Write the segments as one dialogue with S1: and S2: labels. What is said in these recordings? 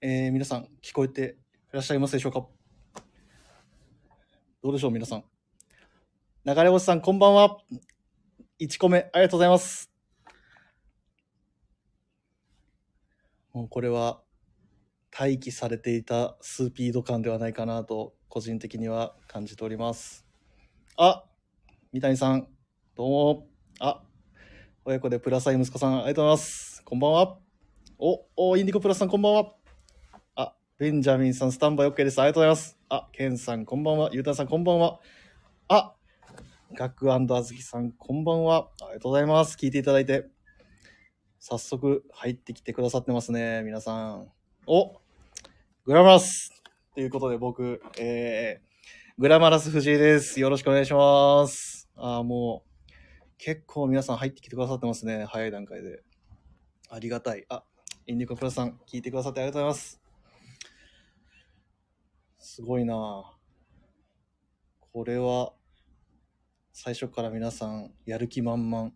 S1: えー皆さん、聞こえていらっしゃいますでしょうかどうでしょう、皆さん。流れ星さん、こんばんは。1個目、ありがとうございます。もうこれは、待機されていたスーピード感ではないかなと、個人的には感じております。あ、三谷さん、どうも。あ、親子でプラサイ息子さん、ありがとうございます。こんばんは。お、お、インディコプラスさん、こんばんは。あ、ベンジャミンさん、スタンバイ OK です。ありがとうございます。あ、ケンさん、こんばんは。ゆうたさん、こんばんは。あ、ガクあずきさん、こんばんは。ありがとうございます。聞いていただいて。早速、入ってきてくださってますね、皆さん。お、グラマラスということで、僕、えー、グラマラス藤井です。よろしくお願いします。あー、もう、結構皆さん入ってきてくださってますね、早い段階で。ありがたい。あ、インディコプラさん、聞いてくださってありがとうございます。すごいなあこれは、最初から皆さん、やる気満々。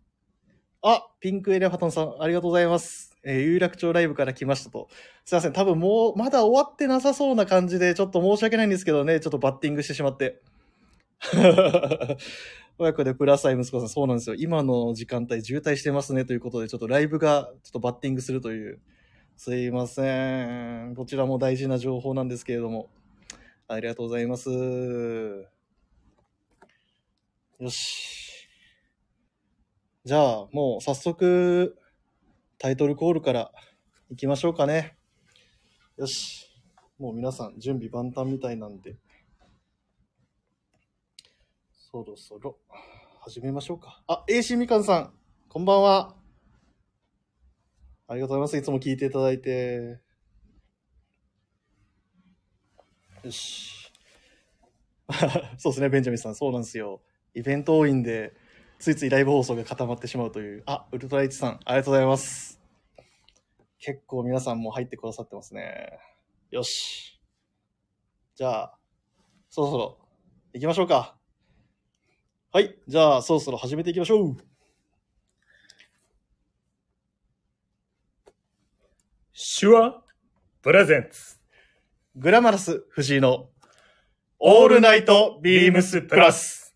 S1: あピンクエレファトンさん、ありがとうございます。えー有楽町ライブから来ましたと。すいません、多分もう、まだ終わってなさそうな感じで、ちょっと申し訳ないんですけどね、ちょっとバッティングしてしまって。 親子でプラスアイ息子さん、そうなんですよ。今の時間帯、渋滞してますね、ということで、ちょっとライブが、ちょっとバッティングするという。すいません。こちらも大事な情報なんですけれども。ありがとうございます。よし。じゃあ、もう早速、タイトルコールから行きましょうかね。よし。もう皆さん準備万端みたいなんで、そろそろ始めましょうか。あ、AC みかんさん、こんばんは。ありがとうございます。いつも聞いていただいて。よし。 そうですね、ベンジャミンさん。そうなんですよ。イベント多いんで、ついついライブ放送が固まってしまうという。あ、ウルトライチさん、ありがとうございます。結構皆さんもう入ってくださってますね。よし。じゃあ、そろそろ行きましょうか。はい。じゃあ、そろそろ始めていきましょう。
S2: 手話プレゼンツ
S1: グラマラス藤井のオールナイトビームスプラス。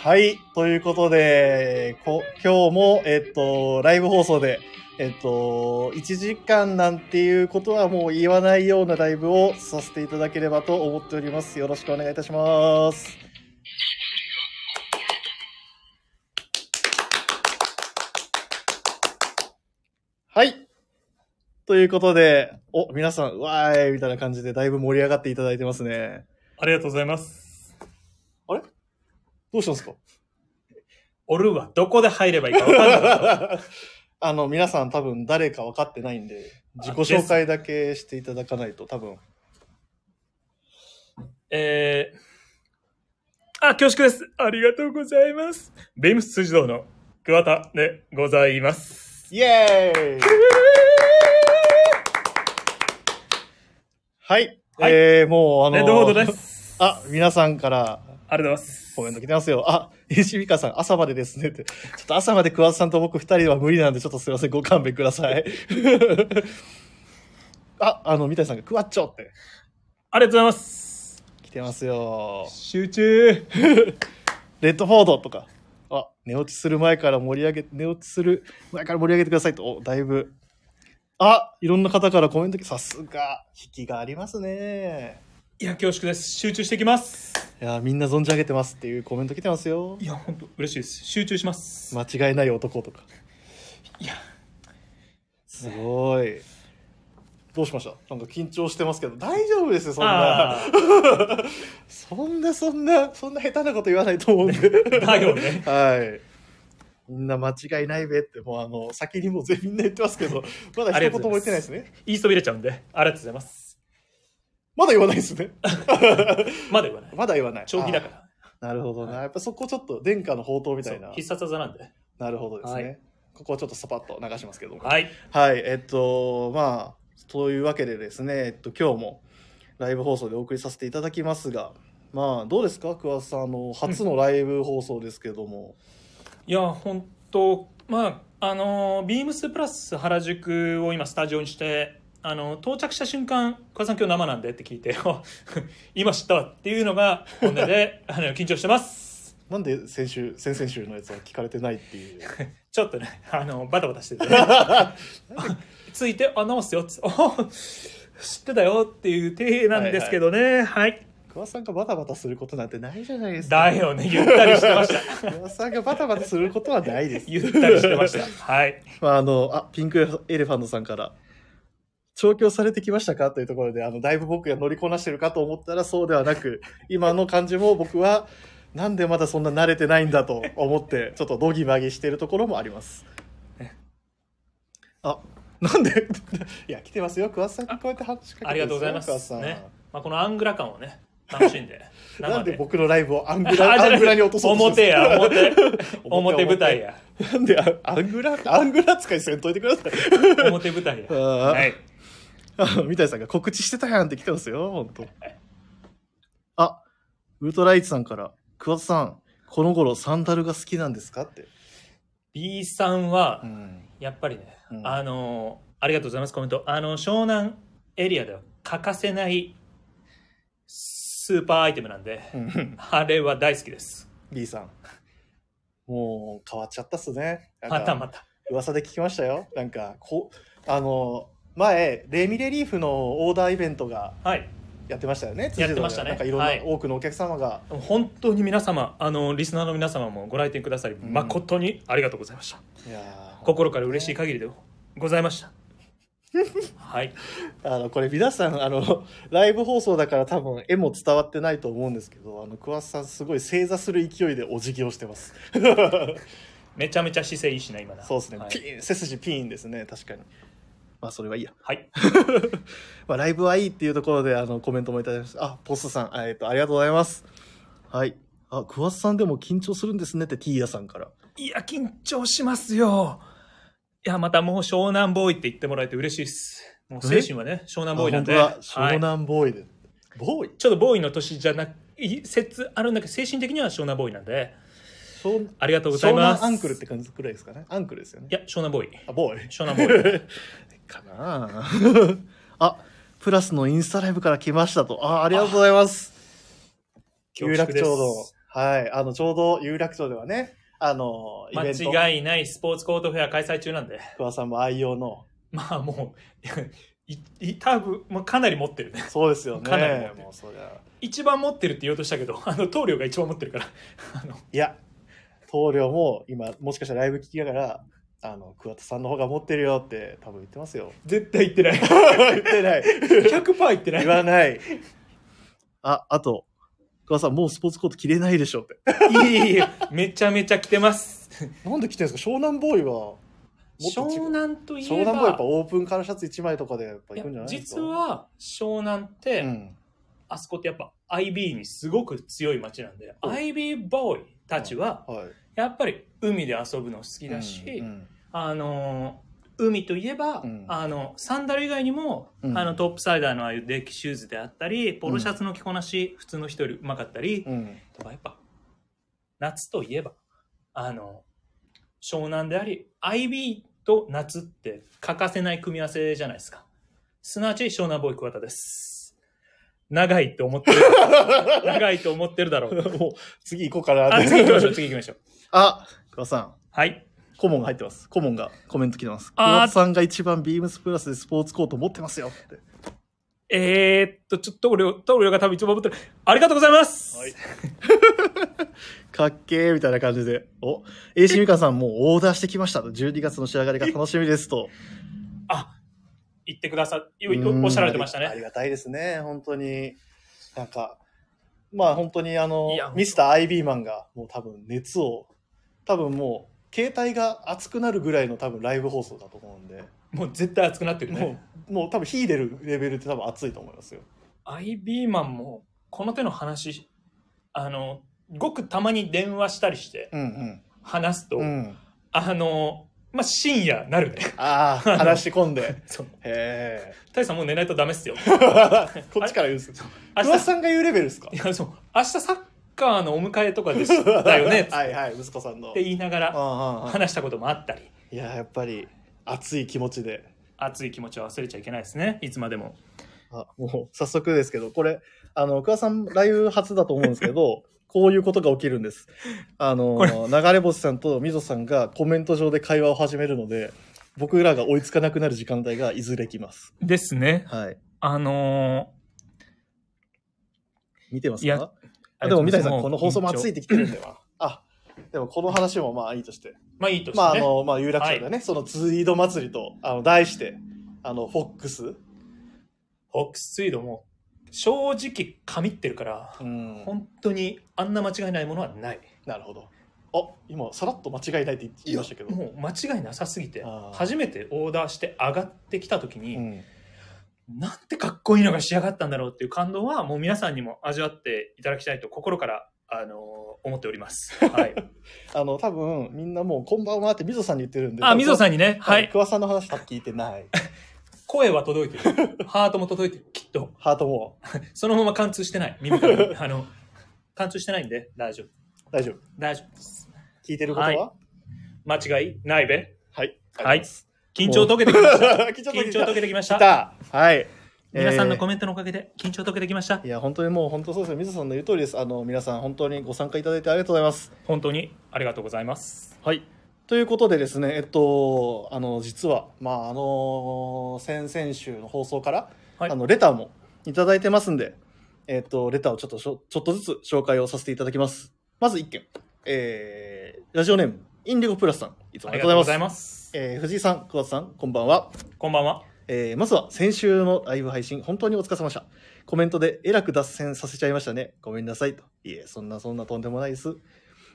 S1: はい。ということで、こ今日も、えっと、ライブ放送で、えっと、1時間なんていうことはもう言わないようなライブをさせていただければと思っております。よろしくお願いいたします。はい。ということで、お、皆さん、わーいみたいな感じでだいぶ盛り上がっていただいてますね。
S2: ありがとうございます。
S1: どうしたんですか
S2: オルはどこで入ればいい か分かんなかった。
S1: あの、皆さん多分誰か分かってないんで、自己紹介だけしていただかないと多分。
S2: えー、あ、恐縮です。ありがとうございます。ビームス辻堂の桑田でございます。
S1: イエーイはい。
S2: はい
S1: えー、もうあの
S2: レッドフォードです。
S1: あ、皆さんから
S2: ありがとうございます。
S1: コメント来てますよ。あ、石美香さん、朝までですねって。ちょっと朝まで桑田さんと僕二人は無理なんで、ちょっとすいません、ご勘弁くださ い。あ、あの、三谷さんが、クワッチョって
S2: ありがとうございます。
S1: 来てますよ。
S2: 集中。
S1: レッドフォードとか。あ、寝落ちする前から盛り上げ、寝落ちする前から盛り上げてくださいと。お、だいぶ。あ、いろんな方からコメント来さすが、引きがありますね。
S2: いや、恐縮です。集中してきます。
S1: いや、みんな存じ上げてますっていうコメント来てますよ
S2: い。や、本当嬉しいです。集中します。
S1: 間違いない男とか。
S2: いや、
S1: すごい。どうしましたなんか緊張してますけど、大丈夫ですよ、そんな。
S2: あ
S1: そんな、そんな、そんな下手なこと言わないと思うんで。
S2: あ、 だよね。
S1: はい。みんな間違いないべって、もうあの、先にもう全員みんな言ってますけど、まだ一言も言ってないですね。
S2: 言いそびれちゃうんで、ありがとうございます。
S1: まだ言わないですね。
S2: まだ言わない。
S1: まだ言わない。
S2: 長期だから。
S1: ら。なるほどな。やっぱそこちょっと殿下の宝刀みたい
S2: そう
S1: な。
S2: 必殺技なんで。
S1: なるほどですね。
S2: はい
S1: ここはちょっとスパッと流しますけども。
S2: はい。
S1: はい、えっと、まあ、というわけでですね、えっと、今日もライブ放送でお送りさせていただきますが、まあ、どうですか、桑田さん、あの、初のライブ放送ですけども。
S2: いや本当まああのービームスプラス原宿を今スタジオにしてあの到着した瞬間「桑田さん今日生なんで?」って聞いて あ「今知ったわ」っていうのが本音で あの緊張してます
S1: なんで先週、先々週のやつは聞かれてないって いう。
S2: ちょっとねあのバタバ タしてて、ついて「あ直すよ」っつってあ知ってたよ」っていう体なんですけどねはい、
S1: 桑田さんがバタバタすることなんてないじゃないですか。
S2: だよねゆったりして ました
S1: 桑田さんがバタバタすることはない です。
S2: ゆったりしてましたはい
S1: まあ、あの、あ、ピンクエレファントさんから、調教されてきましたかというところで、あの、だいぶ僕が乗りこなしてるかと思ったらそうではな く、今の感じも僕は、なんでまだそんな慣れてないんだと思って、ちょっとドギマギしてるところもあります。あ、なんで いや、来てますよ。桑田さん、こうやって話しかけて
S2: ありがとうございま
S1: 桑田
S2: す、
S1: さん
S2: ねまあ、このアングラ感をね楽しんで
S1: なん
S2: 生
S1: で
S2: で
S1: 僕のライブをアング
S2: あ
S1: ラ、
S2: じゃあ
S1: アングラに落とそうとして
S2: 表
S1: る
S2: や表表
S1: 表
S2: 舞台や
S1: なんでアアングラ、アングラ使いせんといてください。
S2: 表舞台や
S1: あー
S2: はい
S1: あの三谷さんが告知してたやんって来てますよ、本当。あ、ウルトライチさんから、桑田さん、この頃サンダルが好きなんですかって。
S2: B さんは
S1: ん。
S2: やっぱりね、
S1: うん
S2: あのありがとうございますコメントあの湘南エリアでは欠かせないスーパーアイテムなんで、 あれは大好きです
S1: B さん。もう変わっちゃったっすね。なんか
S2: またまた
S1: 噂で聞きましたよ。なんか、こう、あの、前、レミレリーフのオーダーイベントが
S2: はい
S1: やってましたよね、
S2: やってました
S1: 辻堂で
S2: ね
S1: なんかいろんな、
S2: はい
S1: 多くのお客様が。
S2: 本当に皆様あのリスナーの皆様もご来店くださり、
S1: ん
S2: 誠にありがとうございました
S1: いやー
S2: 心から嬉しい限りでござい ましたはい
S1: あのこれ皆さんあのライブ放送だから多分絵も伝わってないと思うんですけどあの桑田さんすごい正座する勢いでお辞儀をしてます
S2: めちゃめちゃ姿勢いいしな今な
S1: そうですね、
S2: はい
S1: ピーン背筋ピーンですね確かにまあそれはいいや、
S2: はい、
S1: まあ、ライブはいいっていうところであのコメントもいただきましたあポストさんあ,、えっとありがとうございますはいあ桑田さんでも緊張するんですねってティーヤさんから
S2: いや緊張しますよいやまたもう湘南ボーイって言ってもらえて嬉しいですもう精神はね湘南ボーイなんで、
S1: あ本当だ
S2: は
S1: 湘
S2: い
S1: 南ボーイで、ボーイ
S2: ちょっとボーイの年じゃなく説あるんだけど精神的には湘南ボーイなんで
S1: 湘
S2: ありがとうござ
S1: 湘
S2: いま
S1: 南
S2: す
S1: アンクルって感じくらいですかねアンクルですよね
S2: いや湘南ボーイ
S1: あボーイ
S2: 湘南ボーイ
S1: かなあ あプラスのインスタライブから来ましたとあありがとうございます
S2: 恐
S1: 有
S2: 縮
S1: 楽
S2: で
S1: 町
S2: す
S1: のはいあのちょうど有楽町ではねあのイベント
S2: 間違いないスポーツコートフェア開催中なんで
S1: 桑さんも愛用の
S2: まあもういやいい 多分、まあ、かなり持ってるね
S1: そうですよね
S2: かなり持ってる
S1: もうそりゃ
S2: 一番持ってるって言おうとしたけどあの棟梁が一番持ってるからあの
S1: いや棟梁も今もしかしたらライブ聞きながらあの桑田さんの方が持ってるよって多分言ってます よ
S2: 絶対言ってない
S1: 言ってない
S2: 100%言ってない
S1: 言わ ないああと桑田さんもうスポーツコート着れないでしょって
S2: いいいいめちゃめちゃ来てます
S1: なんで着てるんですか湘南ボーイはもっと違う
S2: 湘南とい
S1: 湘
S2: え
S1: 南もやっぱ
S2: ば
S1: オープンカラーシャツ1枚とかでやっぱ行くんじゃないですか
S2: 実、は湘南って、
S1: うん、
S2: あそこってやっぱ IB にすごく強い街なんで
S1: うん
S2: IB ボーイたちは
S1: はい
S2: やっぱり海で遊ぶの好きだし、
S1: うん
S2: あのー海といえば、
S1: うん
S2: あのサンダル以外にも、
S1: うん
S2: あのトップサイダーのああいうデッキシューズであったりポロシャツの着こなし、普通の人よりうまかったり、
S1: うん うん
S2: とかやっぱ夏といえばあの湘南であり IB と夏って欠かせない組み合わせじゃないですかすなわち湘南ボーイ桑田です長いと 思ってる長いと思ってるだろう
S1: もう次行こうかな
S2: あ
S1: って
S2: 次行きましょう次行きましょう
S1: あ桑田さん
S2: はい
S1: 顧問が入ってます顧問がコメント来てます
S2: あー
S1: 桑田さんが一番ビームスプラスでスポーツコート持ってますよって
S2: えー、っとちょっと俺トルが多分一番持ってるありがとうございます、
S1: はいかっけーみたいな感じでお AC みかんさんもうオーダーしてきましたと12月の仕上がりが楽しみですと
S2: あ言ってください
S1: うん
S2: おおっしゃられてました
S1: ありあり
S2: ね
S1: がたいですね本当になんかまあ本当にあの
S2: いや
S1: ミスター IB マンがもう多分熱を多分もう携帯が熱くなるぐらいの多分ライブ放送だと思うんで、
S2: もう絶対熱くなってるね
S1: もうもう多分火出るレベルって多分熱いと思いますよ
S2: IB マンもこの手の話あのごくたまに電話したりして
S1: うん
S2: 話すと、
S1: うんうん
S2: あのまあ、深夜なるね。
S1: ああ、話し込んで。へ
S2: そう。
S1: え。
S2: タイさんもう寝ないとダメ っすよ。
S1: こっちから言うんですよ。
S2: 明
S1: 不破
S2: 日、
S1: さんが言うレベルですか
S2: いや、そう。明日サッカーのお迎えとかでしたよね。 っ
S1: はいはい、息子さんの。
S2: て言いなが
S1: うん
S2: ら
S1: うんうん
S2: 話したこともあったり、
S1: いや、やっぱり熱い気持ちで。
S2: 熱い気持ちは忘れちゃいけないですね。いつまでも。
S1: あもう早速ですけど、これ、あの、桑さん、ライブ初だと思うんですけど、 こういうことが起きるんです。あ
S2: これ
S1: の、流れ星さんと溝さんがコメント上で会話を始めるので、僕らが追いつかなくなる時間帯がいずれ来ます。
S2: ですね。
S1: はい。
S2: あの
S1: 見てます
S2: いや
S1: かあでも、三谷さ
S2: も
S1: ん、
S2: う
S1: この放送も熱いっ
S2: 緊
S1: てきてるんでは。あ、でもこの話もまあいいとして。
S2: まあいいとして
S1: ま
S2: ね。
S1: あ、あの、まあ、有楽町でね、そのツイード祭りと、あの、題して、あの、フォックス。
S2: フォックスツイードも正直神ってるから、
S1: うん
S2: 本当にあんな間違いないものはない。
S1: なるほど。あ、今、さらっと間違いないって言いましたけど。
S2: もう間違いなさすぎて
S1: あー
S2: 初めてオーダーして上がってきた時に、
S1: うん
S2: なんてかっこいいのが仕上がったんだろうっていう感動はもう皆さんにも味わっていただきたいと心から、あのー思っております。 はい、
S1: あの、多分、みんなもう、こんばんはって、みぞさんに言ってるんで。
S2: あ、みぞ
S1: ん。
S2: さんにね、は
S1: はい。
S2: い、
S1: 桑さんの話は聞いて ない。
S2: 声は届いてる。ハートも届いてる。きっと。
S1: ハートも、
S2: そのまま貫通してない。耳から あの、貫通してないんで大丈夫。
S1: 大丈夫。
S2: 大丈夫です。
S1: 聞いてることは
S2: は間違いないべ。
S1: はい。
S2: はい
S1: ありがと
S2: 緊張解けてきま した。
S1: うございます。緊張
S2: 緊張解けてきまし
S1: き
S2: た。
S1: た。はい。
S2: 皆さんの
S1: えー
S2: コメントのおかげで緊張解けてきました。
S1: いや、本当にもう、本当そうですよ。みぞさんの言う通りです。あの、皆さん、本当にご参加いただいてありがとうございます。
S2: 本当にありがとうございます。
S1: はい。ということでですね、えっと、あの、実は、まあ、あの、先々週の放送から、
S2: はい
S1: あの、レターもいただいてますんで、えっと、レターをちょっとしょ、ちょっとずつ紹介をさせていただきます。まず1件。えー、ラジオネーム、インディゴプラスさん、いつも
S2: あ
S1: あ
S2: り
S1: り
S2: が
S1: がとう
S2: とうご
S1: ご
S2: ざ
S1: ざ
S2: い
S1: います。
S2: ます。
S1: えー、藤井さん、久保田さん、こんばんは。
S2: こんばんは。
S1: えーまずは先週のライブ配信、本当にお疲れ様でした。コメントでえらく脱線させちゃいましたね。ごめんなさいと。いえ、そんなそんなとんでもないです。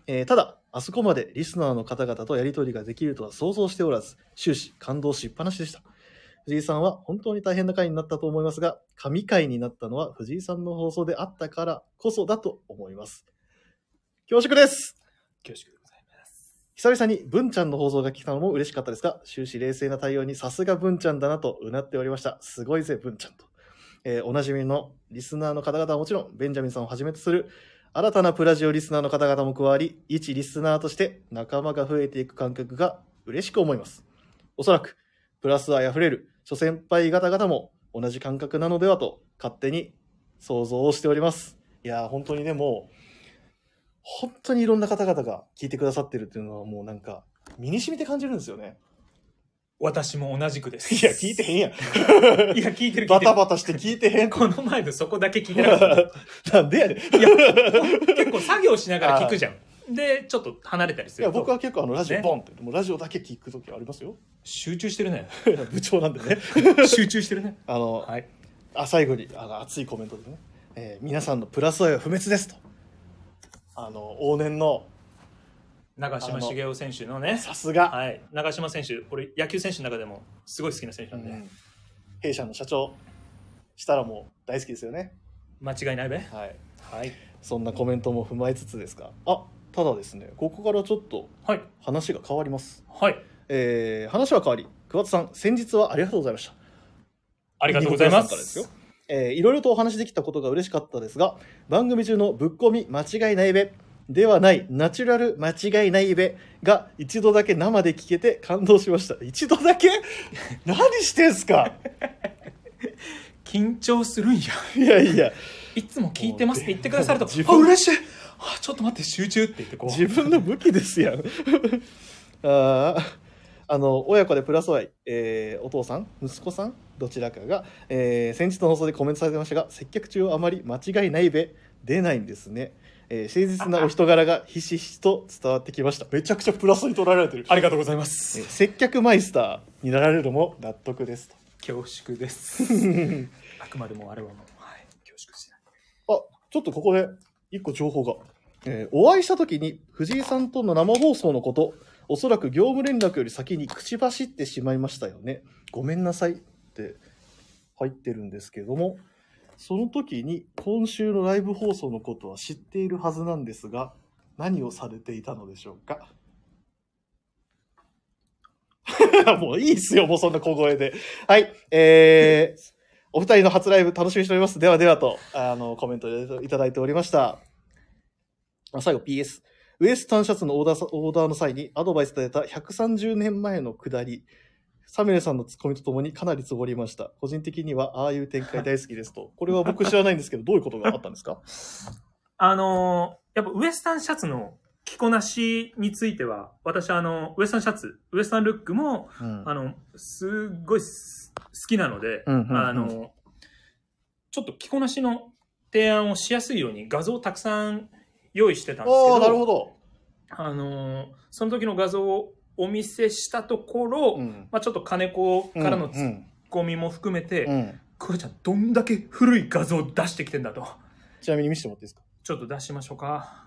S1: えーただ、あそこまでリスナーの方々とやりとりができるとは想像しておらず、終始感動しっぱなしでした。藤井さんは本当に大変な回になったと思いますが、神回になったのは藤井さんの放送であったからこそだと思います。恐縮です
S2: 恐縮でございます。
S1: 久々に文ちゃんの放送が来たのも嬉しかったですが、終始冷静な対応にさすが文ちゃんだなとうなっておりました。すごいぜ、文ちゃんと。えーおなじみのリスナーの方々はもちろん、ベンジャミンさんをはじめとする新たなプラジオリスナーの方々も加わり、一リスナーとして仲間が増えていく感覚が嬉しく思います。おそらく、プラス愛あふれる諸先輩方々も同じ感覚なのではと勝手に想像をしております。いやー、本当にでも、本当にいろんな方々が聞いてくださってるっていうのはもうなんか身に染みて感じるんですよね。
S2: 私も同じくです。
S1: いや、聞いてへんやん。
S2: いや、聞いてる、聞い
S1: バ
S2: てる
S1: タ。バタして聞いてへん。
S2: この前のそこだけ聞いてなかっ
S1: なんでやねん。い
S2: た。いや、結構作業しながら聞くじゃん。で、ちょっと離れたりする
S1: や、
S2: と。
S1: 僕は結構あのラジオ
S2: ね
S1: ボンって、もうラジオだけ聞くときありますよ。
S2: 集中してるね。
S1: 部長なんでね。
S2: 集中してるね。
S1: あの、
S2: はい。
S1: あ最後にあの熱いコメントでね、えー皆さんのプラス愛は不滅ですと。あの、往年の
S2: 長嶋茂雄選手のね。
S1: さすが、
S2: はい。長嶋選手、俺、野球選手の中でもすごい好きな選手
S1: う
S2: なんで、
S1: ん弊社の社長、したらもう大好きですよね。
S2: 間違いないべ。
S1: はい。
S2: はい。
S1: そんなコメントも踏まえつつですが、あ、ただですね、ここからちょっと
S2: はい。
S1: 話が変わります、
S2: はい。
S1: えー話は変わり桑田さん先日はありがとうございました
S2: ありがとうございま
S1: ニコニコさんからです
S2: す
S1: よ。えーいろいろとお話しできたことが嬉しかったですが番組中のぶっこみ間違いないべではないナチュラル間違いないべが一度だけ生で聞けて感動しました一度だけ 何してんすか
S2: 緊張するんや。
S1: いやいや
S2: いつも聞いてますって言ってくださると、
S1: 自
S2: あ、
S1: 分
S2: 嬉しいあ、ちょっと待って、集中って言ってこう。
S1: 自分の武器です やんあーあの親子でプラス愛、えーお父さん息子さんどちらかが、えー先日の放送でコメントされてましたが接客中はあまり間違いないべ出ないんですね、えー誠実なお人柄がひしひしと伝わってきましためちゃくちゃプラスに取られてる、
S2: ありがとうございま
S1: え
S2: す
S1: ー。接客マイスターになられるのも納得ですと
S2: 恐縮です。 あくまでもあれはもう、はい、恐縮しない。
S1: あちょっとここで一個情報が、えーお会いした時に藤井さんとの生放送のことおそらく業務連絡より先に口走ってしまいましたよねごめんなさいって入ってるんですけどもその時に今週のライブ放送のことは知っているはずなんですが何をされていたのでしょうか もういいっすよ、もうそんな小声で。はい、えー、お二人の初ライブ楽しみにしております。ではではと、あの、コメントいただいておりました。あ最後、PS。ウエスタンシャツのオーダーさオーダーの際にアドバイスいただいた130年前の下り、サミュレさんのツッコミとともにかなりつぼりました。個人的にはああいう展開大好きですと。これは僕知らないんですけど、どういうことがあったんですか
S2: あのーやっぱウエスタンシャツの着こなしについては、私はあの、ウエスタンシャツ、ウエスタンルックも、
S1: うん
S2: あの、すっごいす好きなので、
S1: うんうんうん
S2: あの、ちょっと着こなしの提案をしやすいように画像をたくさん用意してたんで
S1: あ
S2: すけど、
S1: あ、なるほど。
S2: あのーその時の画像をお見せしたところ、
S1: うん
S2: まあちょっと金子からのツ
S1: う
S2: ッ
S1: ん
S2: コミも含めて、
S1: うんうん
S2: クロちゃんどんだけ古い画像を出してきてんだと。
S1: ちなみに見せてもらっていいですか
S2: ちょっと出しましょうか。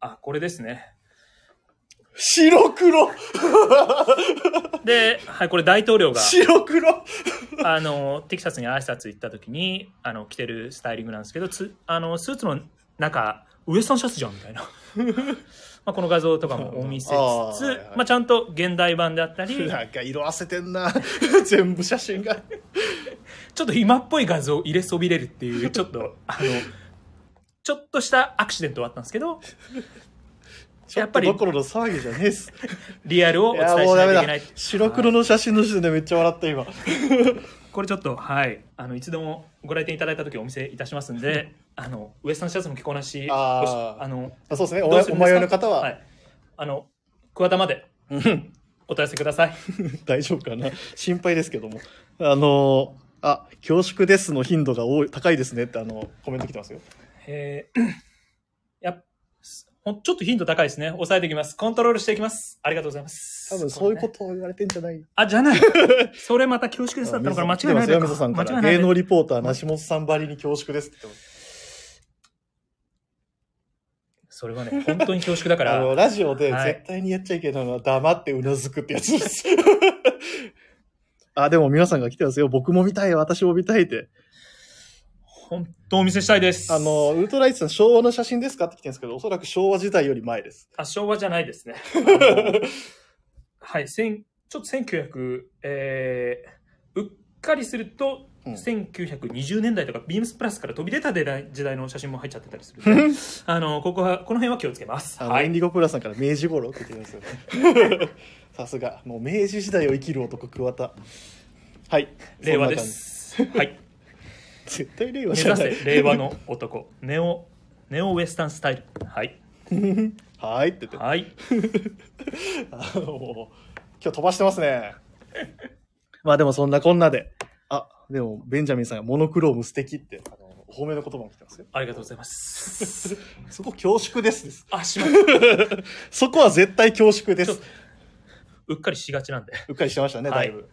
S2: あ、これですね。
S1: 白黒
S2: で、はい、これ大統領が、
S1: 白黒
S2: あの、テキサスに挨拶行った時に、あの、着てるスタイリングなんですけど、つあの、スーツの中、ウエスタンシャツじゃんみたいな。 まあこの画像とかもお見せつつ、
S1: あーはいはい
S2: まあちゃんと現代版であっ たり、
S1: なんか色あせてんな全部写真が
S2: ちょっと今っぽい画像を入れそびれるっ ていう、ちょっと、あの、ちょっとしたアクシデントはあったんですけど、
S1: ちょ
S2: や
S1: っ
S2: っぱ
S1: と
S2: り
S1: どころの騒ぎじゃねえっす
S2: リアルを
S1: い
S2: お伝え
S1: や
S2: し
S1: もう
S2: な
S1: ダメ
S2: いとい
S1: だ
S2: けない。
S1: 白黒の写真の時点でめっちゃ笑った今
S2: これちょっとはいあのいつでもご来店いただいた時お見せいたしますんで あのウエスタンシャツの着こなし
S1: あー
S2: ごしあの
S1: あそうですねお
S2: どうするんですか
S1: お迷いの方は、
S2: い、あの桑田まで
S1: うん
S2: お問い合わせください
S1: 大丈夫かな心配ですけどもあのーあ恐縮ですの頻度が多い高いですねってあのコメント来てますよ
S2: えー やっほんちょっとヒント高いですね抑えていきますコントロールしていきますありがとうございます
S1: 多分そういうこ
S2: れね
S1: とを言われてんじゃない
S2: あじゃない それまた恐縮ですだったのから間違いない
S1: です
S2: のか
S1: よ水さんから
S2: 間違いない
S1: 芸能リポーター梨本さんばりに恐縮ですって言ってます
S2: それはね本当に恐縮だ か
S1: あの
S2: ら
S1: ラジオで
S2: はい
S1: 絶対にやっちゃいけないのは黙ってうなずくってやつです。 あ、でも皆さんが来てますよ。僕も見たい、私も見たいって。
S2: 本当お見せしたいです
S1: あの、ウルトライツさん、昭和の写真ですかって来てるんですけど、おそらく昭和時代より前 です。
S2: あ昭和じゃないですね。あのはい、せんちょっと1900、えーうっかりすると、
S1: うん
S2: 1920年代とかビームスプラスから飛び出た時代時代の写真も入っちゃってたりするんであのここはこの辺は気をつけます。
S1: あの、
S2: は
S1: エン
S2: い、
S1: ディゴプラさんから明治頃って言ってるんですよ ね。さすが。もう明治時代を生きる男、桑田。はい。
S2: 令和です。
S1: そ
S2: はい、
S1: んな感じ。絶対令和
S2: 目
S1: じゃ
S2: 指
S1: ない
S2: せ。令和の男ネオネオウエスタンスタイル。はい
S1: はいって言って。
S2: はい。
S1: あのもう今日飛ばしてます ね。まあでもそんなこんなで。あ、でもベンジャミンさんがモノクローム素敵って、あの、お褒めの言葉も来てますよ。
S2: ありがとうござ います。
S1: そこ恐縮 ですです。
S2: あしまった
S1: そこは絶対恐縮で
S2: ちょっ
S1: す
S2: と。うっかりしがちなんで。
S1: うっかりしてましたね、だ
S2: はいい
S1: ぶ。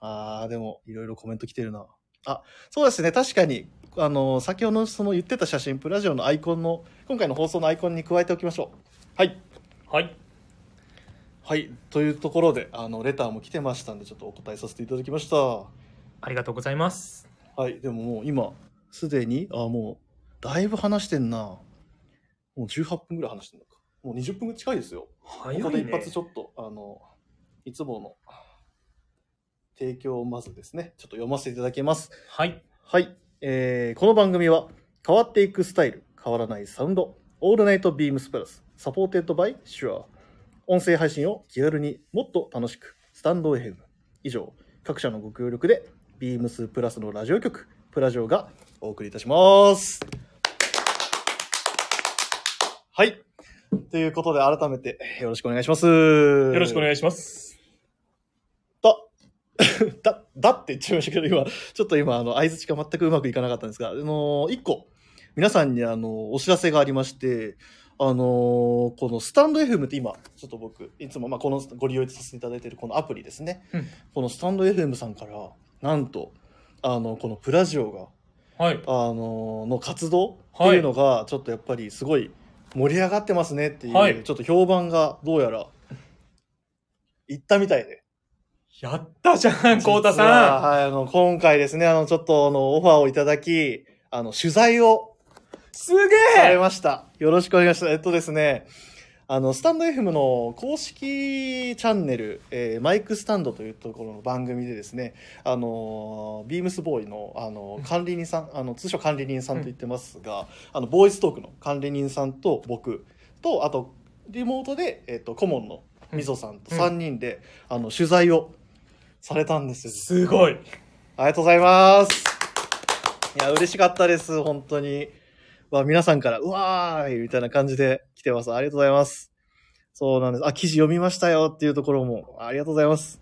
S1: ああ、でもいろいろコメント来てるな。あ、そうですね、確かに。あの、先ほどのその言ってた写真、プラジオのアイコンの、今回の放送のアイコンに加えておきましょう。はい。
S2: はい
S1: はい。というところで、あの、レターも来てましたんで、ちょっとお答えさせていただきました。
S2: ありがとうございます。
S1: はい、でももう今、すでに、あ、もう、だいぶ話してんな。もう18分ぐらい話してんのか。もう20分近いですよ。
S2: 早い
S1: ここで一
S2: ね。
S1: 発ちょっと、あの、いつもの提供をまずですね、ちょっと読ませていただきます。
S2: はい
S1: はい、えーこの番組は変わっていくスタイル変わらないサウンドオールナイトビームスプラスサポーテッドバイシュア音声配信を気軽にもっと楽しくスタンド FM 以上各社のご協力でビームスプラスのラジオ局プラジオがお送りいたしますはいということで改めてよろしくお願いしますよ
S2: よろしくお願いします。
S1: だ、 だ、だって言っちゃいましたけど、今、ちょっと今、あの、相槌が全くうまくいかなかったんですが、あの、一個、皆さんに、あの、お知らせがありまして、あのこのスタンド FM って今、ちょっと僕、いつも、まあ、このご利用させていただいているこのアプリですね。
S2: うん
S1: このスタンド FM さんから、なんと、あの、このプラジオが、
S2: はい。
S1: あのの活動っていうのがちょっとやっぱりすごい盛り上がってますねっていう、
S2: はい
S1: ちょっと評判がどうやらいったみたいで
S2: やったじゃん、コウタ
S1: 実は
S2: さん。
S1: はい、あの、今回ですね、あの、ちょっと、あの、オファーをいただき、あの、取材を
S2: すげ
S1: され
S2: え
S1: ました。よろしくお願いします。えっとですね、あの、スタンド FM の公式チャンネル、えーマイクスタンドというところの番組でですね、あのー、ビームスボーイの、あのー
S2: うん
S1: 管理人さん、あの、通称管理人さんと言ってますが、あの、ボーイストークの管理人さんと僕と、あと、リモートで、えっ、と、顧問のみぞさんと
S2: うん
S1: 3人で、あの、取材をされたんですよ。
S2: すごい。
S1: ありがとうございます。いや、嬉しかったです、本当に。まあ、皆さんから、うわーいみたいな感じで来てます。ありがとうございます。そうなんです。あ、記事読みましたよっていうところも、ありがとうございます。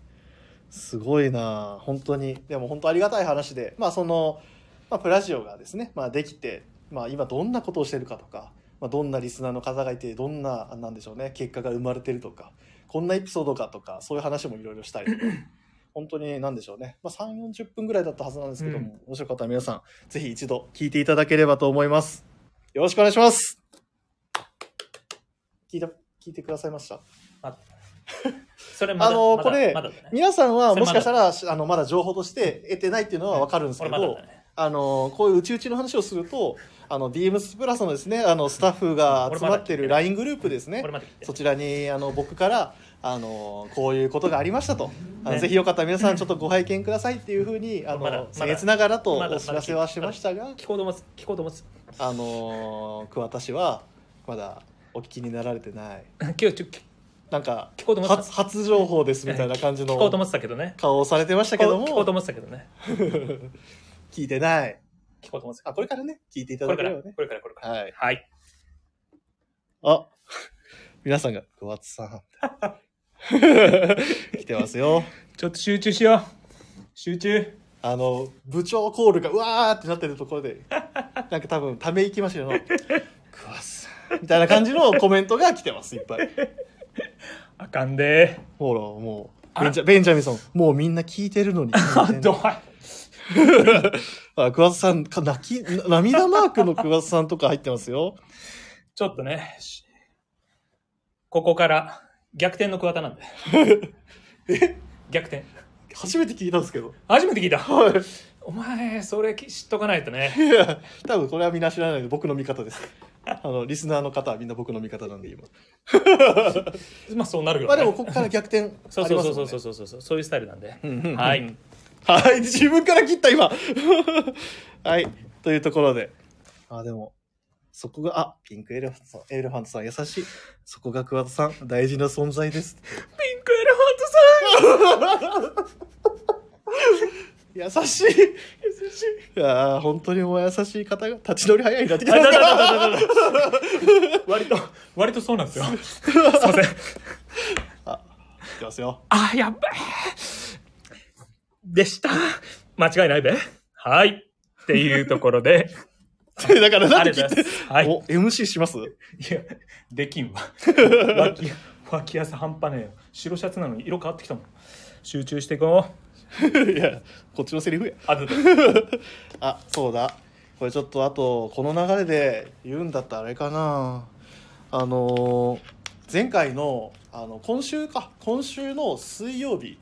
S1: すごいなあ本当に。でも本当ありがたい話で、まあその、まあプラジオがですね、まあできて、まあ今どんなことをしてるかとか、まあどんなリスナーの方がいて、どんな、なんでしょうね、結果が生まれてるとか、こんなエピソードかとか、そういう話もいろいろしたりとか、本当に何でしょうね、まあ3、40分ぐらいだったはずなんですけども、面白かったら皆さん、ぜひ一度聞いていただければと思います。よろしくお願いします。聞いた、聞いてくださいました
S2: それまだ、
S1: あのー
S2: まだ
S1: これ
S2: まだだね。
S1: 皆さんは
S2: それ
S1: もし
S2: まだ
S1: かしたらしあのまだ情報として得てないっていうのは分かるんですけ
S2: これ
S1: ど、
S2: まだだね。
S1: あのこういううちうちの話をするとあの DMS プラスのですねあのスタッフが集まってる LINE グループですね
S2: これまだ来て
S1: そ。ちらにあの僕からあのこういうことがありましたと、あの
S2: ね
S1: ぜひよかったら皆さんちょっとご拝見くださいっていうふうにあの、
S2: まだまだ
S1: 僭越ながらと
S2: まだ
S1: お知らせはしましたが、
S2: 聞こうと思つ、聞こうと思つ。
S1: あの桑田氏はまだお聞きになられてない
S2: 今日ちょ、聞
S1: なんか
S2: 聞こうと思ってた
S1: 初初情報ですみたいな感じ
S2: 聞こうと
S1: の
S2: 思ってたけどね。
S1: 顔をされてましたけども
S2: 聞こうと思ってたけどね。
S1: 聞いてない。
S2: 聞こうと思ってた。
S1: あ、これからね、聞いていた
S2: これ
S1: だけれ
S2: から、
S1: ば
S2: こ
S1: ね。
S2: れから、これから。
S1: はい。
S2: はい。
S1: あ、皆さん が、桑田さん。来てますよ。
S2: ちょっと集中しよう。集中。
S1: あの、部長コールが、うわーってなってるところで、なんか多分、ため息ましの、桑田さん。みたいな感じのコメントが来てます、いっぱい。
S2: あかんで
S1: ほら、もう、
S2: あ
S1: ベンジャベンジャミンさん、もうみんな聞いてるのに。
S2: ー。あ、どい。
S1: あ、桑田さん、か泣き、な涙マークの桑田さんとか入ってますよ。
S2: ちょっとね、しここから逆転の桑田なんで。 逆転。
S1: 初めて聞いたんですけど。
S2: 初めて聞いた。
S1: はい。
S2: お前、それき知っとかないとね。
S1: いや、 多分これはみんな知らないので僕の味 方です。あの、リスナーの方はみんな僕の味方なんで今。
S2: まあそうなるよ、ね。
S1: まあでもここから逆転あります
S2: そう
S1: もんね。
S2: そうそうそうそうそうそう、そういうスタイルなんで。
S1: うんうんうん
S2: はい。
S1: はい、自分から切った今。 はい、というところで。あ、でも、そこが、あ、ピンクエレファントさん、エレファントさん優しい。そこが桑田さん、大事な存在です。
S2: ピンクエレファント
S1: 優しい。
S2: さん優しい。
S1: いやー本当にお優しい方が立ち乗り早いなってきた
S2: あだだだだだだ割と、割とそうなんですよ。すいません。
S1: 来てますよ。
S2: あ、やっべ。でした。間違いないべ。はい。っていうところ で、
S1: だからな
S2: あ
S1: んで
S2: り
S1: 切
S2: が
S1: っ
S2: とう
S1: て
S2: ございま。す。はい。
S1: お、MC します
S2: いや、できん わ。脇脇汗半端ねえよ。白シャツなのに色変わってきたもん。集中していこう。
S1: いや、こっちのセリフや。
S2: あ、だだ
S1: あ、そうだ。これちょっとあと、この流れで言うんだったらあれかな。あのー前回の、あの、今週か、今週の水曜日、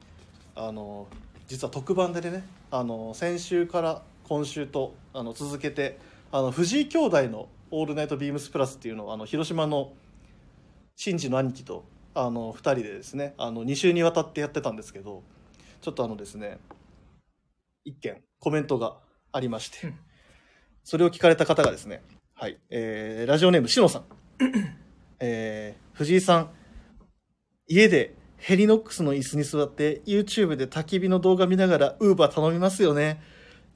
S1: あのー実は特番でね、あのー先週から今週と、あの、続けて、あの、藤井兄弟のオールナイトビームスプラスっていうのを、あの、広島の、シンジの兄貴と、あの、二人でですね、あの、2週にわたってやってたんですけど、ちょっとあのですね、一件コメントがありまして、
S2: うん
S1: それを聞かれた方がですね、はい、えーラジオネームしのさん、えー藤井さん、家でヘリノックスの椅子に座って YouTube で焚き火の動画見ながらウーバー頼みますよね。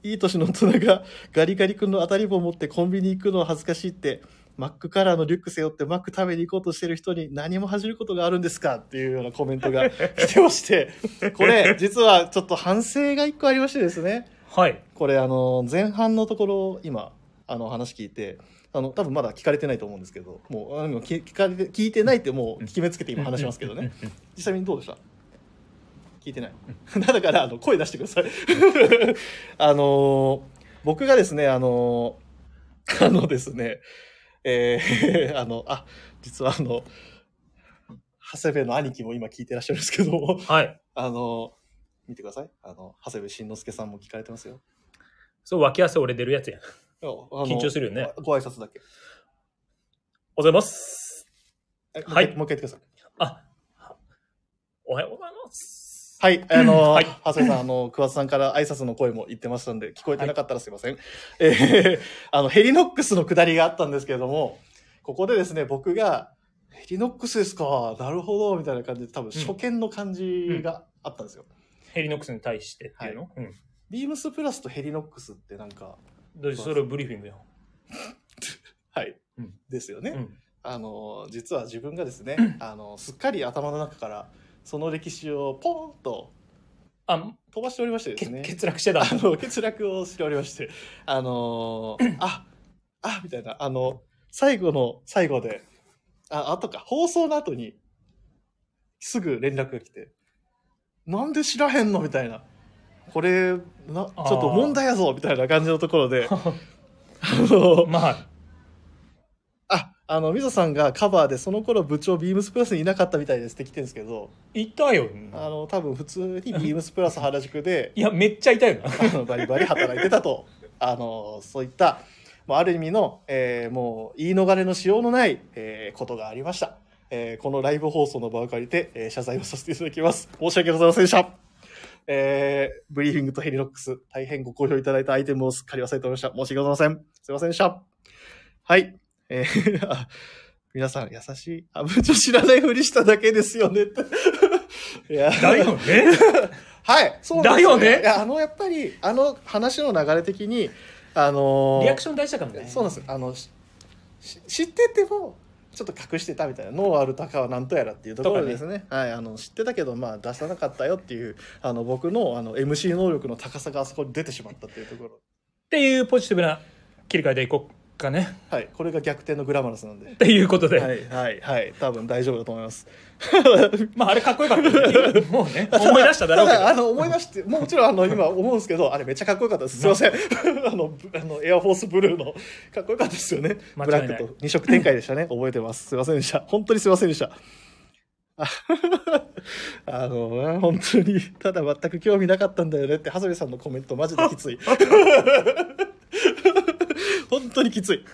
S1: いい年の大人がガリガリ君の当たり棒持ってコンビニ行くのは恥ずかしいって、マックカラーのリュック背負ってマック食べに行こうとしてる人に何も恥じることがあるんですかっていうようなコメントが来てまして、 これ実はちょっと反省が一個ありましてですね、
S2: はい。
S1: これあの前半のところ今あの話聞いてあの多分まだ聞かれてないと思うんですけどもうあの聞聞かれて聞いてないってもう決めつけて今話しますけどね実際にどうでした聞いてない だからあの声出してください あの僕がですねあのあのですねえーあのあ実はあの長谷部の兄貴も今聞いてらっしゃるんですけども
S2: はい。
S1: あの見てくださいあの長谷部慎之介さんも聞かれてますよ
S2: そう、脇汗折れてるやつやん。
S1: 緊
S2: 緊張するよね。
S1: ご挨拶だけ。
S2: おはようございます。
S1: えもう一回
S2: はい
S1: もう一回言ってください。
S2: あ、はおはようございます。
S1: はい、あの、
S2: はい
S1: 長谷さん、あの、 桑田さんから挨拶の声も言ってましたんで、聞こえてなかったらすいません。えーあの、ヘリノックスの下りがあったんですけれども、ここでですね、僕が、ヘリノックスですか、なるほど、みたいな感じで、多分初見の感じがあったんですよ。
S2: ヘリノックスに対してっていうの、うん。
S1: ビームスプラスとヘリノックスってなんか、
S2: どうぞそれをブリーフィングよ。
S1: はい、
S2: うん
S1: ですよね。
S2: うん。
S1: あの実は自分がですね、あのすっかり頭の中からその歴史をポーンと
S2: あ、
S1: 飛ばしておりましてで
S2: け
S1: すね
S2: 欠落してた。
S1: あ の欠落をしておりましてあのああみたいなあの最後の最後でああとか放送の後にすぐ連絡が来て「なんで知らへんの?」みたいな「これなちょっと問題やぞ」みたいな感じのところ であの
S2: まあ、
S1: あ、あの、みぞさんがカバーで、その頃部長ビームスプラスにいなかったみたいですって来てるんですけど、
S2: いたよ。
S1: あの、多分普通にビームスプラス原宿で、
S2: いや、めっちゃい たよな。
S1: あのバリバリ働いてたと、あの、そういった、もうある意味の、えーもう言い逃れのしようのない、えーことがありました。えーこのライブ放送の場を借りて、えー謝罪をさせていただきます。申し訳ございませんでした。えーブリーフィングとヘリノックス、大変ご好評いただいたアイテムをすっかり忘れておりました。申し訳ございません。すいませんでした。はい。えー あ皆さん優しい。あ、部長知らないふりしただけですよね って。いや
S2: だよね。
S1: はい、そうなん
S2: だよね
S1: いやあの、やっぱり、あの話の流れ的に、あのー
S2: リアクション大事だからね。
S1: そうなんです。あの、しし知ってても、ちょっと隠してたみたいな、ノーアルタカはなんとやらっていうところでですね。はい、あの、知ってたけど、まあ、出さなかったよっていう、あの、僕の、あの、MC 能力の高さがあそこに出てしまったっていうところ。
S2: っていうポジティブな切り替えでいこうかね。
S1: はい、これが逆転のグラマラスなんで
S2: っ。ていうことで。
S1: はい、はい、はい、多分大丈夫だと思います。
S2: まあ、あれかっこよ かったよね。もうね、思い出しただろうけ
S1: ただ
S2: ど。
S1: あの思い出してもちろんあの今思うんですけどあれめっちゃかっこよかったですすいませんあのぶ あのエアフォースブルーのかっこよかったですよね
S2: 間
S1: ブラ
S2: 違いない
S1: ックと二色展開でした ね覚えてますすいませんでした本当にすいませんでした ああの本当にただ全く興味なかったんだよねって長谷部さんのコメントマジできつい 本当にきつい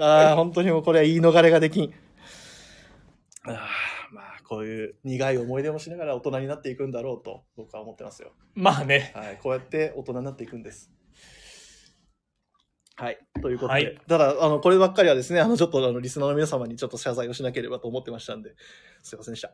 S1: ああ本当にもうこれは言い逃れができんあーまあこういう苦い思い出もしながら大人になっていくんだろうと僕は思ってますよ。
S2: まあね。
S1: はい、こうやって大人になっていくんです。はい、ということで、
S2: はい
S1: ただあのこればっかりはですねあのちょっとあのリスナーの皆様にちょっと謝罪をしなければと思ってましたんですいませんでした。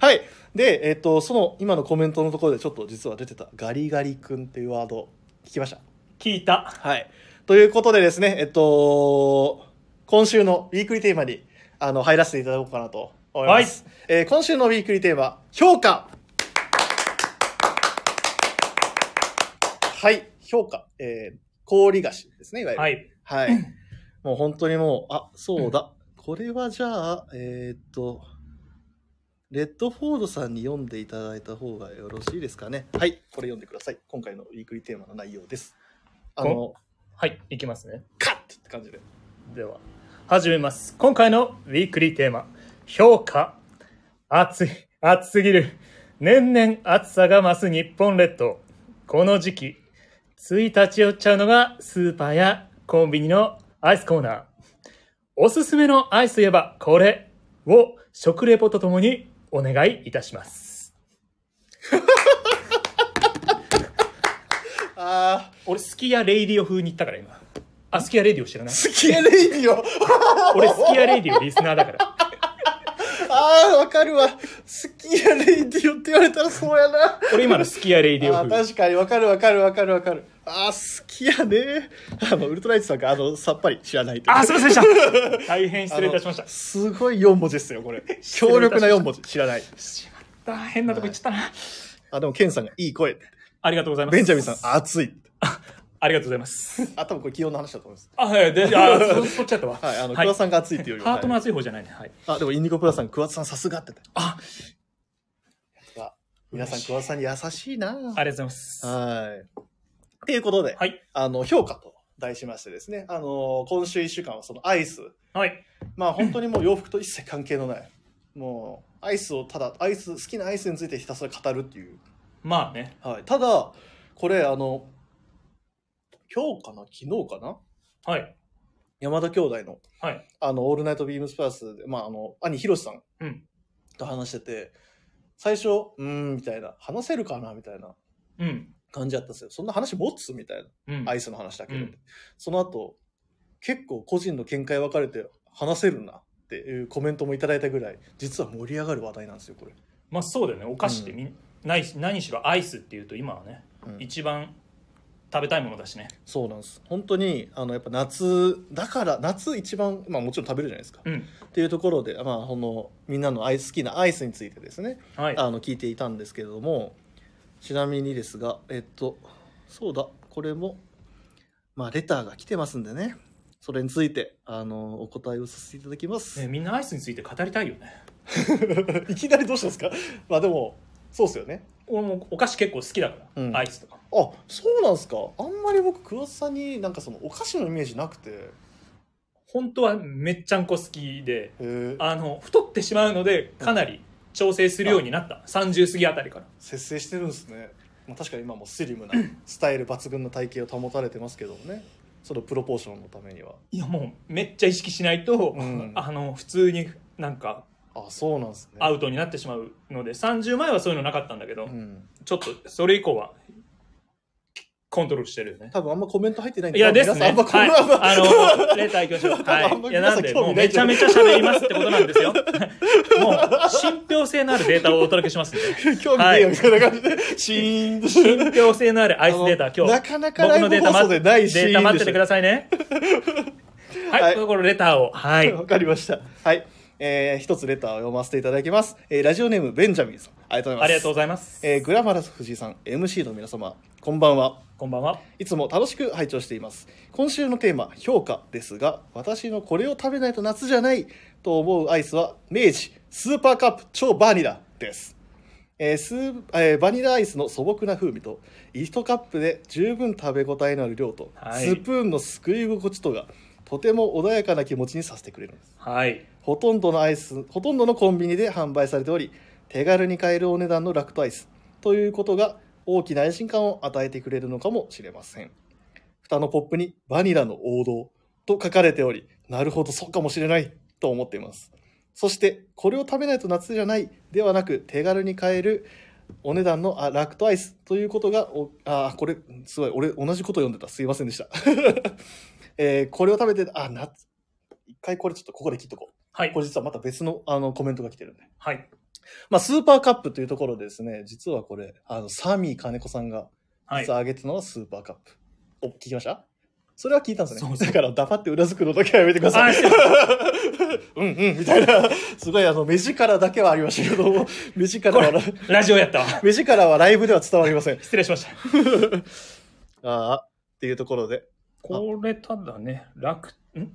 S1: はいで、えっとその今のコメントのところでちょっと実は出てた「ガリガリ君」っていうワード聞きました。
S2: 聞いた。
S1: はい。ということでですね、えっと、今週のウィークリーテーマにあの入らせていただこうかなと思います。えー今週のウィークリーテーマ、評価はい、評価。えー、氷菓子ですね、いわゆる。
S2: は
S1: はい。
S2: い。
S1: もう本当にもう、あ、そうだ。これはじゃあ、えーっと、レッドフォードさんに読んでいただいた方がよろしいですかね。はい、これ読んでください。今回のウィークリーテーマの内容です。あの、
S2: はい、いきますね。
S1: カッって感じで。
S2: では始めます今回のウィークリーテーマ評価暑い暑すぎる年々暑さが増す日本列島この時期つい立ち寄っちゃうのがスーパーやコンビニのアイスコーナーおすすめのアイスといえばこれを食レポとともにお願いいたします
S1: ああ、
S2: 俺スキヤレイディオ風に行ったから今あスキヤレイディオ知らない
S1: スキヤレイディオ。
S2: 俺スキヤレイディオリスナーだから
S1: ああ、わかるわ。スキヤレイディオって言われたらそうやな。
S2: 俺今のスキヤレイディオ
S1: あー
S2: 風
S1: 確かにわかるわかるわかるわかる。ああ、好きやね。あの、ウルトライトさんが、あの、さっぱり知らないという
S2: あ、すいませんで した。大変失礼いたしました
S1: あの。すごい4文字ですよ、これ。強力な4文字。知らない。
S2: しまった。変なとこ行っちゃったな。
S1: あ、でも、ケンさんがいい声。
S2: ありがとうございます。
S1: ベンジャミンさん、熱い。
S2: ありがとうございます。
S1: あ、多分これ、気温の話だと思います。
S2: あ、はい、で、 あ、そそっちだったわ。
S1: はい、あの、
S2: は
S1: ク
S2: い
S1: ワさんが熱いっていうよりは
S2: ハートの
S1: はい
S2: 熱い方じゃないね。はい。
S1: あ、でも、インディコプラさん、クワさんさすがって言って
S2: あ、
S1: た。皆さん、クワさんに優しいな。
S2: ありがとうございます。
S1: はい。っていうことで、
S2: はい。
S1: あの、評価と題しましてですね、あの、今週1週間はそのアイス、
S2: はい。
S1: まあ本当にもう洋服と一切関係のない、もうアイスをただ、アイス、好きなアイスについてひたすら語るっていう。
S2: まあね。
S1: はい。ただ、これ、あの、今日かな昨日かな
S2: はい。
S1: 山田兄弟の、
S2: はい
S1: あの、オールナイトビームスプラスで、まあ、あの、兄、ひろしさん
S2: うん
S1: と話してて、最初、うーん、みたいな、話せるかな、みたいな
S2: うん。
S1: 感じだったんですよ。そんな話持つみたいな。
S2: うん。
S1: アイスの話だけど、
S2: うん
S1: その後結構個人の見解分かれて話せるなっていうコメントもいただいたぐらい実は盛り上がる話題なんですよこれ、
S2: まあそうだよね。お菓子ってみん、ないし何しろアイスっていうと今はね、
S1: うん
S2: 一番食べたいものだしね。
S1: そうなんです本当にあのやっぱ夏だから夏一番、まあ、もちろん食べるじゃないですか、
S2: うん。
S1: っていうところで、まあ、そのみんなのアイス好きなアイスについてですね
S2: はい。
S1: あの聞いていたんですけれどもちなみにですがえっとそうだこれもまあレターが来てますんでねそれについてあのお答えをさせていただきます、
S2: ね、みんなアイスについて語りたいよね。
S1: いきなりどうしたんですかまあでも、そうっすよね。
S2: 俺もお菓子結構好きだから、
S1: うん
S2: アイスとか。
S1: あ、そうなんですか。あんまり僕、桑田さんになんかそのお菓子のイメージなくて。へ
S2: 本当はめっちゃんこ好きで、
S1: え。
S2: あの、太ってしまうので、かなり調整するようになった。30過ぎあたりから。
S1: 節制してるんですね。まあ確かに今もスリムな、スタイル抜群の体型を保たれてますけどもね。そのプロポーションのためには。
S2: いや、もうめっちゃ意識しないと、
S1: うん
S2: あの、普通になんか
S1: あ、そうなんですね。
S2: アウトになってしまうので、30前はそういうのなかったんだけど、
S1: うん。
S2: ちょっとそれ以降はコントロールしてるよね。
S1: 多分あんまコメント入ってないん
S2: いやです
S1: 皆さんあ
S2: ね。
S1: んまコメント、
S2: はい
S1: あんま、
S2: あの、レター行きま しょ
S1: 多
S2: う。
S1: 分あん
S2: は
S1: ま
S2: い。いや、な
S1: 皆さ
S2: んで、
S1: ん興味
S2: も
S1: ない
S2: うめ
S1: じ
S2: ち
S1: ゃ
S2: ゃ
S1: ん
S2: めちゃ喋りますってことなんですよ。もう、信憑性のあるデータをお届け しますんで。
S1: 興味ねえよみたいな感じで、シーンとして
S2: 信憑性のあるアイスデータ、今
S1: な
S2: 日、
S1: かなかラ
S2: 僕
S1: イ
S2: の
S1: ブ
S2: データ
S1: 放
S2: 待
S1: 送
S2: っ
S1: で
S2: て、
S1: ないシーンで
S2: データ待っててください ね。
S1: は
S2: はいい、このレターを。はい。
S1: わかりました。はい。えー、一つレターを読ませていただきます。えー、ラジオネーム、ベンジャミンさん。ありがとうございま
S2: あ
S1: す。
S2: りがとうございます。
S1: えー、グラマラス藤井さん、MC の皆様、こんばんは。
S2: こんばんは。
S1: いつも楽しく拝聴しています。今週のテーマ、評価ですが、私のこれを食べないと夏じゃないと思うアイスは、明治スーパーカップ超バニラです。えースーえーバニラアイスの素朴な風味と1カップで十分食べ応えのある量と、
S2: はい
S1: スプーンのすくい心地とがとても穏やかな気持ちにさせてくれるんです
S2: はい。
S1: ほとんどのアイス、ほとんどのコンビニで販売されており、手軽に買えるお値段のラクトアイスということが大きな安心感を与えてくれるのかもしれません。蓋のポップにバニラの王道と書かれており、なるほど、そうかもしれないと思っています。そして、これを食べないと夏じゃないではなく、手軽に買えるお値段のあラクトアイスということが、おあ、これ、すごい、俺、同じこと読んでた。すいませんでした。 えーこれを食べて、あ、夏、一回これちょっとここで切っとこう。
S2: はい
S1: こ。れ実はまた別のあのコメントが来てるんで。
S2: はい。
S1: まあ、スーパーカップというところでですね、実はこれ、あの、サミー金子さんが、
S2: はい
S1: 実。は上げてたのはスーパーカップ。お、聞きましたそれは聞いたんですね。
S2: そうそう
S1: だから、黙って裏作るのだけはやめてください。 うんうん、みたいな。すごい、あの、目力だけはありましたけども、目力は、
S2: ラジオやったわ。
S1: 目力はライブでは伝わりません。
S2: 失礼しました。
S1: ああ、っていうところで。
S2: これただね、楽、ん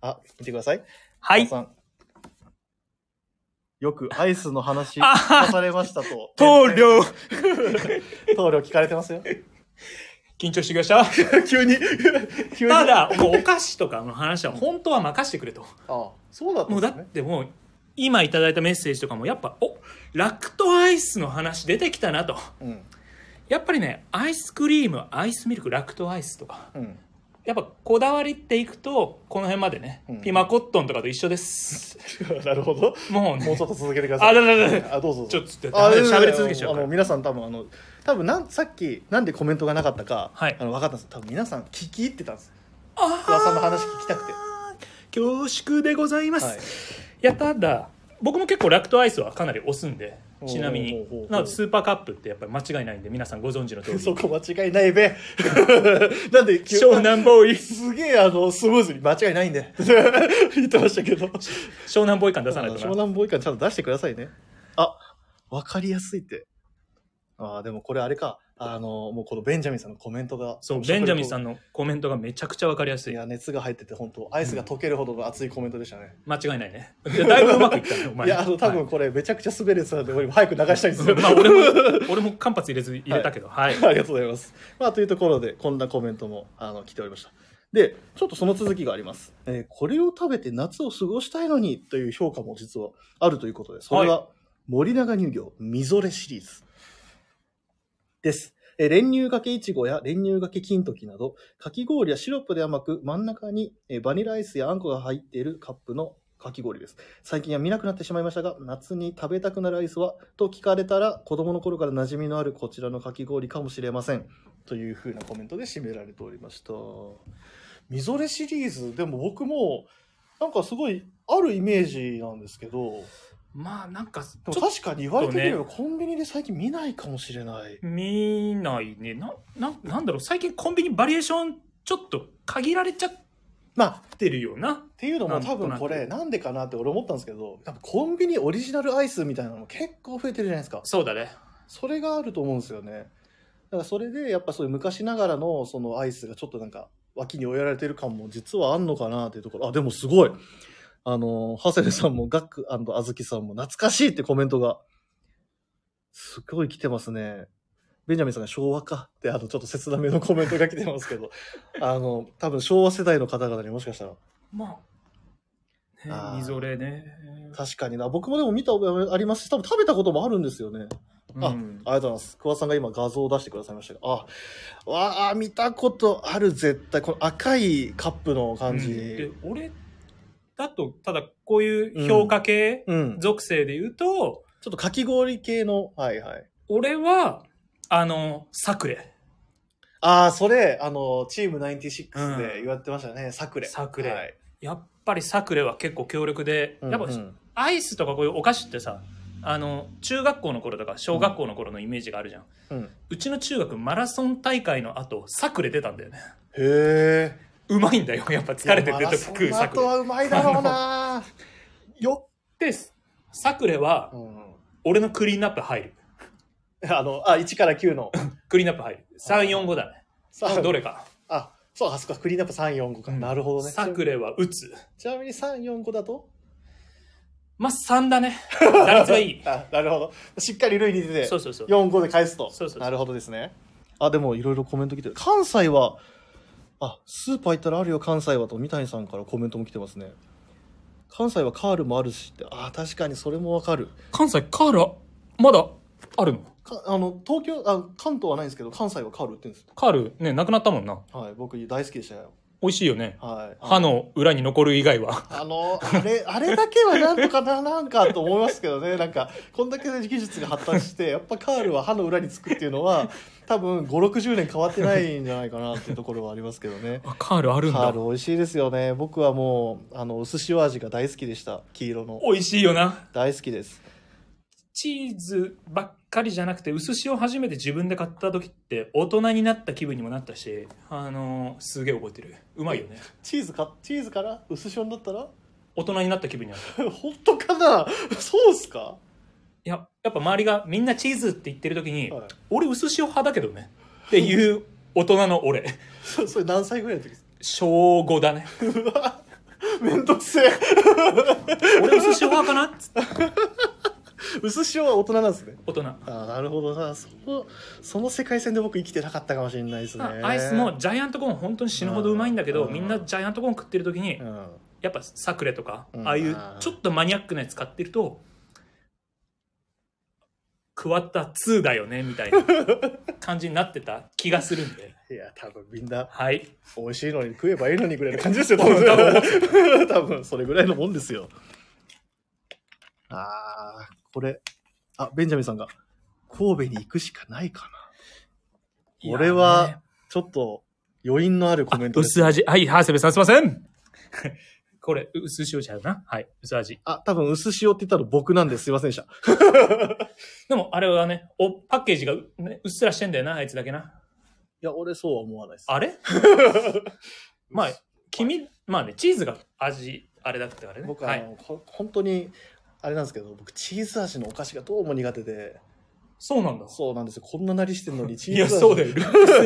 S1: あ、見てください。
S2: は
S1: 皆
S2: い。
S1: さん。よくアイスの話、
S2: あは
S1: されましたと。
S2: 棟梁。
S1: 棟梁聞かれてますよ。
S2: 緊張してきました。
S1: 急に 急に
S2: ただ、もうお菓子とかの話は本当は任してくれと。
S1: あそうだったん
S2: もう
S1: で
S2: だ
S1: す
S2: っ
S1: ね
S2: てもう、今いただいたメッセージとかもやっぱ、おラクトアイスの話出てきたなと。
S1: うん
S2: やっぱりね、アイスクリーム、アイスミルク、ラクトアイスとか。
S1: うん
S2: やっぱこだわりっていくと、この辺までね、
S1: うん
S2: ピマコットンとかと一緒です。
S1: なるほど
S2: もう
S1: もう
S2: ね、
S1: ちょっと続けてくださ
S2: あ
S1: い
S2: らららら。
S1: あどうぞどうぞ
S2: ちょっとダメだよ
S1: あ
S2: 喋り続けちゃうか
S1: あ
S2: ら
S1: の皆さん多分あの多分なんさっきなんでコメントがなかったか、
S2: はい
S1: あの分かったんです多分皆さん聞き入ってたんです
S2: 桑
S1: 桑さんの話聞きたくて
S2: 恐縮でございます、
S1: はい
S2: い、やただ僕も結構ラクトアイスはかなり押すんでちなみ
S1: ほう
S2: に
S1: ほうほうほう
S2: なのでスーパーカップってやっぱり間違いないんで皆さんご存知の通 り
S1: そこ間違いない べなんで急
S2: 湘南ボーイ
S1: すげえあのスムーズに間違いないん で言ってましたけど
S2: 湘南ボーイ感出さないと
S1: 湘
S2: な
S1: 南ボーイ感ちゃんと出してくださいね。あ、わかりやすいって。ああ、でもこれあれか。あの、もうこのベンジャミンさんのコメントが。
S2: そうベンジャミンさ
S1: ん。
S2: んのコメントがめちゃくちゃわかりやす
S1: い
S2: い
S1: や、熱が入ってて、本当アイスが溶けるほどの熱いコメントでしたね。
S2: 間違いないねいやだいぶうまくいっ たねお前
S1: いや、あの、多分これめちゃくちゃ滑るやつなんで、俺も早く流したいんです
S2: は
S1: よ。
S2: いまあ俺も俺も間髪入れず入れたけどはい、
S1: ありがとうございます。まあ、というところで、こんなコメントもあの来ておりました。で、ちょっとその続きがあります。えーこれを食べて夏を過ごしたいのにという評価も実はあるということで、それは森永乳業みぞれシリーズです。えー練乳かけいちごや練乳かけ金時など、かき氷やシロップで甘く、真ん中にえーバニラアイスやあんこが入っているカップのかき氷です。最近は見なくなってしまいましたが、夏に食べたくなるアイスはと聞かれたら、子供の頃から馴染みのあるこちらのかき氷かもしれません。というふうなコメントで締められておりました。みぞれシリーズ、でも僕も、なんかすごい、あるイメージなんですけど、
S2: まあなんか、ち
S1: で
S2: ょ
S1: も
S2: っと
S1: 確かに言われてみれば、コンビニで最近見ないかもしれない。
S2: 見ないね。な、な、なんだろう、最近コンビニバリエーションちょっと限られちゃっ
S1: まあ、
S2: てるよな。
S1: っていうのも
S2: なんと
S1: 多
S2: なく
S1: 分これなんでかなって俺思ったんですけど多分コンビニオリジナルアイスみたいなのも結構増えてるじゃないですか
S2: そうだね。
S1: それがあると思うんですよねだからそれでやっぱそういう昔ながらのそのアイスがちょっとなんか脇に追いやられてる感も実はあんのかなっていうところあでもすごいあの長谷部さんもガックあずきさんも懐かしいってコメントがすごい来てますねベンジャミンさんが昭和かってあのちょっと切なめのコメントが来てますけど あの多分昭和世代の方々にもしかしたら
S2: まあ、
S1: あー
S2: ね、みぞれね。
S1: 確かにな。僕もでも見た覚えありますし、多分食べたこともあるんですよね。あ
S2: うん
S1: ありがとうございます。桑さんが今画像を出してくださいましたが、あ、わあ、見たことある、絶対。この赤いカップの感
S2: うんで
S1: じ。
S2: 俺だと、ただこういう評価系
S1: うん。ちょ
S2: 属性で言うと、
S1: っとかき氷系の、はいはい。
S2: 俺は、あの、サクレ。
S1: ああ、それ、あの、チーム96
S2: う
S1: で
S2: ん
S1: 言われてましたね。サクレ。
S2: サクレ
S1: はい。
S2: やっぱりサクレは結構強力で、やっぱ
S1: うんうん
S2: アイスとかこういうお菓子ってさ、あの、中学校の頃とか小学校の頃のイメージがあるじゃん。
S1: うん
S2: うちの中学マラソン大会の後、サクレ出たんだよね。
S1: へえ。
S2: うまいんだよ。やっぱ疲れて出て食う
S1: マラ
S2: サク
S1: ソンの後
S2: レ。
S1: はうまいだろう な。
S2: よって、サクレは
S1: うん。
S2: 俺のクリーンアップ入る。
S1: あの、あ、1から9の。
S2: クリーンアップ入る。3、4、5だね。
S1: さあ
S2: どれか。
S1: あ、そう、あそこはクリーンアップ3、4、5か。
S2: うん
S1: なるほどね。
S2: サクレは打つ。
S1: ちなみに3、4、5だと。
S2: まあ、3だね。打率がいい
S1: あ、なるほど。しっかり塁に出て、
S2: そうそうそう。
S1: 4、5で返すと。
S2: そうそうそう
S1: なるほどですね。あ、でもいろいろコメント来てる。関西は、あ、スーパー行ったらあるよ、関西はと、三谷さんからコメントも来てますね。関西はカールもあるしって、あ、確かにそれもわかる。
S2: 関西カールはまだあるの
S1: かあの、東京あ、関東はないんですけど、関西はカール売ってるんですよ。
S2: カールねなくなったもんな
S1: はい、僕大好きでしたよ。
S2: 美味しいよね
S1: はい。
S2: 歯の裏に残る以外は
S1: あの、あれ、あれだけはなんとかならんかと思いますけどね。なんか、こんだけ技術が発達して、やっぱカールは歯の裏につくっていうのは、多分5、60年変わってないんじゃないかなっていうところはありますけどね。
S2: あカールあるん
S1: カー
S2: だ
S1: ル美味しいですよね。僕はもう、あの、薄塩味が大好きでした。黄色の。
S2: 美味しいよな
S1: 大好きです。
S2: チーズばっかりじゃなくて薄塩初めて自分で買った時って大人になった気分にもなったしあのーすげえ覚えてるうまいよね
S1: チーズか、チーズから薄塩になったら
S2: 大人になった気分になったい
S1: 本当かなそうっすか
S2: ややっぱ周りがみんなチーズって言ってる時に、
S1: はい
S2: 俺薄塩派だけどねっていう大人の俺
S1: そそれ何歳ぐらいの時ですか
S2: 小5だね
S1: うわ めんどくせえ。
S2: 俺薄塩派かなっつって
S1: 薄塩は大人なんですね。
S2: 大人
S1: あーなるほどなそのその世界線で僕生きてなかったかもしれないですね
S2: まあアイスもジャイアントコーン本当に死ぬほどうまいんだけど、みんなジャイアントコーン食ってる時に、
S1: うん
S2: やっぱサクレとか、
S1: うん
S2: ああいうちょっとマニアックなやつ買ってるとクワッタ2だよねみた いな感じになってた気がするんで
S1: いや多分みんな
S2: はい
S1: 美味しいのに食えばいいのにぐらいの感じ ですよ
S2: 多分
S1: 多分多分それぐらいのもんですよあーこれあベンジャミンさんが神戸に行くしかないかな俺はい
S2: やね
S1: ちょっと余韻のあるコメントです
S2: 薄味はい長谷部さんすいません これ薄塩ちゃうなはい薄味
S1: あ多分薄塩って言ったの僕なんですいませんでした
S2: でもあれはねおパッケージがう,、ね、うっすらしてんだよなあいつだけない
S1: や俺そうは思わないです
S2: あれまあ君まあねチーズが味あれだったからね
S1: 僕
S2: は
S1: あ
S2: い
S1: の、こ本当にあれなんですけど僕チーズ味のお菓子がどうも苦手で
S2: そうなんだ
S1: そうなんですよこんななりしてんのにチー
S2: い
S1: ズ
S2: や
S1: 味
S2: そうだよ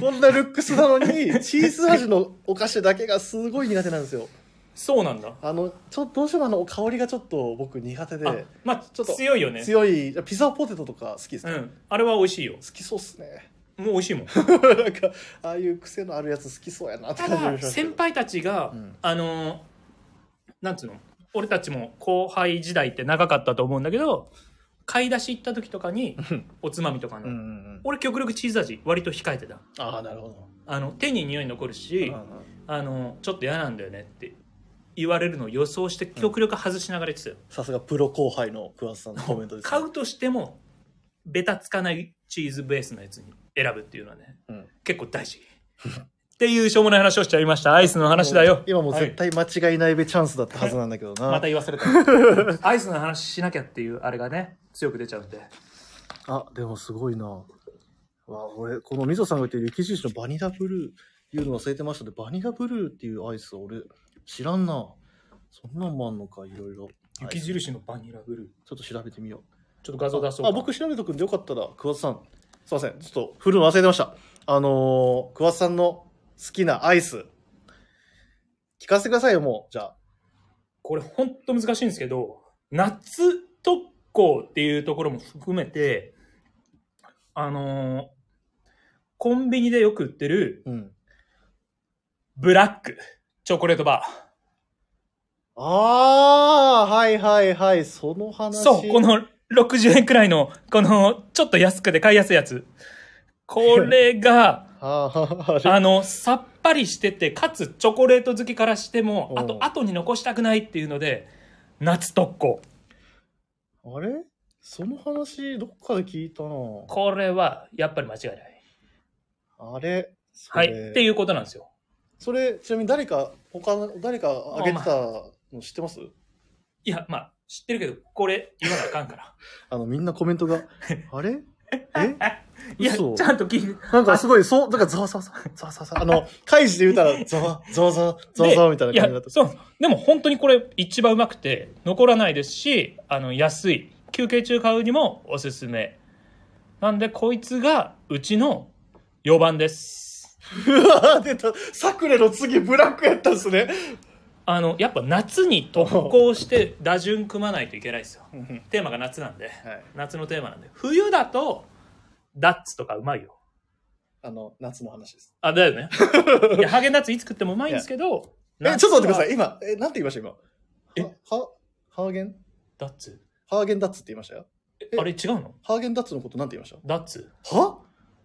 S1: こんなルックスなの にチーズ味のお菓子だけがすごい苦手なんですよ
S2: そうなんだ
S1: あのちょっとどうしてもあの香りがちょっと僕苦手
S2: あ
S1: で
S2: まあち
S1: ょ
S2: ょ
S1: っと
S2: っと強いよね
S1: 強いピザポテトとか好きです
S2: う
S1: か、好
S2: んあれは美味しいよ
S1: きそうっすね
S2: もう美味しいもん
S1: なんかああいう癖のあるやつ好きそうやなって
S2: た
S1: 感じが
S2: だ
S1: しますけど
S2: 先輩たちが、
S1: うん
S2: あのーなんつうの俺たちも後輩時代って長かったと思うんだけど買い出し行った時とかに
S1: うん
S2: おつまみとかの、
S1: うんうん
S2: 俺極力チーズ味割と控えてた
S1: ああなるほど
S2: あの手に匂い残るし、
S1: うんうん
S2: あのちょっと嫌なんだよねって言われるのを予想して極力外しながら言ってたよ、
S1: さすがプロ後輩の桑田さんのコメントです、ね、
S2: 買うとしてもベタつかないチーズベースのやつに選ぶっていうのはね、
S1: うん
S2: 結構大事っていうしょうもない話をしちゃいましたアイスの話だよ
S1: 今もう
S2: はい
S1: 絶対間違いないべチャンスだったはずなんだけどな、
S2: また言わせ るからアイスの話しなきゃっていうあれがね強く出ちゃうんで
S1: あでもすごいなわ俺このみぞさんが言ってる雪印のバニラブルーいうの忘れてましたねバニラブルーっていうアイス俺知らんなそんなんもあんのかいろいろはいちょ
S2: 印のバニラブルー
S1: っと調べてみよう
S2: ちょっと画像出そう
S1: あ僕調べとくんでよかったら桑田さんすいませんちょっと振るの忘れてましたあのー、桑田さんの好きなアイス聞かせてくださいよもうじゃあ
S2: これほんと難しいんですけど、夏特攻っていうところも含めて、あのーコンビニでよく売ってる
S1: うん
S2: ブラックチョコレートバ
S1: ああはいはいはいその
S2: ー。
S1: 話
S2: そう、この60円くらいの、このちょっと安くて買いやすいやつ。こ れが、
S1: あーあれ
S2: あの、さっぱりしてて、かつチョコレート好きからしても、あ
S1: う
S2: と
S1: ん
S2: 後に残したくないっていうので、夏特攻。
S1: あれその話どっかで聞いたな
S2: これは、やっぱり間違いない。
S1: あれ
S2: はい。っ
S1: う
S2: ていうことなんですよ。
S1: それちなみに誰か他の誰かあげてたの知ってます
S2: いや、まあ、知ってるけど、これ言わなあか んから。
S1: あのみんなコメントがあれえ
S2: いや、ち
S1: 嘘
S2: ゃんと聞いて。
S1: なんかすごいそうなんかざわざわざわざわざわざわあの開示で言うたらざわざわざわざわざわみたいな感じだっ
S2: いや
S1: た
S2: そう。でも本当にこれ一番うまくて、残らないですし、あの、安い。休憩中買うにもおすすめ。なんで、こいつがうちの4番です。
S1: うわ出たサクレの次ブラックやったんすね
S2: あの、やっぱ夏に特攻して打順組まないといけないですよ。テーマが夏なんで。
S1: はい
S2: 夏のテーマなんで。冬だと、ダッツとかうまいよ。
S1: あの夏の話です
S2: あ、だよね。 いや、ハーゲンダッツいつ食ってもうまいんですけど、
S1: えちょっと待ってくださ
S2: い。
S1: い今えなんて言いました今
S2: え
S1: ははハーゲン
S2: ダッツ
S1: ハーゲンダッツって言いましたよえ
S2: あれ違うの
S1: ハーゲンダッツのことなんて言いました
S2: ダッツ
S1: は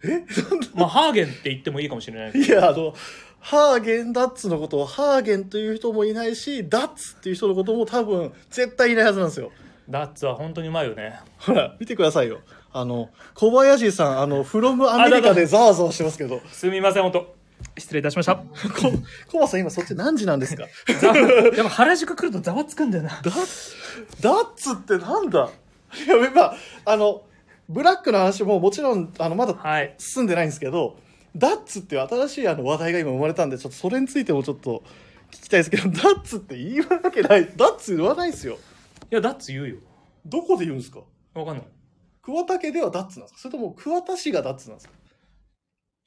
S1: え
S2: まあ、ハーゲンって言ってもいいかもしれないけど
S1: いや、あの、ハーゲンダッツのことをハーゲンという人もいないし、ダッツっていう人のことも多分絶対いないはずなんですよ。
S2: ダッツは本当にうまいよね。
S1: ほら、見てくださいよ。あの、小林さん、あの、フロムアメリカでザワザワしてますけど、
S2: すみません、本当。失礼いたしました。
S1: こ、コバさん今そっち何時なんですか
S2: ざでも原宿来るとざわつくんだよな。
S1: ダッツ、 ダッツってなんだいや、まあ、あの、ブラックの話ももちろん、あの、まだ
S2: はい。
S1: 進んでないんですけどダッツっていう新しいあの話題が今生まれたんでちょっとそれについてもちょっと聞きたいですけどダッツって言い訳ないダッツ言わないですよ
S2: いや、ダッツ言うよ。
S1: どこで言うんですか
S2: わかんない。
S1: 桑田家ではダッツなんですかそれとも桑田氏がダッツなんですか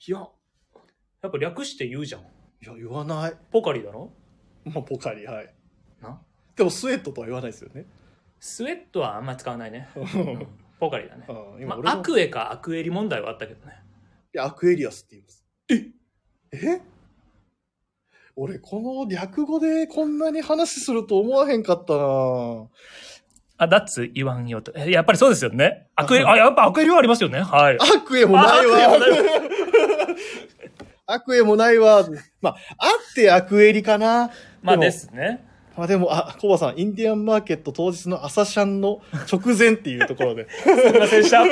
S2: いや。やっぱ略して言うじゃん。
S1: いや言わない
S2: ポカリだろ
S1: まあポカリはい
S2: な
S1: でもスウェットとは言わないですよね、
S2: スウェットはあんま使わないね。
S1: うん、
S2: ポカリだね。ま
S1: 今俺
S2: あ、
S1: の
S2: アクエかアクエリ問題はあったけどね。
S1: いやアクエリアスって言いますええ俺この略語でこんなに話すると思わへんかったな
S2: あ、ダッツ言わんよと。えやっぱりそうですよね。アクエリ、あ、やっぱアクエリはありますよね。はい。
S1: 悪意もない
S2: あ
S1: わ
S2: 悪意も。
S1: 悪意もないわ。まあ、あって悪エリかな。
S2: まあ
S1: も
S2: ですね。
S1: まあでも、あ、コバさん、インディアンマーケット当日の朝シャンの直前っていうところ で、
S2: すみませんでした。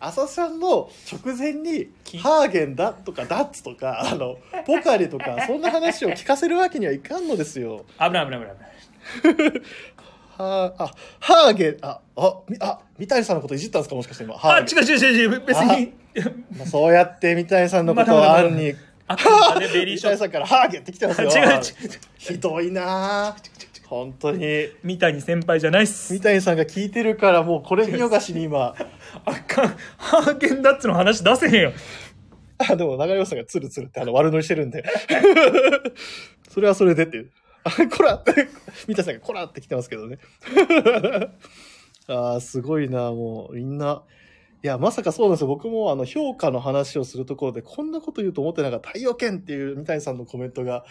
S1: 朝シャンの直前に
S2: き、
S1: ハーゲンだとか、ダッツとか、あの、ポカリとか、そんな話を聞かせるわけにはいかんのですよ。
S2: 危ない危ない危ない。
S1: はーあ、ハーゲン、あ、あ、みあ、三谷さんのこといじったんですかもしかして今。ハ
S2: あ、
S1: ーゲン
S2: 違う違う違う違う。別に。
S1: まあそうやって三谷さんのことを案に、
S2: あと、あれ、ベリー
S1: 三谷
S2: ショッ
S1: さんからハーゲンってきてます
S2: ト。
S1: よ。
S2: 違う違う違う。
S1: ひどいなあ本当に。
S2: 三谷先輩じゃないっす
S1: 三。谷さんが聞いてるからもうこれ見よがしに今、
S2: あかん。ハーゲンダッツの話出せへんよ。
S1: あ、でも長山さんがツルツルってあの悪乗りして るんで。それはそれでっていう。 あ、こらって、 三谷さんがこらって来てますけどね。 ああ、すごいなあもうみんな。いや、まさかそうなんですよ。僕もあの評価の話をするところでこんなこと言うと思ってなかった。太陽圏っていう三谷さんのコメントが、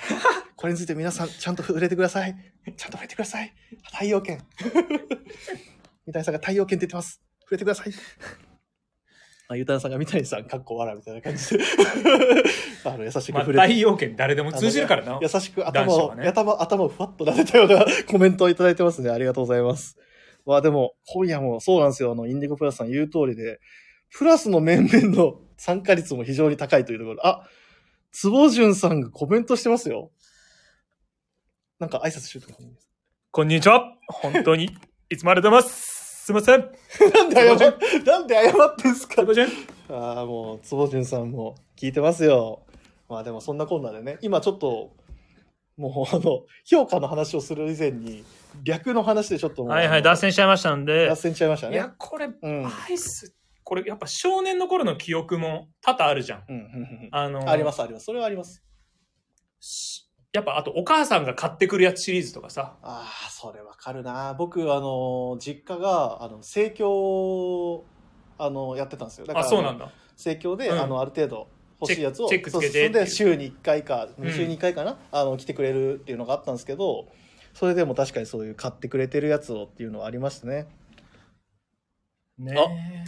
S1: これについて皆さんちゃんと触れてください。ちゃんと触れてください。太陽圏。 三谷さんが太陽圏って言ってます。触れてください。あゆたんさんが三谷さん、かっこわらみたいな感じで。 あの、優しく
S2: まあ、
S1: 触れて
S2: 大要件誰でも通じるからな。
S1: 優しく頭
S2: 男子
S1: を、
S2: はね
S1: 頭、頭をふわっと撫でたような コメントをいただいてますね。ありがとうございます。まあでも、今夜もそうなんですよ。あの、インディゴプラスさん言う通りで、プラスの面々の 参加率も非常に高いというところ。あ、坪淳さんがコメントしてますよ。なんか挨拶しようとか。
S2: こんにちは。本当に、いつもありがとうございます。すいません。
S1: なんで謝っ、なんで謝ってんすか
S2: すいません。
S1: ああ、もう、坪淳さんも聞いてますよ。まあでも、そんなこんなでね、今ちょっと、もう、あの、評価の話をする以前に、略の話でちょっともう、
S2: はいは
S1: あ
S2: い、
S1: の
S2: 脱線しちゃいましたんで
S1: 脱。線しちゃいました
S2: い
S1: ね。
S2: や、これ、
S1: うん。うん
S2: アイス、これやっぱ少年の頃の記憶も多々あるじゃん。
S1: うんうん
S2: あの
S1: うん、あります、あります。それはあります。
S2: す。やっぱあとお母さんが買ってくるやつシリーズとかさ。
S1: ああ、それわかるな。僕、あの、実家が、あの、生協を、あの、やってたんですよ。だ
S2: あ、そうなんだ。
S1: 盛況で、
S2: うん
S1: あのある程度欲しいやつを
S2: チェックチェックつけて
S1: そうそうそれで週に1回か
S2: うん
S1: 週に1回かな、あの来てくれるっていうのがあったんですけどそれでも確かにそういう買ってくれてるやつをっていうのはありましたね
S2: ね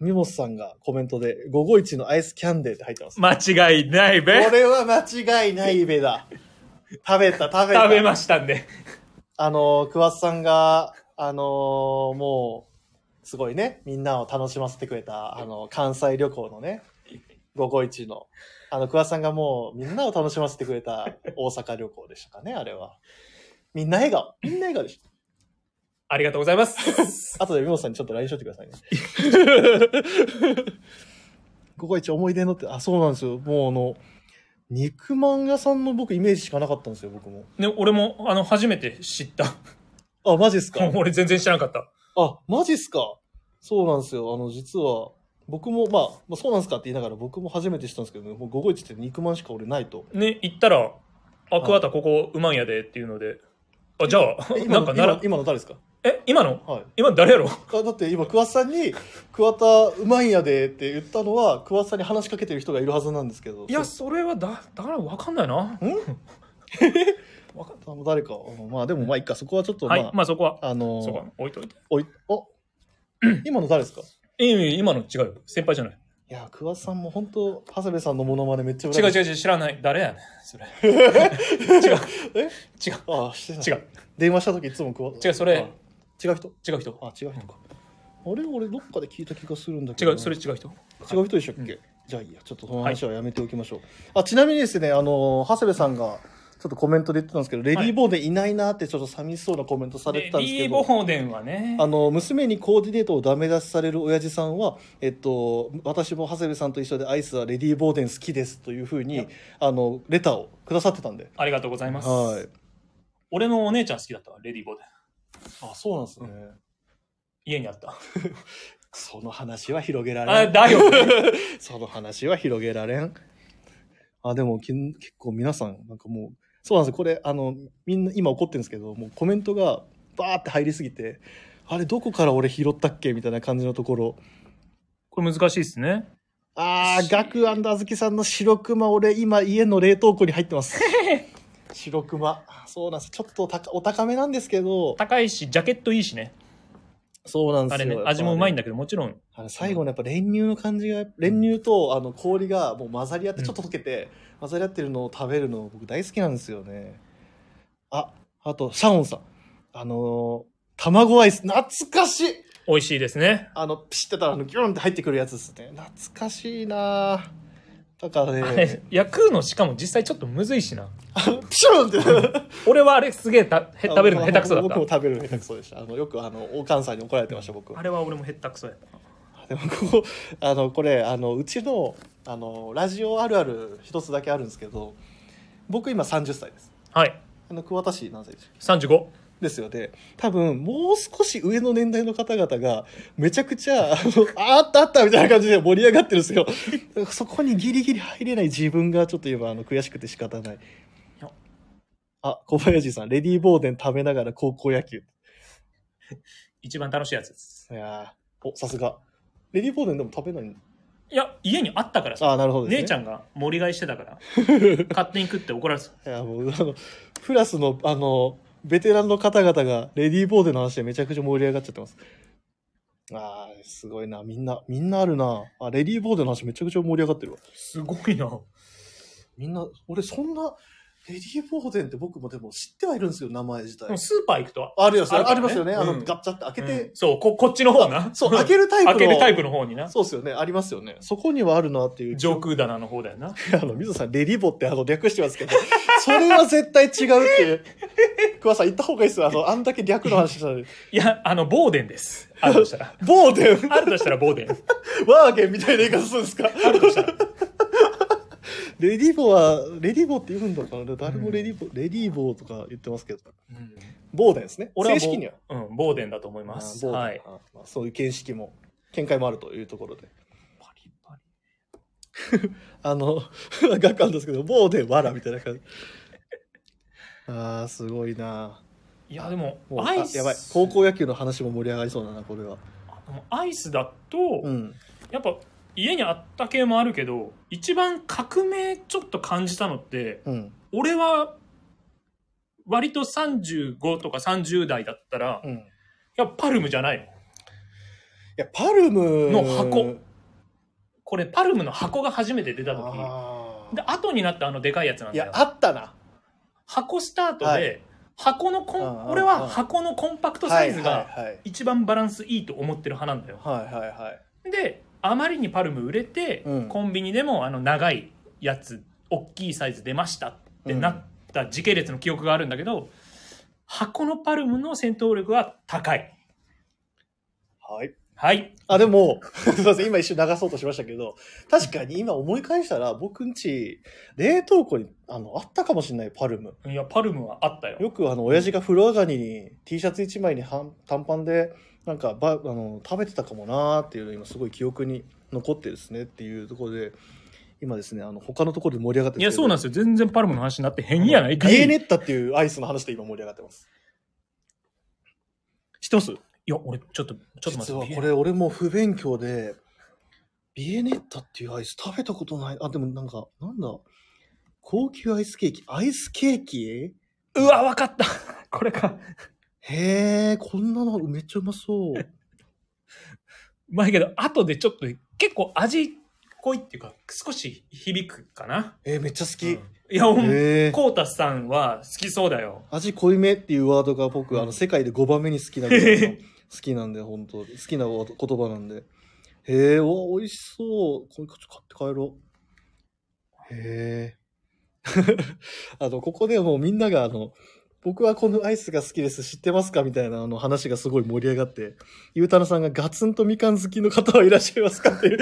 S1: ミモスさんがコメントで「午後一のアイスキャンデー」って入ってますこ
S2: 間違いないべ。
S1: れは間違いないべだ食べた食べた
S2: 食べましたんで。
S1: あの桑田さんがあのーもうすごいねみんなを楽しませてくれたあの関西旅行のね午後一のあの桑田さんがもうみんなを楽しませてくれた大阪旅行でしたかねあれはみんな笑顔みんな笑顔でし
S2: ありがとうござい ます。
S1: た後で美穂さんにちょっと LINE しといてくださいね午後一思い出のってあそうなんですよもうあの肉まん屋さんの僕イメージしかなかったんですよ僕も
S2: ね、俺も、あの、初めて知った。
S1: あマジっすか
S2: 俺全然知らなかった。
S1: あ、マジっすか。そうなんですよ。あの、実は、僕も、まあ、まあ、そうなんですかって言いながら、僕も初めて知ったんですけどね、もう午後一って肉まんしか俺ないと。
S2: ね、行ったら、あ、
S1: い
S2: 桑田ここうまいんやでっていうので、あ、じゃあ
S1: え、今
S2: なん
S1: の
S2: かな
S1: 今
S2: ら、
S1: 今の誰ですか
S2: え、今の
S1: はい。
S2: 今の誰やろ
S1: あだって今、桑田さんに、桑田うまいんやでって言ったのは、桑田さんに話しかけてる 人がいるはずなんですけど。
S2: いや、それはだ、だからわかんないな。わかん
S1: あの誰か。うんまあ、でもまあ、いっか、そこはちょっと、まあ、
S2: はい、まあそこは、
S1: あのー
S2: そこは置いといて。
S1: おい、お、 今の誰ですか
S2: いやいや今の違うよ。先輩じゃない。
S1: いや、桑田さんも本当、長谷部さんのモノマネめっちゃ
S2: 違う
S1: う。
S2: 違う違う、知らない。誰やねん。それ。違う。
S1: ああ、してない。
S2: 違う。
S1: 電話した時いつも桑
S2: 違うそれ
S1: あ違う人
S2: 違う人。
S1: あ、違う人か。あれ俺どっかで聞いた気がするんだけ
S2: 違
S1: どな。
S2: う、それ違う人。
S1: 違う人でしたっけ、
S2: うん
S1: じゃあいいや、ちょっとこの話はやめておきましょう。あ、ちなみにですね、あの、長谷部さんが、ちょっとコメントで言ってたんですけど、レディー・ボーデンいないなってちょっと寂しそうなコメントされてたんです
S2: リ
S1: け
S2: ーボ
S1: ど、
S2: ーデンはね
S1: あ、の、娘にコーディネートをダメ出しされる親父さんは、えっと、私も長谷部さんと一緒でアイスはレディー・ボーデン好きですというふう
S2: いや
S1: に、あの、レターをくださってたんで。
S2: ありがとうございます。
S1: はい。
S2: 俺のお姉ちゃん好きだったわ、レディーボーデン。
S1: あ、そうなんですね。
S2: 家にあった。
S1: その話は広げられない
S2: あ、だよね。
S1: その話は広げられん。あ、でもきん結構皆さん、なんかもう、そうなんですよ。これ、あの、みんな今怒ってるんですけど、もうコメントがバーって入りすぎて、あれ、どこから俺拾ったっけみたいな感じのところ。
S2: これ難しいですね。
S1: あー、ガクアンダーズキさんの白熊、俺今家の冷凍庫に入って ます。白熊。そうなんです。ちょっと高お高めなんですけど、
S2: 高いし、ジャケットいいしね。
S1: そうなんで
S2: あ
S1: すよ。
S2: れね
S1: やっ、ぱ
S2: 味もうまいんだけど、もちろん。
S1: あの最後のやっぱ練乳の感じが練乳とあの氷がもう混ざり合ってちょっと溶けて、混ざり合ってるのを食べるの僕大好きなんですよねああとシャオンさんあのー卵アイス懐かしい
S2: 美味しいですね。
S1: あのピシッてたらあのギュンって入ってくるやつですね懐かしいなあだから
S2: あ
S1: ね
S2: れ、焼くのしかも実際ちょっとむずいしな。
S1: ピシュンって
S2: 俺はあれすげえたへ食べるの下手くそだ
S1: 僕も
S2: っ
S1: 食べるの下手くそでしたあのよくあのおかんさんに怒られてました僕
S2: た。あれは俺も下手くそやった。
S1: でもここあのこれあのうちのあのラジオあるある一つだけあるんですけど僕今30歳です
S2: はい、
S1: あの桑田市何歳でしたっけ
S2: 35。
S1: ですよね多分もう少し上の年代の方々がめちゃくちゃあのああったあったみたいな感じで盛り上がってるんですよそこにギリギリ入れない自分がちょっと今あの悔しくて仕方ない
S2: や
S1: あ小林さんレディー・ボーデン食べながら高校野球
S2: 一番楽しいやつです。
S1: いやーおさすがレディー・ボーデンでも食べない
S2: いや、家にあったからさ。
S1: ああなるほどです、ね、
S2: 姉ちゃんが 盛り買いしてたから、勝手に食って怒られてた。
S1: いやもうあのプラスのあのベテランの方々が、レディーボーデの話でめちゃくちゃ盛り上がっちゃってます。あー、すごいな。みんな、みんなあるな。あ、レディーボーデの話めちゃくちゃ盛り上がってるわ。
S2: すごいな。
S1: みんな、俺そんな、レディーボーデンって僕もでも知ってはいるんですけど、名前自体
S2: でも。スーパー行くと、
S1: あるよ、それ
S2: あ
S1: あ
S2: るから
S1: り
S2: ね
S1: ますよね。あの、
S2: うん
S1: ガッチャって開けて、
S2: うんそうこ、こっちの方な。
S1: そう、開けるタイプの。
S2: 開けるタイプの方にな。
S1: そうですよね、ありますよね。そこにはあるなっていう。
S2: 上空棚の方だよな。
S1: あの、水野さん、レリボってあの、略してますけど、それは絶対違う っていう。桑さん、言った方がいいですよ。あ の、あんだけ略の話したのに。
S2: いや、あの、ボーデンです。あるとしたら。
S1: ボーデン、
S2: あるとしたらボーデン。
S1: ワーゲンみたいな言い方するんですか
S2: あるとしたら。
S1: レディボは、レディボって言うんだから、誰もレディボ、レディボとか言ってますけど、
S2: うん
S1: ボーデンですね。
S2: 俺はボ
S1: 正式には。
S2: うん、ボーデンだと思います。
S1: あボーデン
S2: はい。
S1: あまあそういう見識も、見解もあるというところで。
S2: パリパリ
S1: あの、 学科なんですけど、ボーデン、わらみたいな感じ。ああ、すごいない
S2: や、でも
S1: も、う
S2: アイ
S1: あ
S2: ス。
S1: やばい。高校野球の話も盛り上がりそうだな、これは。
S2: でもアイスだと、
S1: うん。
S2: やっぱ、家にあった系もあるけど、一番革命ちょっと感じたのって、
S1: うん。
S2: 俺は、割と35とか30代だったら、
S1: うん。
S2: やっぱパルムじゃないの。
S1: いや、パルム
S2: の箱これ、パルムの箱が初めて出た時
S1: あー
S2: で、後になったあのでかいやつなん
S1: い
S2: だよ
S1: や、。あったな。
S2: 箱スタートで、
S1: はい
S2: 箱のコ
S1: うんうんうん
S2: ン、俺は箱のコンパクトサイズが
S1: はいはい
S2: 一番バランスいいと思ってる派なんだよ。
S1: はい。はいはいはい。
S2: で、あまりにパルム売れて、
S1: うん
S2: コンビニでもあの長いやつ、大きいサイズ出ましたってなった時系列の記憶があるんだけど、箱のパルムの戦闘力は高い。
S1: はい。
S2: はい。
S1: あ、でも、 すいません、今一瞬流そうとしましたけど、確かに今思い返したら、僕んち、冷凍庫に、あの、あったかもしれない、パルム。
S2: いや、パルムはあったよ。
S1: よく、あの、親父が風呂上がりに T シャツ一枚に半短パンで、なんか、ば、あの、食べてたかもなーっていうの今すごい記憶に残ってですねっていうところで、今ですね、あの、他のところで盛り上がって
S2: いや、そうなん
S1: ん
S2: ですよ。全然パルムの話になって変やないかい。
S1: ビエネッタっていうアイスの話で今盛り上がってます。知ってます
S2: いや、俺、ちょっと、ちょっと待
S1: 実
S2: っ
S1: は
S2: て。
S1: これ俺も不勉強でビエネッタっていうアイス食べたことないあでもなんかなんだ高級アイスケーキアイスケーキ
S2: うわ、わかった。 これか。
S1: へえこんなのめっちゃうまそう
S2: うまいけど、後でちょっと、結構味濃いっていうか、少し響くかな。
S1: えーめっちゃ好き、
S2: うんいや、ほん、
S1: へえ
S2: コータスさんは好きそうだよ。
S1: 味濃いめっていうワードが僕、あ
S2: う
S1: の
S2: ん
S1: 世界で5番目に好きなぐらいの好きなんで本当好きな言葉なんでへえお美味しそうこれ買って帰ろうへえ あのここでもうみんながあの僕はこのアイスが好きです知ってますかみたいなあの話がすごい盛り上がってゆうたなさんがガツンとみかん好きの方はいらっしゃいますか っていう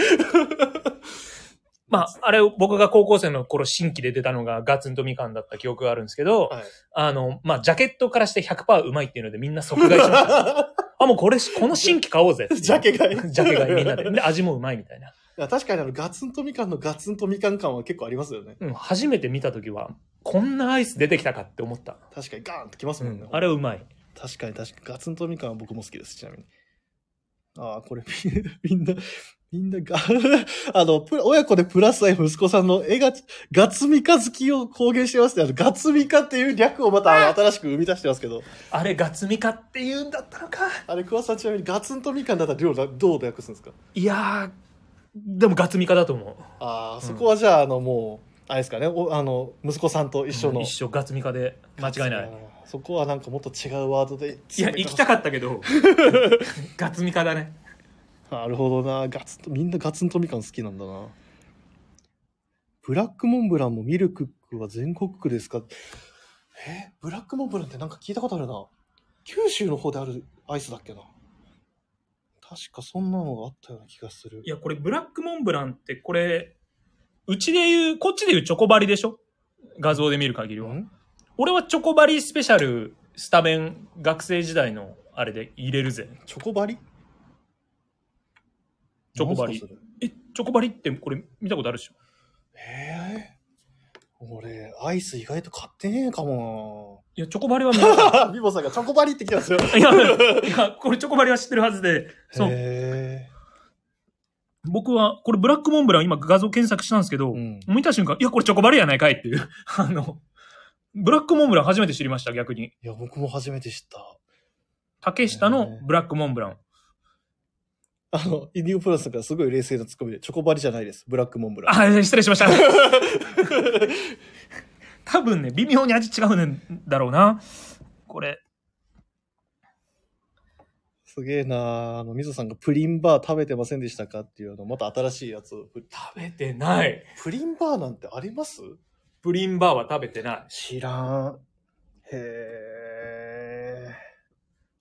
S2: まあ、あれ、僕が高校生の頃、新規で出たのがガツンとみかんだった記憶があるんですけど、
S1: はい
S2: あの、まあ、ジャケットからして100%うまいっていうので、みんな即買いしま した。あ、もうこれ、この新規買おうぜっていう。
S1: ジャケ買い
S2: ジャケ買いみんなで。で、味もうまいみたいな。
S1: いや確かにあのガツンとみかんのガツンとみかん感は結構ありますよね
S2: うん、初めて見た時は、こんなアイス出てきたかって思った。
S1: 確かにガーンってきます
S2: う
S1: もんね、
S2: ん、あれはうまい。
S1: 確かに確かに。ガツンとみかんは僕も好きです、ちなみに。ああ、これみんな、 みんな、みんなが、 あの、プラ親子でプラス愛息子さんの絵が、ガツミカ好きを公言してますね。あの、ガツミカっていう略をまたあの新しく生み出してますけど、
S2: あれ、ガツミカって言うんだったのか。
S1: あれ、桑さんちなみにガツンとみかんだったらどうだどう訳すんですか
S2: いやー、でもガツミカだと思う。
S1: ああ、
S2: うん
S1: そこはじゃあ、あの、もう、あれですかね、おあの、息子さんと一緒の。
S2: 一緒、ガツミカで。間違いない。。
S1: そこはなんかもっと違うワードで。
S2: いや、行きたかったけ ど、ガツミカだね。
S1: なるほどな。ガツンと、みんなガツンとみかん好きなんだな。ブラックモンブランもミルクックは全国区ですかえブラックモンブランってなんか聞いたことあるな。九州の方であるアイスだっけな。確かそんなのがあったような気がする
S2: い。や、これ、ブラックモンブランって、これ、うちで言う、こっちで言うチョコバリでしょ画像で見る限りは。
S1: ん
S2: 俺はチョコバリスペシャル、スタメン、学生時代の、あれで入れるぜ。
S1: チョコバリ
S2: チョコバリ
S1: なんすかそれ
S2: え、チョコバリって、これ、見たことあるでしょ
S1: えー、俺、アイス意外と買ってねえかも
S2: いや、チョコバリは見
S1: な。 ビボさんがチョコバリってきますよ。
S2: いや、いや、これチョコバリは知ってるはずで、そう、
S1: へ
S2: 僕は、これブラックモンブラン今画像検索したんですけど、
S1: うん
S2: 見た瞬間、いや、これチョコバリやないかいっていう、あの、ブラックモンブラン初めて知りました、逆に。
S1: いや、僕も初めて知った。
S2: 竹下のブラックモンブラン。
S1: あの、インディオプラスさんからすごい冷静なツッコミで、チョコバリじゃないです。ブラックモンブラン。
S2: あ、失礼しました。 多分ね、微妙に味違うんだろうな。これ。
S1: すげえなーあの、みぞさんがプリンバー食べてませんでしたかっていう、あの、また新しいやつを。プ
S2: 食べてない。
S1: プリンバーなんてあります
S2: プリンバーは食べてない。
S1: 知らん。へえ。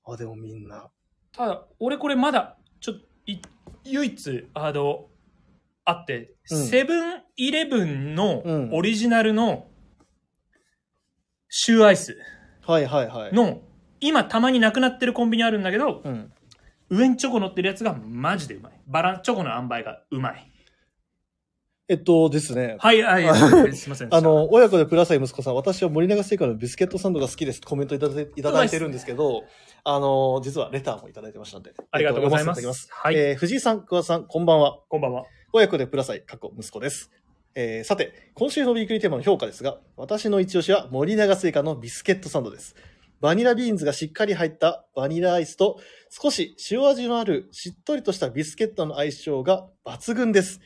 S1: あ、でもみんな。
S2: ただ、俺これまだ、ちょっと、い唯一、あの、あって、
S1: うん
S2: セブンイレブンの
S1: うん
S2: オリジナルのシューアイス
S1: はいはいはい。
S2: の、今たまになくなってるコンビニあるんだけど、
S1: うん。
S2: 上にチョコ乗ってるやつがマジでうまい。バラン、チョコの塩梅がうまい。
S1: えっとですね。
S2: は い、はい、すいませんでした。
S1: あの、親子でください息子さん、私は森永製菓のビスケットサンドが好きです。コメントいただいていただいてるんですけど、あの、実はレターもいただいてましたんで。
S2: ありがとうござい
S1: え
S2: ま
S1: っ
S2: す。
S1: 読
S2: はい、
S1: えー藤井さん、桑田さん、こんばんは。
S2: こんばんは。
S1: 親子でください、過去息子です。えーさて、今週のウィークリーテーマの評価ですが、私の一押しは森永製菓のビスケットサンドです。バニラビーンズがしっかり入ったバニラアイスと少し塩味のあるしっとりとしたビスケットの相性が抜群です。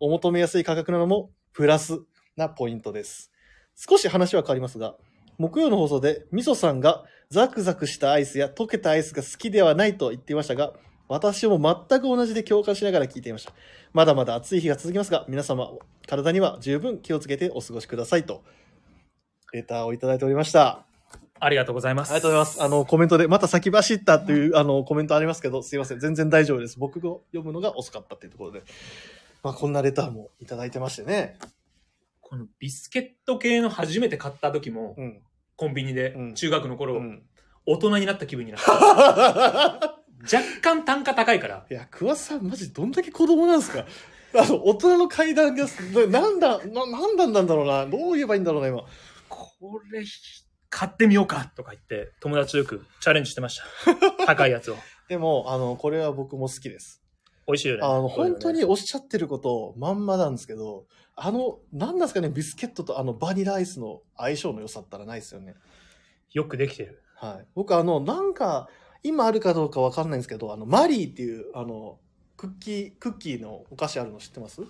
S1: お求めやすい価格なのもプラスなポイントです。少し話は変わりますが、木曜の放送でみそさんがザクザクしたアイスや溶けたアイスが好きではないと言っていましたが、私も全く同じで共感しながら聞いていました。まだまだ暑い日が続きますが、皆様、体には十分気をつけてお過ごしくださいと、レターをいただいておりました。
S2: ありがとうございます。
S1: ありがとうございます。あの、コメントで、また先走ったという、あの、コメントありますけど、すいません。全然大丈夫です。僕が読むのが遅かったっていうところで。まあ、こんなレターもいただいてましてね。
S2: このビスケット系の初めて買った時も、
S1: うん。
S2: コンビニで
S1: う、ん
S2: 中学の頃、
S1: うん、
S2: 大人になった気分にな った。若干単価高いから、
S1: いや、桑田さん、マジどんだけ子供なんですかあの、大人の階段が、ななんだ、な、なんだなんだろうな。どう言えばいいんだろうな、今。
S2: これ、買ってみようかとか言って、友達とよくチャレンジしてま した。高いやつを。
S1: でも、あの、これは僕も好きです。
S2: 美味しいよね。
S1: あの、
S2: こういう
S1: 本当
S2: ね
S1: におっしゃってることまんまなんですけど、あの、なんなんですかね、ビスケットとあのバニラアイスの相性の良さったらないですよね。
S2: よくできてる。
S1: はい。僕あの、なんか、今あるかどうかわかんないんですけど、あの、マリーっていう、あの、クッキー、クッキーのお菓子あるの知ってますあ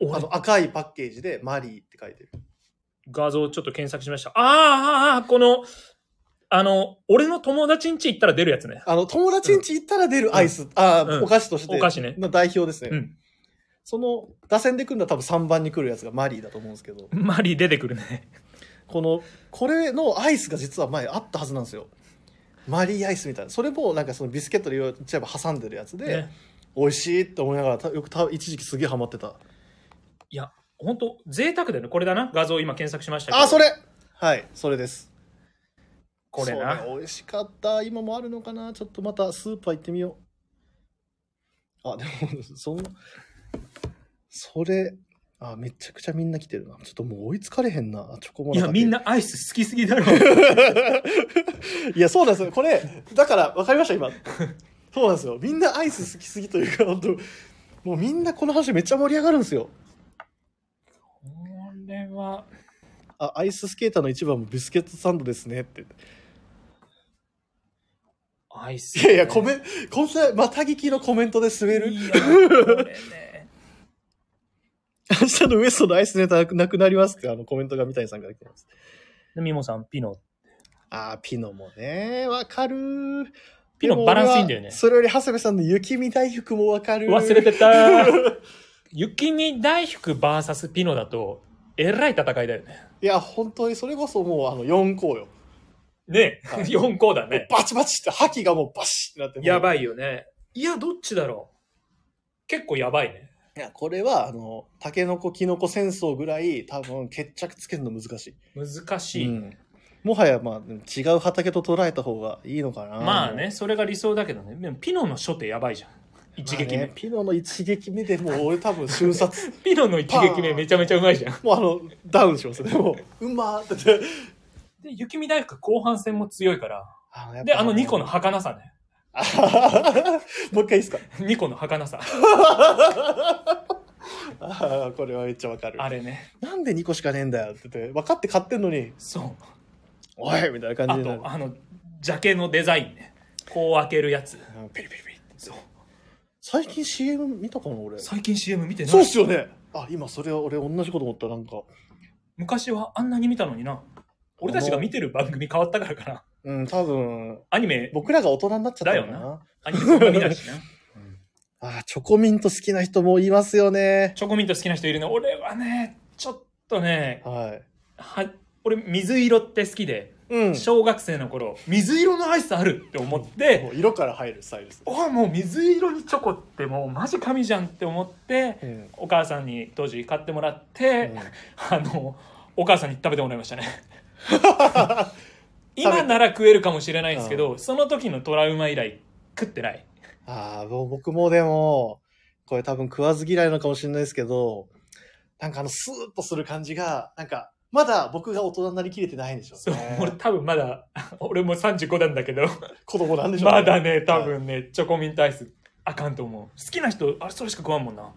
S2: 俺
S1: の、赤いパッケージでマリーって書いてる。
S2: 画像をちょっと検索しました。あーあー、あーこの、あの、俺の友達ん家行ったら出るやつね。
S1: あの、友達ん家行ったら出るアイス、あー、
S2: うん
S1: お菓子として。
S2: お菓子ね
S1: の代表ですね。
S2: うん
S1: その、打線で来るのは多分3番に来るやつがマリーだと思うんですけど、
S2: マリー出てくるね。
S1: このこれのアイスが実は前あったはずなんですよマリーアイスみたいなそれもなんかそのビスケットで言っちゃえば挟んでるやつで、
S2: ね
S1: 美味しいって思いながらたよくた一時期すげえハマってた
S2: 本当贅沢だよね。これだな。画像を今検索しましたけど。
S1: あそれはいそれです
S2: これな。
S1: そうね美味しかった今もあるのかなちょっとまたスーパー行ってみようあでも そのそれあめちゃくちゃみんな来てるなちょっともう追いつかれへんなチョコモ
S2: い
S1: ナカ
S2: や、みん
S1: な
S2: なアイス好きすぎ だろ。
S1: いや、そうなんですよ。これ、だから、わかりました、今。そうなんですよ。みんなアイス好きすぎというか、本当もうみんなこの話めっちゃ盛り上がるんですよ。
S2: これは、
S1: あ、アイススケーターの一番もビスケットサンドですねって。
S2: アイス、
S1: いやいや、コメンこんな、また聞きのコメントで滑る。
S2: いやこれね。
S1: 明日のウエストのアイスネタなくなりますって、あの、コメントが三谷さんから来てます。
S2: でミモさん、ピノ。
S1: あー、ピノもね、わかるー。
S2: ピノ
S1: でも
S2: バランスいいんだよね
S1: 俺はそれより、長谷部さんの雪見大福もわかる。
S2: 忘れ てた。雪見大福 VS ピノだと、えらい戦いだよね。
S1: いや、本当に、それこそもう、あの、4校よ。
S2: ね
S1: はい
S2: 4校だね。
S1: バチバチって覇気がもうバシってなって
S2: や
S1: い
S2: ばいよね。いや、どっちだろう。結構やばいね。
S1: いやこれはあのタケノコキノコ戦争ぐらい多分決着つけるの難し
S2: 難し
S1: い、
S2: い。
S1: うんもはやまあでも違う畑と捉えた方がいいのかな
S2: まあね、それが理想だけどね。でもピノの初手やばいじゃん。一撃
S1: ま
S2: 目。
S1: あねピノの一撃目でもう俺多分瞬殺
S2: ピノの一撃目めちゃめちゃうまいじゃん。
S1: もうあのダウンしますねもううまーって
S2: で、雪見大福後半戦も強いから。
S1: あやっぱ
S2: で、あの2個の 儚さね。
S1: あはははもう一回いいですか
S2: 2個の儚さ。
S1: ああ、これはめっちゃわかる。
S2: あれね。
S1: なんで2個しかねえんだよって言って、分かって買ってんのに、
S2: そう。
S1: おいみたいな感
S2: あ
S1: じになる
S2: と、。あの、ジャケのデザインね。こう開けるやつ。
S1: うんペリペリペリって。
S2: そう。
S1: 最近 CM 見たかな、俺。
S2: 最近 CM 見てない。
S1: そうっすよね。あ、今それは俺同じこと思った、なんか。
S2: 昔はあんなに見たのにな。俺たちが見てる番組変わったからかな。
S1: うん、多分、
S2: アニメ、
S1: 僕らが大人になっちゃったのかな。
S2: だよアニメそんな見ない しな。
S1: ああ、チョコミント好きな人もいますよね。
S2: チョコミント好きな人いるね。俺はね、ちょっとね、
S1: はい。
S2: は俺水色って好きで、
S1: うん。
S2: 小学生の頃、水色のアイスあるって思って、
S1: もう色から入るスタイルですね。
S2: おいもう水色にチョコってもうマジ神じゃんって思って、
S1: うん。
S2: お母さんに当時買ってもらって、あの、お母さんに食べてもらいましたね。今なら食えるかもしれないんですけど、その時のトラウマ以来食ってない。
S1: ああ、もう僕もでも、これ多分食わず嫌いなのかもしれないですけど、なんかあのスーッとする感じが、なんか、まだ僕が大人になりきれてないんでしょ
S2: そうう、俺
S1: ね。
S2: 多分まだ、俺も35なんだけど、
S1: 子供なんでしょう
S2: まだね、多。分ね、チョコミントアイスあかんと思う。好きな人、あれそれしか食わんもんな。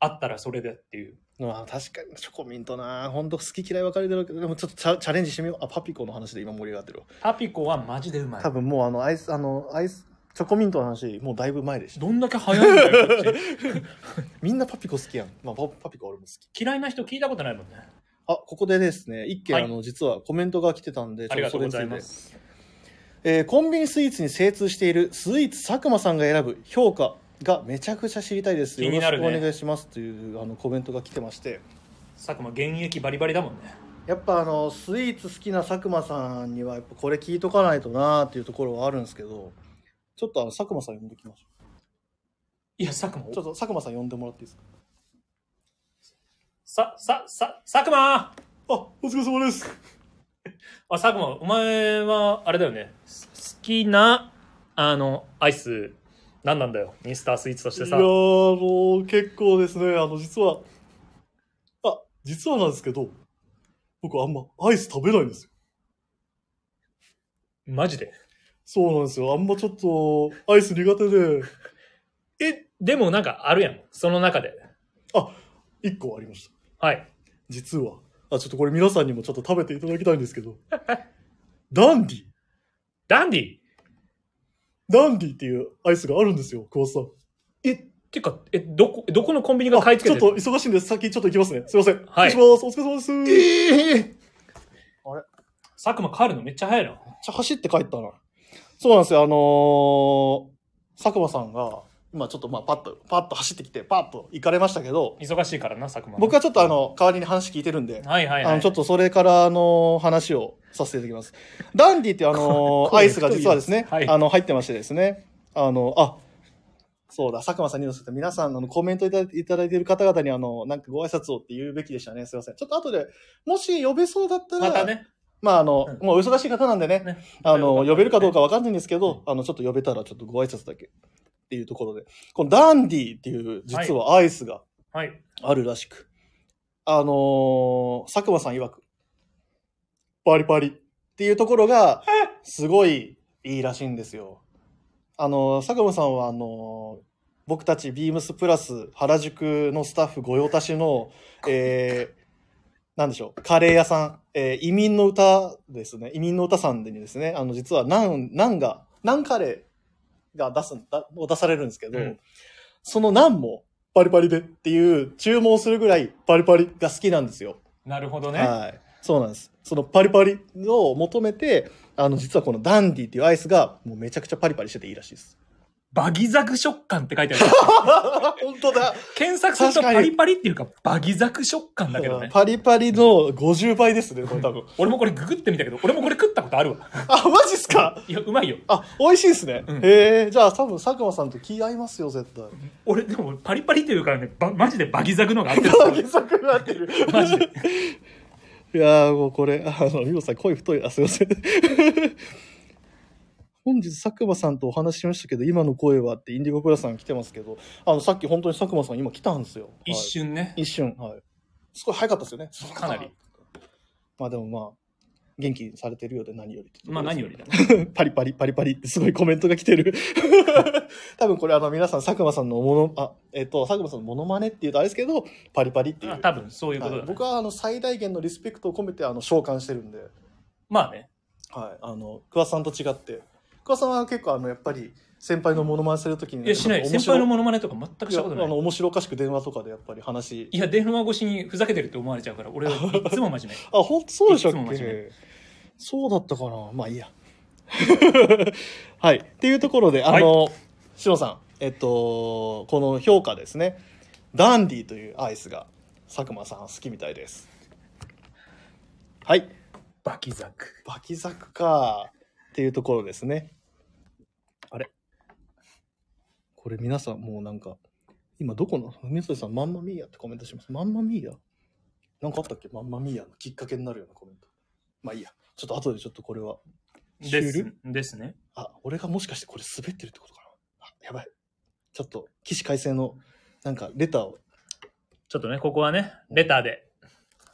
S2: あったらそれでっていう。
S1: まあ確かにチョコミントな、本当好き嫌い分かれてるけど、でもちょっとチャチャレンジしてみよう。あ、パピコの話で今盛り上がってるわ。
S2: タピコはマジでうまい
S1: 多。分もうあの、アイス、あの、アイス、チョコミントの話、もうだいぶ前でした。
S2: どんだけ早いんだよ、こっ
S1: みんなパピコ好きやん。まあパパピコ俺も好き。
S2: ち 嫌いな人聞いたことないもんね。
S1: あ、ここでですね、一件、
S2: はい
S1: あの、実はコメントが来てたんで、。
S2: ありがとうございます
S1: それについてえーコンビニスイーツに精通しているスイーツ佐久間さんが選ぶ評価がめちゃくちゃ知りたいです。
S2: 気になるね
S1: よろしくお願いしますというあのコメントが来てまして、
S2: 佐久間現役バリバリだもんね。
S1: やっぱあの、スイーツ好きな佐久間さんには、やっぱこれ聞いとかないとなーっていうところはあるんですけど、ちょっとあの、佐久間さん呼んできましょ
S2: いや、佐久
S1: う。ちょ
S2: 間
S1: っ、と佐久間さん呼んでもらっていいですか
S2: さ、さ、さ、佐久間
S1: あ、お疲れ様です。
S2: あ、佐久間、お前は、あれだよね。す好きな、あの、アイス、何なんだよ。ミスタースイーツとしてさ
S1: いや。ーもう結構ですねあの実はあ実はなんですけど僕あんまアイス食べないんですよ
S2: マジで。
S1: そうなんですよあんまちょっとアイス苦手で
S2: え、でもなんかあるやん。その中で。
S1: 1個ありました
S2: はい。
S1: 実はあちょっとこれ皆さんにもちょっと食べていただきたいんですけどダンディ
S2: ダンディ
S1: ダンディっていうアイスがあるんですよ久保田さん
S2: え、てか、え、どこ、どこのコンビニが買い付け
S1: あ
S2: て
S1: ちょっ
S2: る
S1: と忙しいんで先ちょっと行きますねすいません、
S2: はい
S1: 失礼しますお疲れ様ですめっ
S2: ええ
S1: あれ
S2: 佐久間帰るのめっちゃ早いな。
S1: ちゃ走って帰ったなそうなんですよあのー佐久間さんが今ちょっとまあパッとパッと走ってきてパッと行かれましたけど
S2: 忙しいからな、佐久間。
S1: 僕はちょっとあ、の、代わりに話聞いてるんで、
S2: はいはいはい。
S1: あの、ちょっとそれから、あの、話をさせていただきます。ダンディっていうあの、ア
S2: 声
S1: イスが実はですね、
S2: 太いですはい
S1: あの、入ってましてですね、あの、あ、そうだ、佐久間さんに乗せて、皆さん、あの、コメントいただいただいている方々に、あの、なんかご挨拶をって言うべきでしたね。すいません。ちょっと後で、もし呼べそうだったら、
S2: またね、
S1: まあ、あの、
S2: うん
S1: もうお忙しい方なんでね、
S2: ね
S1: あの、呼べるかどうかわかんないんですけど、あの、ちょっと呼べたら、ちょっとご挨拶だけっていうところで、このダンディっていう、実はアイスが、
S2: はい。
S1: あるらしく。あのー佐久間さん曰く、パリパリっていうところが、すごいいいらしいんですよ。あのー佐久間さんは、あのー僕たちビームスプラス原宿のスタッフ御用達の、えー、なんでしょう、カレー屋さん、えー移民の歌ですね、移民の歌さんでにですね、あの、実はナン、ナンが、ナンカレーが出す、だを出されるんですけど、
S2: うん
S1: そのナンもパリパリでっていう注文するぐらいパリパリが好きなんですよ。
S2: なるほどね。
S1: はい。そうなんです。そのパリパリを求めて、あの、実はこのダンディっていうアイスが、もうめちゃくちゃパリパリしてていいらしいです。
S2: バギザク食感って書いてある。
S1: 本当だ。
S2: 検索すると
S1: 確
S2: パ
S1: かに
S2: リパリっていうか、バギザク食感だけどね。
S1: パリパリの50倍ですね、これ多分。
S2: 俺もこれググってみたけど、俺もこれ食ったことあるわ。
S1: あ、マジっすか
S2: いや、うまいよ。
S1: あ、美味しいですね。
S2: うん
S1: へえ、じゃあ多分佐久間さんと気合いますよ、絶対。
S2: 俺、でもパリパリっていうからね、ばマジでバギザクの方が合ってる。
S1: 原作になってる。
S2: マジで。
S1: いやーもうこれ、あの、美穂さん声太い。あ、すいません。 本日佐久間さんとお話ししましたけど、今の声はってインディゴクラさん来てますけど、あの、さっき本当に佐久間さん今来たんですよ。
S2: 一瞬 ね。
S1: はい。一瞬。はい。すごい早かったですよね。
S2: かなり。
S1: まあでもまあ、元気にされてるようで何よりってとこ
S2: まあ
S1: です
S2: 何
S1: ね
S2: よりだね。
S1: パリパリパリパリってすごいコメントが来てる。 多分これあの皆さん佐久間さんのもの、あ、えっ、と、佐久間さんのモノマネっていうとあれですけど、パリパリっていう。
S2: あ多分そういうことだ、
S1: はい
S2: ね
S1: 僕はあの最大限のリスペクトを込めてあの召喚してるんで、
S2: まあね。
S1: はい、あの、桑田さんと違って。桑田さんは結構あの、やっぱり先輩のモノマネするときに、
S2: いや、しない。
S1: んか面
S2: 先
S1: 白
S2: 輩のモノマネとか全くしたことない
S1: やあ
S2: い。
S1: の、面白おかしく電話とかでやっぱり話。
S2: いや、電話越しにふざけてるって思われちゃうから、 俺はいつも真面目。
S1: あ、本当そうでしたっ
S2: いつも真面
S1: けそうだったかなまあいいや。 はい。っていうところで、あの、しのさん、えっと、この評価ですね。ダンディというアイスが、佐久間さん好きみたいです。はい。
S2: バキザク。
S1: バキザクか。っていうところですね。あれこれ皆さんもうなんか、今どこの、皆さん、マンマミーヤってコメントします。マンマミーヤなんかあったっけマンマミーヤのきっかけになるようなコメント。まあいいや。ちょっと後でちょっとこれは。
S2: で
S1: シュー
S2: す
S1: ル。
S2: ですね。
S1: あ、俺がもしかしてこれ滑ってるってことかなあ、やばい。ちょっと、起死回生の、なんか、レターを。
S2: ちょっとね、ここはね、レターで、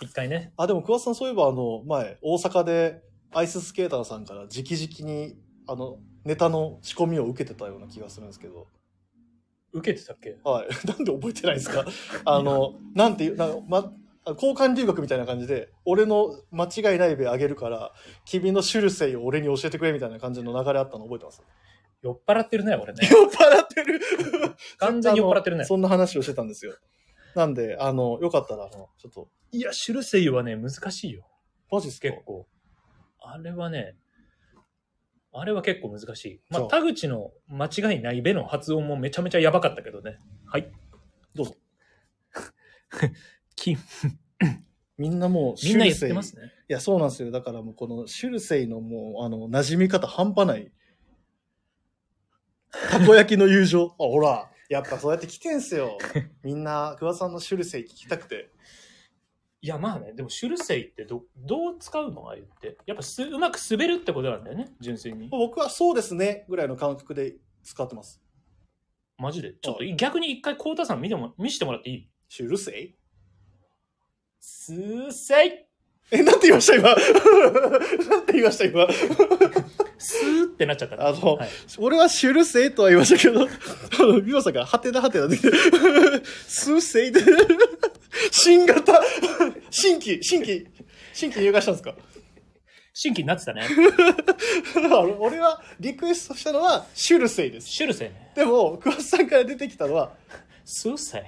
S2: 一回ね、
S1: あ、でも、桑田さん、そういえば、あの、前、大阪で、アイススケーターさんから直々に、あの、ネタの仕込みを受けてたような気がするんですけど。
S2: 受けてたっけ
S1: はい。 なんで覚えてないんですかあの、なんていう、なんかま、交換留学みたいな感じで、俺の間違いないべあげるから、君のシュルセイを俺に教えてくれみたいな感じの流れあったの覚えて ます
S2: 酔っ払ってるね、俺ね。
S1: 酔っ払ってる
S2: 完全に酔っ払ってるね
S1: そんな話をしてたんですよ。なんで、あの、よかったら、あの、ちょっと、
S2: いや、シュルセイはね、難しいよ。
S1: マジっすか
S2: 結構。あれはね、あれは結構難しい。まあ、
S1: そう
S2: 田口の間違いないべの発音もめちゃめちゃやばかったけどね。はい。
S1: どうぞ。
S2: き
S1: みんなもう、
S2: み
S1: シュ
S2: んな言
S1: ル
S2: っ
S1: セイ
S2: てますね。
S1: いや、そうなんですよ。だからもう、このシュルセイのもう、あの、馴染み方半端ない。たこ焼きの友 情。あ、ほら。やっぱそうやって来てんすよ。みんな、桑田さんのシュルセイ聞きたくて。
S2: いや、まあね、でもシュルセイってど、どう使うのああ言って。やっぱす、うまく滑るってことなんだよね、純粋に。
S1: 僕はそうですね、ぐらいの感覚で使ってます。
S2: マジで。ちょっと逆に一回、コウタさん見ても、見してもらっていい
S1: シュルセイ
S2: スーセイ
S1: え、なんて言いました今。 なんて言いました今。
S2: スーってなっちゃったね。
S1: あの
S2: はい
S1: 俺はシュルセイとは言いましたけど、あの、美穂さんからハテナハテナで、スーセイで、新型、新規、新規、新規入荷したんですか
S2: 新規になってた ね。
S1: 俺はリクエストしたのはシュルセイです。
S2: シュルセイね。
S1: でも、桑田さんから出てきたのは、
S2: スーセ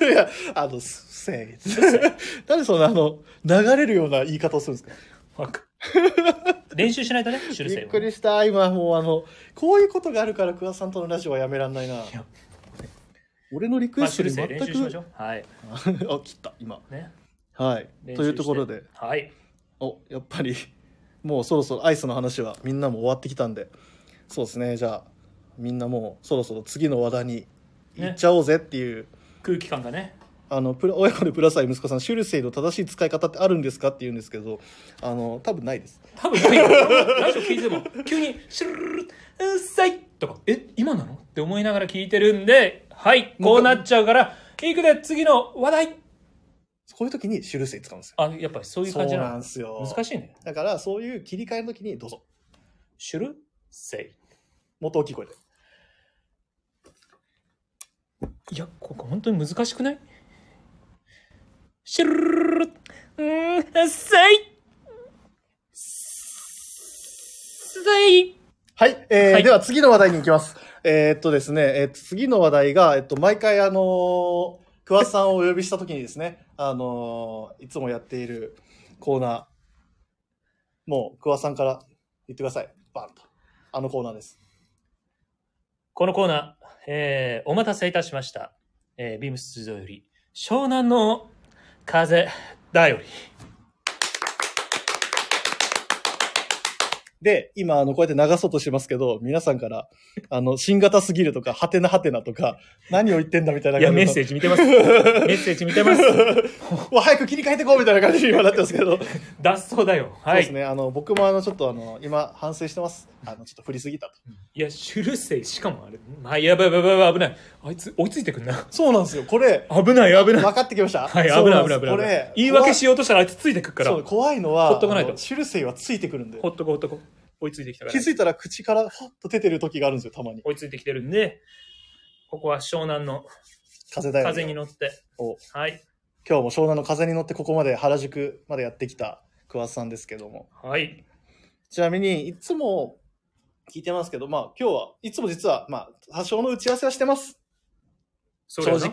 S2: イ。
S1: いや、あの、スーセイ。 なんでそんな、あの、流れるような言い方をするんですか
S2: わか練習しないとね、シュル
S1: び
S2: セイ
S1: っ
S2: は
S1: く
S2: ね、
S1: りした、今、もうあの、こういうことがあるから桑田さんとのラジオはやめらんないな。
S2: や
S1: 俺のリク
S2: ま
S1: エ
S2: あ、
S1: ス
S2: シ
S1: ト
S2: ュル
S1: に
S2: セイ
S1: 全
S2: 練習しまし
S1: く、
S2: ょう。はい。
S1: あ、切った、今。
S2: ね。
S1: はい。
S2: 練習
S1: と
S2: し
S1: いう
S2: て
S1: ところで、
S2: はい。
S1: お、やっぱり、 もうそろそろアイスの話はみんなも終わってきたんで、そうですね、じゃあ、みんなもうそろそろ次の話題に行っちゃおうぜっていう、
S2: 空気感がね。
S1: あの、プラ親子でプラサイ息子さん、シュルセイの正しい使い方ってあるんですかって言うんですけど、あの、多分ないです。
S2: 多分ないよ。ラジオ聞いてても、急に、シュルルルル、うっさいとか、え、今なのって思いながら聞いてるんで、はい、こうなっちゃうから、いくで、次の話題。
S1: こういう時にシュルセイ使うんですよ。
S2: あ、やっぱりそういう
S1: そ
S2: 感
S1: う
S2: じ
S1: な
S2: なんの。
S1: ですよ。
S2: 難しいね。
S1: だから、そういう切り替えの時に、どうぞ。
S2: シュルセ
S1: もっと大きい声で。
S2: イ。いや、ここ本当に難しくないシュルルルルル、うーん、セイセイ
S1: はい、えー
S2: はい
S1: では次の話題に行きます。えーっとですね、えーっと次の話題が、えっと、毎回あのー、桑田さんをお呼びした時にですね、あのーいつもやっているコーナー、もう桑田さんから言ってください。バンと。あのコーナーです。
S2: このコーナー、えーお待たせいたしました。えービームス出場より、湘南の風だより。
S1: で、今、あの、こうやって流そうとしてますけど、皆さんから、あの、新型すぎるとか、はてなはてなとか、何を言ってんだみたいない
S2: や、
S1: 感じの。
S2: メッセージ見てます。メッセージ見てます。
S1: もう早く切り替えてこうみたいな感じに今なってますけど。
S2: 脱走だよ。
S1: そう
S2: は
S1: で
S2: い。
S1: すね。あの、僕もあの、ちょっとあの、今、反省してます。あの、ちょっと振りすぎたと。
S2: いや、シュルセイ、しかもあれ、まあ、やばいやばいやばい、危ない。あいつ、追いついてくんな。
S1: そうなんですよ。これ、
S2: 危ない、危な
S1: 分
S2: い。
S1: かってきました。
S2: はい、
S1: そ
S2: 危
S1: う
S2: なんい、
S1: で
S2: 危
S1: す
S2: ない、危ない。
S1: これ、
S2: 言い訳しようとしたら、あいつついてくっから。
S1: そ
S2: ほ
S1: う、怖いのは、
S2: ほっとかないと
S1: あのシュルセイはついてくるんで、
S2: っとこう、ほっとこう。追いついてきたか
S1: 気
S2: ら。
S1: づいたら口からふわっと出てる時があるんですよ、たまに。
S2: 追いついてきてるんで、ここは湘南の
S1: 風だよ、ね。
S2: 風に乗って。
S1: お
S2: はい。
S1: 今日も湘南の風に乗ってここまで原宿までやってきた桑田さんですけども。
S2: はい。
S1: ちなみに、いつも聞いてますけど、まあ今日はいつも実は、まあ多少の打ち合わせはしてます。
S2: それ
S1: 正
S2: はな。
S1: 直。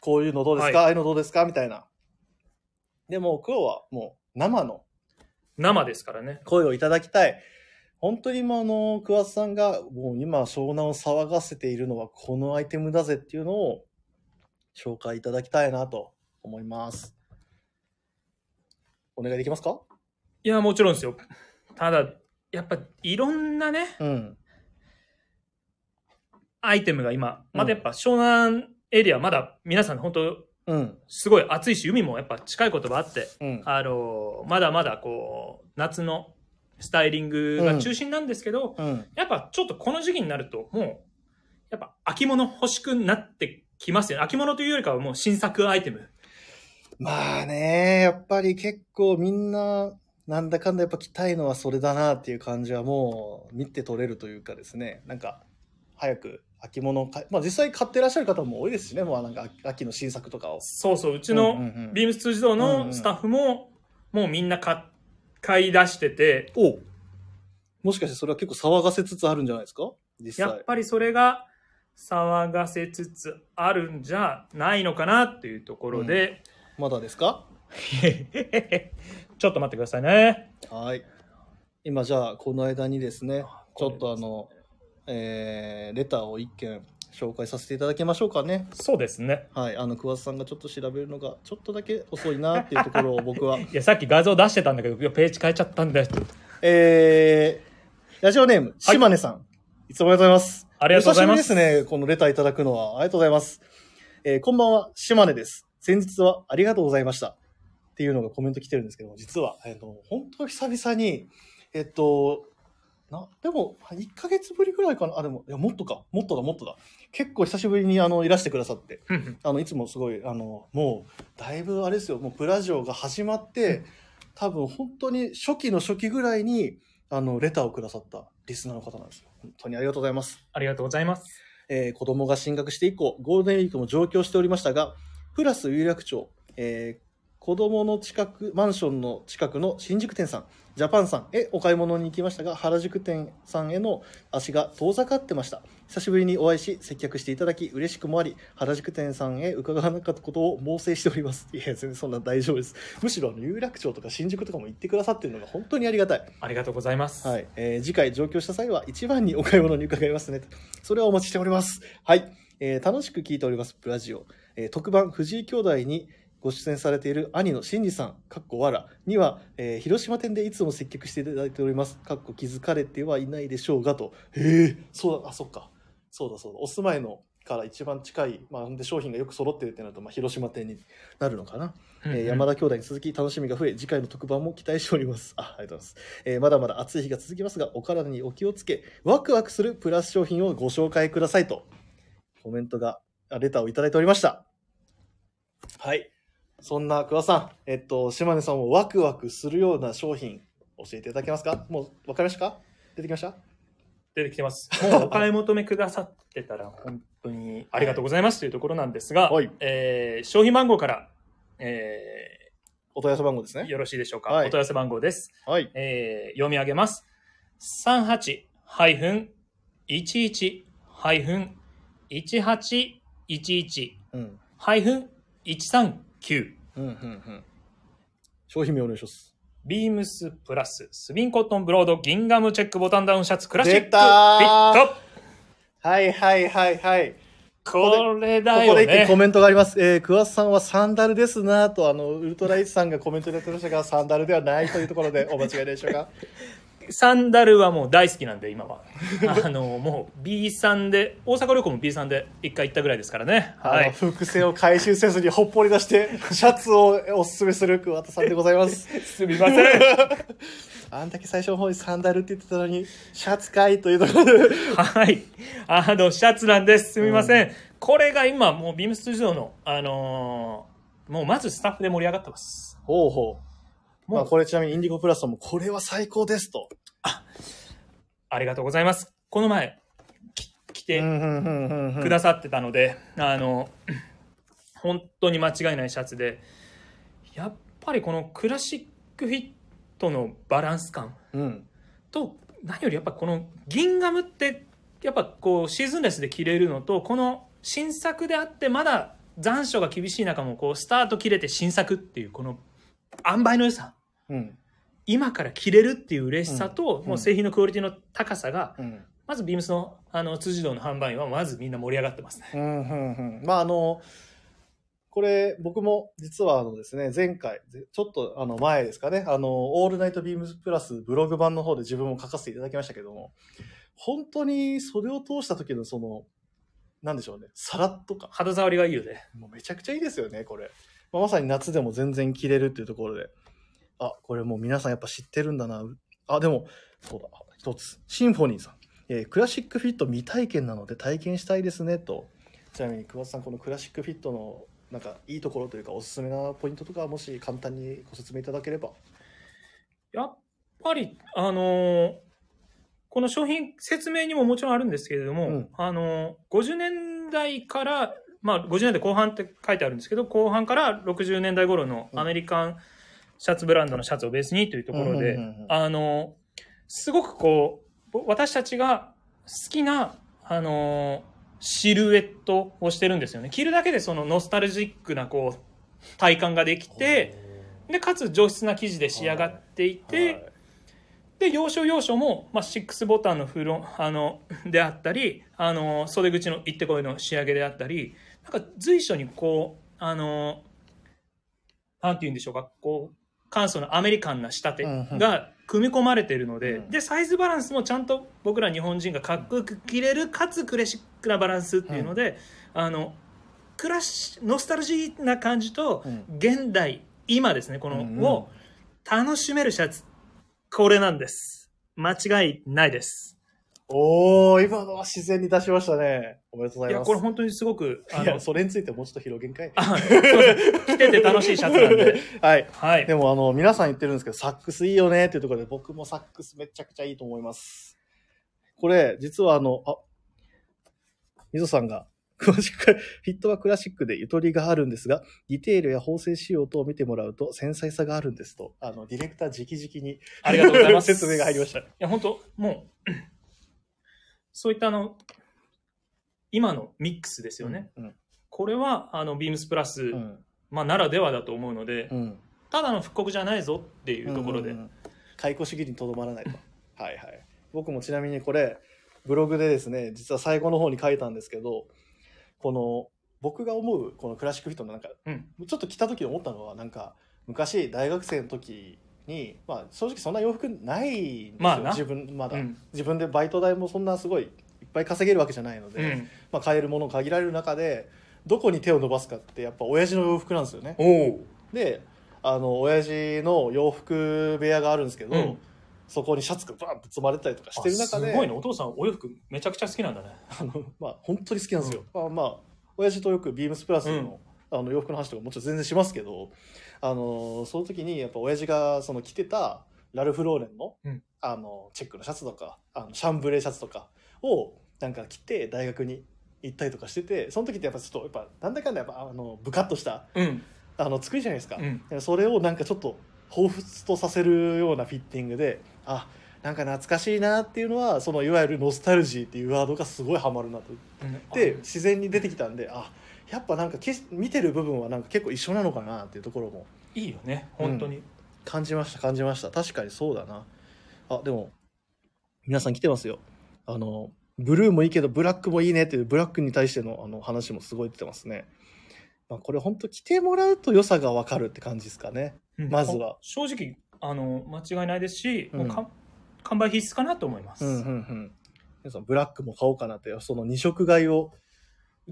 S1: こういうのどうですか、
S2: はい
S1: ああいうのどうですかみたいな。でも今日はもう生の
S2: 生ですからね。
S1: 声をいただきたい。本当にもうあの、桑田さんがもう今湘南を騒がせているのはこのアイテムだぜっていうのを紹介いただきたいなと思います。お願いできますか
S2: いや、もちろんですよ。ただ、やっぱ、いろんなね、
S1: うん。
S2: アイテムが今、
S1: うん
S2: まだやっぱ湘南エリア、まだ皆さん本当
S1: うん。
S2: すごい暑いし、海もやっぱ近いことがあって、
S1: うん。
S2: あの、まだまだこう、夏のスタイリングが中心なんですけど、
S1: うん。
S2: やっぱちょっとこの時期になると、もう、やっぱ秋物欲しくなってきますよね。秋物というよりかはもう新作アイテム。
S1: まあね、やっぱり結構みんな、なんだかんだやっぱ着たいのはそれだなっていう感じはもう見て取れるというかですね、なんか早く秋物を買い、まあ実際買ってらっしゃる方も多いですしね、もうなんか秋秋の新作とかを。う
S2: そうそう、うち
S1: ち
S2: のビームス通自動
S1: うんうん
S2: のスタッフも、もうみんな買っ買い出してて、
S1: おもしかしてそれは結構騒がせつつあるんじゃないですか実
S2: や
S1: 際
S2: っ。ぱりそれが騒がせつつあるんじゃないのかなっていうところで、
S1: まだですか
S2: ちょっと待ってくださいね。
S1: はい。今じゃあこの間にですね、ちょっとあ
S2: こ
S1: の、えーレターを一件紹介させていただきましょうかね。
S2: れ、そうですね。
S1: はい、あの桑田さんがちょっと調べるのがちょっとだけ遅いなっていうと ころを僕は
S2: いや、さっき画像出してたんだけど、いやページ変えちゃったんだよ。
S1: えー、ラジオネーム島根さん、い、つもありがとうございます
S2: ありがとうございます。
S1: お久しぶりですねこのレターいただくのはありがとうございます、えーこんばんは島根です先日はありがとうございましたっていうのがコメント来てるんですけども実は、えー、と本当久々にえっとなでも1ヶ月ぶりぐらいかなあでもいやもっとかもっとだもっとだ結構久しぶりにあのいらしてくださって
S2: うんうん
S1: あのいつもすごいあのもうだいぶあれですよもうプラジオが始まって、多分本当に初期の初期ぐらいにあのレターをくださったリスナーの方なんですよ本当にありがとうございます
S2: ありがとうございます。
S1: えー子供が進学して以降、ゴールデンウィークも上京しておりましたが、プラス有楽町、えー子供の近く、マンションの近くの新宿店さん、ジャパンさんへお買い物に行きましたが、原宿店さんへの足が遠ざかってました。久しぶりにお会いし、接客していただき、嬉しくもあり、原宿店さんへ伺わなかったことを猛省しております。いや、全然そんな大丈夫です。むしろ、あの有楽町とか新宿とかも行ってくださってるのが本当にありがたい。
S2: ありがとうございます。
S1: はい、えー次回上京した際は一番にお買い物に伺いますね。それはお待ちしております。はい、えー楽しく聞いております、ブラジオ。えー特番、藤井兄弟にご出演されている兄の真二さん、かっこわらには、えー広島店でいつも接客していただいております。かっこ気づかれてはいないでしょうがと。へえ、そうだ、あ、そっか。そうだそうだ。お住まいのから一番近い、まあ、で商品がよく揃ってるってなると、まあ、広島店になるのかな。
S2: うんうん
S1: えー山田兄弟に続き楽しみが増え次回の特番も期待しておりますあありがとうございます、えーまだまだ暑い日が続きますがお体にお気をつけワクワクするプラス商品をご紹介くださいとコメントがあレターをいただいておりましたはいそんな桑さんえっと島根さんもワクワクするような商品教えていただけますかもうわかりましたか出てきました
S2: 出てきてます。もうお買い求めくださってたら本当にありがとうございますというところなんですが、
S1: はい
S2: えー商品番号から、え
S1: お問い合わせ番号です
S2: ー
S1: ね
S2: よろしいでしょうか、
S1: はい
S2: お問い合わせ番号です。
S1: はい
S2: えー読み上げます。
S1: うんうん
S2: 38-11-1811-139
S1: うんうん商品名お願いします
S2: ビームスプラススビンコットンブロードギンガムチェックボタンダウンシャツクラシック
S1: 出たー
S2: フィット
S1: はいはいはいはい
S2: これだ
S1: ここ
S2: よ
S1: で一件コ
S2: ね
S1: メントがあります。えー、桑田さんはサンダルですな ぁと、あの、ウルトライチさんがコメントでやってましたが、サンダルではないというところでお間違いでしょうか。
S2: サンダルはもう大好きなんで、今は。 あの、もう B さんで、大阪旅行も B さんで一回行ったぐらいですからね。は
S1: あの
S2: い。
S1: 複製を回収せずにほっぽり出して、シャツをおすすめする桑田さんでございます。
S2: すみません。
S1: あんだけ最初の方にサンダルって言ってたのに、シャツかいというところで。
S2: はい。あの、シャツなんです。すみません。これが今、もうビームス通常の、あのーもうまずスタッフで盛り上がってます。
S1: ほうほう。
S2: もう、
S1: まあこれちなみにインディゴプラスさんも、これは最高ですと。
S2: ありがとうございます。この前、き
S1: うん
S2: 来て
S1: うんうんうんうん
S2: くださってたので、あの、本当に間違いないシャツで、やっぱりこのクラシックフィットのバランス感
S1: うん。
S2: と、何よりやっぱこの銀ガムって、やっぱこうシーズンレスで着れるのと、この新作であって、まだ残暑が厳しい中もこうスタート切れて新作っていう、この塩梅の良さ。
S1: うん。
S2: 今から着れるっていう嬉しさと、
S1: ん
S2: もう製品のクオリティの高さが
S1: うん。
S2: まずビームスのあの辻堂の販売員はまずみんな盛り上がってますね。
S1: うんうんうんまああのこれ僕も実はあのですね前回ぜちょっとあの前ですかね「あのオールナイトビームスプラス」ブログ版の方で自分も書かせていただきましたけども本当にそれを通した時のそのなんでしょうねさらっとか
S2: 肌触りがいいよね。
S1: もうめちゃくちゃいいですよねこれ、まあまさに夏でも全然着れるっていうところであこれもう皆さんやっぱ知ってるんだなあでもそうだ一つシンフォニーさん、えークラシックフィット未体験なので体験したいですねとちなみに桑田さんこのクラシックフィットのなんかいいところというかおすすめなポイントとかもし簡単にご説明いただければ
S2: やっぱり、あのーこの商品説明にももちろんあるんですけれども、
S1: うん
S2: あのー50年代から、まあ、50年代後半って書いてあるんですけど後半から60年代頃のアメリカンシャツブランドのシャツをベースにというところで、
S1: うんうんうんうん
S2: あのーすごくこうぼ私たちが好きな、あのーシルエットをしてるんですよね着るだけでそのノスタルジックなこう体感ができてでかつ上質な生地で仕上がっていて、
S1: はい
S2: で要所要所も、まあ、6ボタンのフロンあのであったりあの袖口のいってこいの仕上げであったりなんか随所にこうあのなんて言うんでしょうかこう簡素なアメリカンな仕立て
S1: うんうん
S2: が組み込まれているので、
S1: うん
S2: でサイズバランスもちゃんと僕ら日本人がかっこよく着れるかつクレシックなバランスっていうので、あのクラシノスタルジーな感じと、
S1: うん
S2: 現代今ですねこの、
S1: うんうん
S2: を楽しめるシャツこれなんです間違いないです
S1: おー今のは自然に出しましたねおめでとうござ
S2: い
S1: い
S2: や
S1: ます
S2: これ本当にすごくあ
S1: い
S2: の
S1: やそれについてもうちょっと広げんかいね
S2: あすいません着てて楽しいシャツなんで
S1: はい
S2: はい
S1: でもあの皆さん言ってるんですけどサックスいいよねっていうところで僕もサックスめちゃくちゃいいと思います。これ実はあのあみぞさんが詳しくフィットはクラシックでゆとりがあるんですがディテールや縫製仕様等を見てもらうと繊細さがあるんですとあのディレクター直々に
S2: ありがとうございます
S1: 説明が入りました。
S2: いや、本当もう、そうい ったあの、今のミックスですよね。
S1: うん。
S2: これは、あの、ビームスプラス、
S1: うん。
S2: まあ、ならではだと思うので、
S1: うん。
S2: ただの復刻じゃないぞっていうところで、
S1: うんうんうん解雇主義にとどまら ないとはいはい僕もちなみにこれブログでですね実は最後の方に書いたんですけどこの僕が思うこのクラシックフィットのなんか
S2: うん
S1: ちょっと着た時に思ったのはなんか昔大学生の時にまあ正直そんな洋服ないんですよ、
S2: まあな
S1: 自分まだ、
S2: うん
S1: 自分でバイト代もそんなすごいいっぱい稼げるわけじゃないので、
S2: うん
S1: まあ、買えるもの限られる中でどこに手を伸ばすかってやっぱ親父の洋服なんですよね
S2: おう
S1: であの親父の洋服部屋があるんですけど、
S2: うん
S1: そこにシャツがバンと積まれたりとかしてる中
S2: あ
S1: です
S2: ごいねお父さんお洋服めちゃくちゃ好きなんだね
S1: あの、まあ、本当に好きなんですよ、まあ、まあ、親父とよくビームスプラスの,、あの洋服の話とかもちろん全然しますけどあのその時にやっぱ親父がその着てたラルフ・ローレンの,、
S2: うん
S1: あのチェックのシャツとかあのシャンブレーシャツとかをなんか着て大学に行ったりとかしててその時ってやっぱちょっとやっぱなんだかんだやっぱあのブカッとした
S2: うん
S1: あの作りじゃないですか
S2: う、ん
S1: でそれをなんかちょっと彷彿とさせるようなフィッティングであなんか懐かしいなっていうのはそのいわゆるノスタルジーっていうワードがすごいハマるなとで自然に出てきたんであやっぱなんかけ見てる部分はなんか結構一緒なのかなっていうところも
S2: いいよね本当に、
S1: 感じました感じました確かにそうだなあでも皆さん来てますよあのブルーもいいけどブラックもいいねっていうブラックに対してのあの話もすごい出てますね、まあ、これ本当来てもらうと良さが分かるって感じですかね
S2: うん
S1: まずは
S2: 正直あの間違いないですし、もう
S1: う
S2: か販売必須かなと思います。
S1: う
S2: うん
S1: うんうんでそのブラックも買おうかなってその2色買いを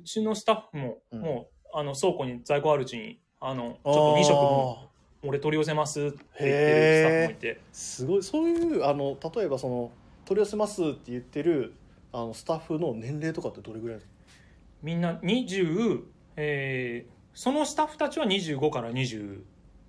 S2: ちのスタッフも、
S1: うん
S2: もう、あの、倉庫に在庫あるうちに、あの、ちょっと2色も
S1: あー
S2: 俺取り寄せますって言ってるスタッフもいて、
S1: すごいそういうあの例えばその取り寄せますって言ってるあのスタッフの年齢とかってどれぐらいですか
S2: みんな20、えーそのスタッフたちは25から20、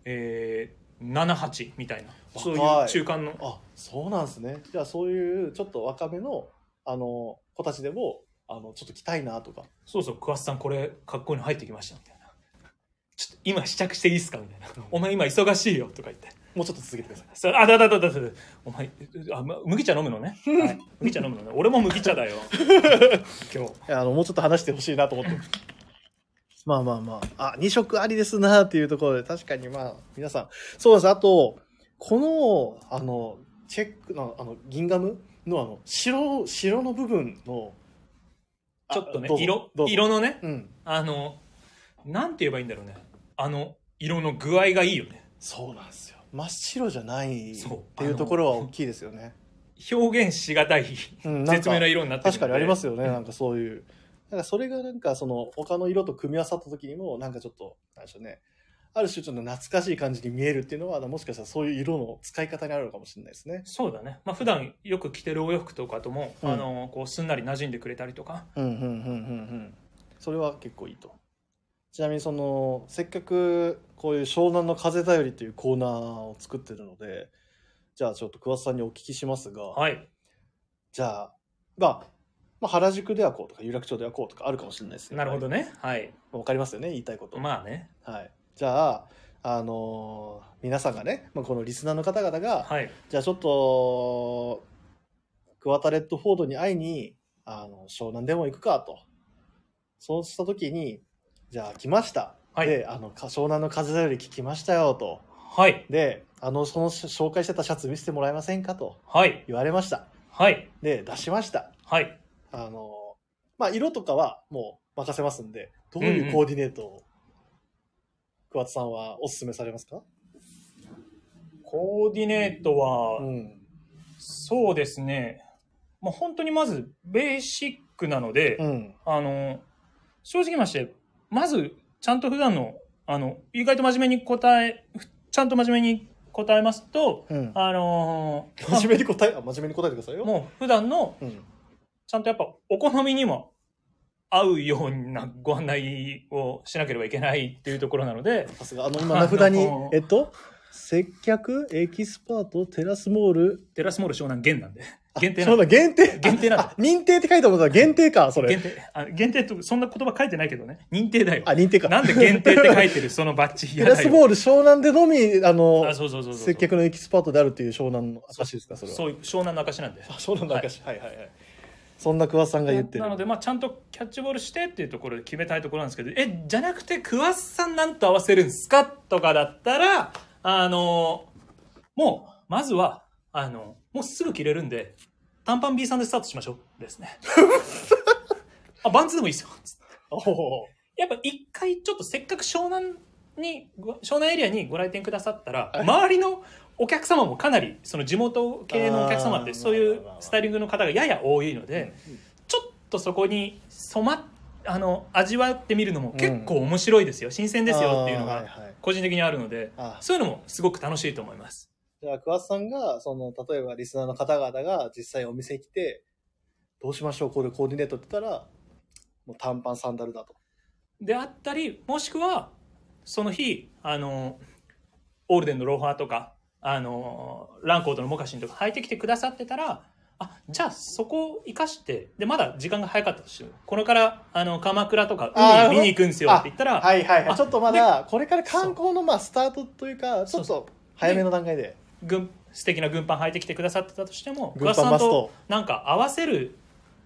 S2: えー、7、8みたいな、そうい
S1: 若
S2: う
S1: い
S2: 中間の
S1: あそうなんですねじゃあそういうちょっと若めのあの子たちでもあのちょっと着たいなとか
S2: そうそう、桑田さん、これ、かっこいいの入ってきました、みたいな。ちょっと、今、試着していいですかみたいな。お前、今、忙しいよ、とか言って。
S1: もうちょっと続けてください
S2: それあ、だだだだだだお前、あ、ま麦茶飲むのね。 はい、麦茶飲むのね。俺も麦茶だよ。今日。
S1: いやあのもうちょっと話してほしいなと思って まあまあまああ2色ありですなっていうところで確かにまあ皆さんそうですあとこのあのチェックのあのギンガムのあの白白の部分のあ
S2: ちょっとね
S1: どう、ぞ
S2: 色
S1: ど、うぞ
S2: 色のね、
S1: うん
S2: あの、なんて言えばいいんだろうね。あの、色の具合がいいよね。
S1: そうなんですよ真っ白じゃないっ
S2: そう
S1: ていうところは大きいですよね、
S2: 表現しがたい、
S1: うん、なん
S2: 絶
S1: か
S2: 妙な色になってる
S1: 確かにあります
S2: よ。
S1: よねなんかそういうなんかそれがなんかその他の色と組み合わさった時にもなんかちょっとなんでしょうねある種ちょっと懐かしい感じに見えるっていうのはもしかしたらそういう色の使い方にあるのかもしれないですね
S2: そうだね。まあ、普段よく着てるお洋服とかとも、
S1: うん
S2: あの、こう、すんなり馴染んでくれたりとか、
S1: うんうんうんうんうんそれは結構いいとちなみにそのせっかくこういう湘南の風頼りっていうコーナーを作ってるのでじゃあちょっと桑田さんにお聞きしますが、
S2: はい。
S1: じゃあ、まあ、まあ、原宿ではこうとか有楽町ではこうとかあるかもしれないですよ
S2: なるほどね。はい。
S1: わかりますよね言いたいこと、
S2: まあね。
S1: はい、じゃああのー皆さんがね、まあ、このリスナーの方々が、
S2: はい。
S1: じゃあちょっとクワタレットフォードに会いにあの湘南でも行くかとそうした時にじゃあ来ました、
S2: はい
S1: であのか湘南の風だより聞きましたよと
S2: はい。
S1: であのその紹介してたシャツ見せてもらえませんかと
S2: はい。
S1: 言われました
S2: はい。
S1: で出しました
S2: はい。
S1: あの、まあ、色とかはもう任せますんで、どういうコーディネートを、桑田さんはお勧めされますか
S2: コーディネートは、
S1: ん。
S2: そうですね。まあ、本当にまず、ベーシックなので、
S1: うん。
S2: あの、正直まして、まず、ちゃんと普段の、あの、意外と真面目に答え、ふちゃんと真面目に答えますと、
S1: うん。
S2: あのー
S1: 真面目に答え、あ真面目に答えてくださいよ。
S2: もう普段の、
S1: うん。
S2: ちゃんとやっぱ、お好みにも合うようなご案内をしなければいけないっていうところなので、
S1: さすが、あの、今、名札に
S2: あの、
S1: えっと、接客、エキスパート、テラスモール、
S2: テラスモール湘南限なんで、限定
S1: そ
S2: な
S1: うん
S2: で、
S1: だ、限定。
S2: 限定なんだ
S1: あ、認定って書いてあるのは限定か、それ。
S2: 限定、あ限定と、そんな言葉書いてないけどね、認定だよ
S1: あ、。認定か。
S2: なんで限定って書いてるそのバッジ
S1: テ
S2: 嫌
S1: ラ
S2: だ
S1: ス
S2: よ。
S1: モール湘南でのみ、あの
S2: あ、、そうそうそうそう。
S1: 接客のエキスパートであるっていう湘南の証ですか、それは。
S2: そういう湘南の証なんで。
S1: あ湘南の証、はい、はいはいはいそんな桑田さんが言ってる。
S2: なので、まあ、ちゃんとキャッチボールしてっていうところで決めたいところなんですけど、え、じゃなくて、桑田さんなんと合わせるんですかとかだったら、あのもう、まずは、あのもうすぐ着れるんで、短パン B さんでスタートしましょう。で すね。あ、バンツでもいいですよ。つって
S1: おお。
S2: やっぱ一回、ちょっとせっかく湘南に、ご湘南エリアにご来店くださったら、周りのお客様もかなり、その地元系のお客様っ
S1: あー
S2: て、そうい
S1: まあ
S2: う
S1: まあまあ
S2: スタイリングの方がやや多いので、ちょっとそこに染まっあの味わってみるのも結構面白いですよ、新鮮ですよっていう
S1: あー
S2: のが
S1: はいはい
S2: 個人的にあるので
S1: あ
S2: そういうのもすごく楽しいと思います
S1: じゃあ、桑田さんが、その、例えばリスナーの方々が実際お店に来て、どうしましょう、これコーディネートって言ったら、もう短パンサンダルだと。
S2: であったりもしくはその日あのオールデンのローファーとかあのランコートのモカシンとか履いてきてくださってたらあじゃあそこを生かしてでまだ時間が早かったとしてもこれからあの鎌倉とか
S1: あー
S2: 海見に行くんですよって言ったら、
S1: いはい
S2: はい
S1: ちょっとまだ、これから観光の、まあ、スタートというか、ちょっ
S2: そ
S1: と早めの段階で。
S2: 軍素敵な軍パン履いてきてくださってたとしても
S1: 軍パン
S2: 桑田さん
S1: マス
S2: と
S1: ト
S2: なんか合わせる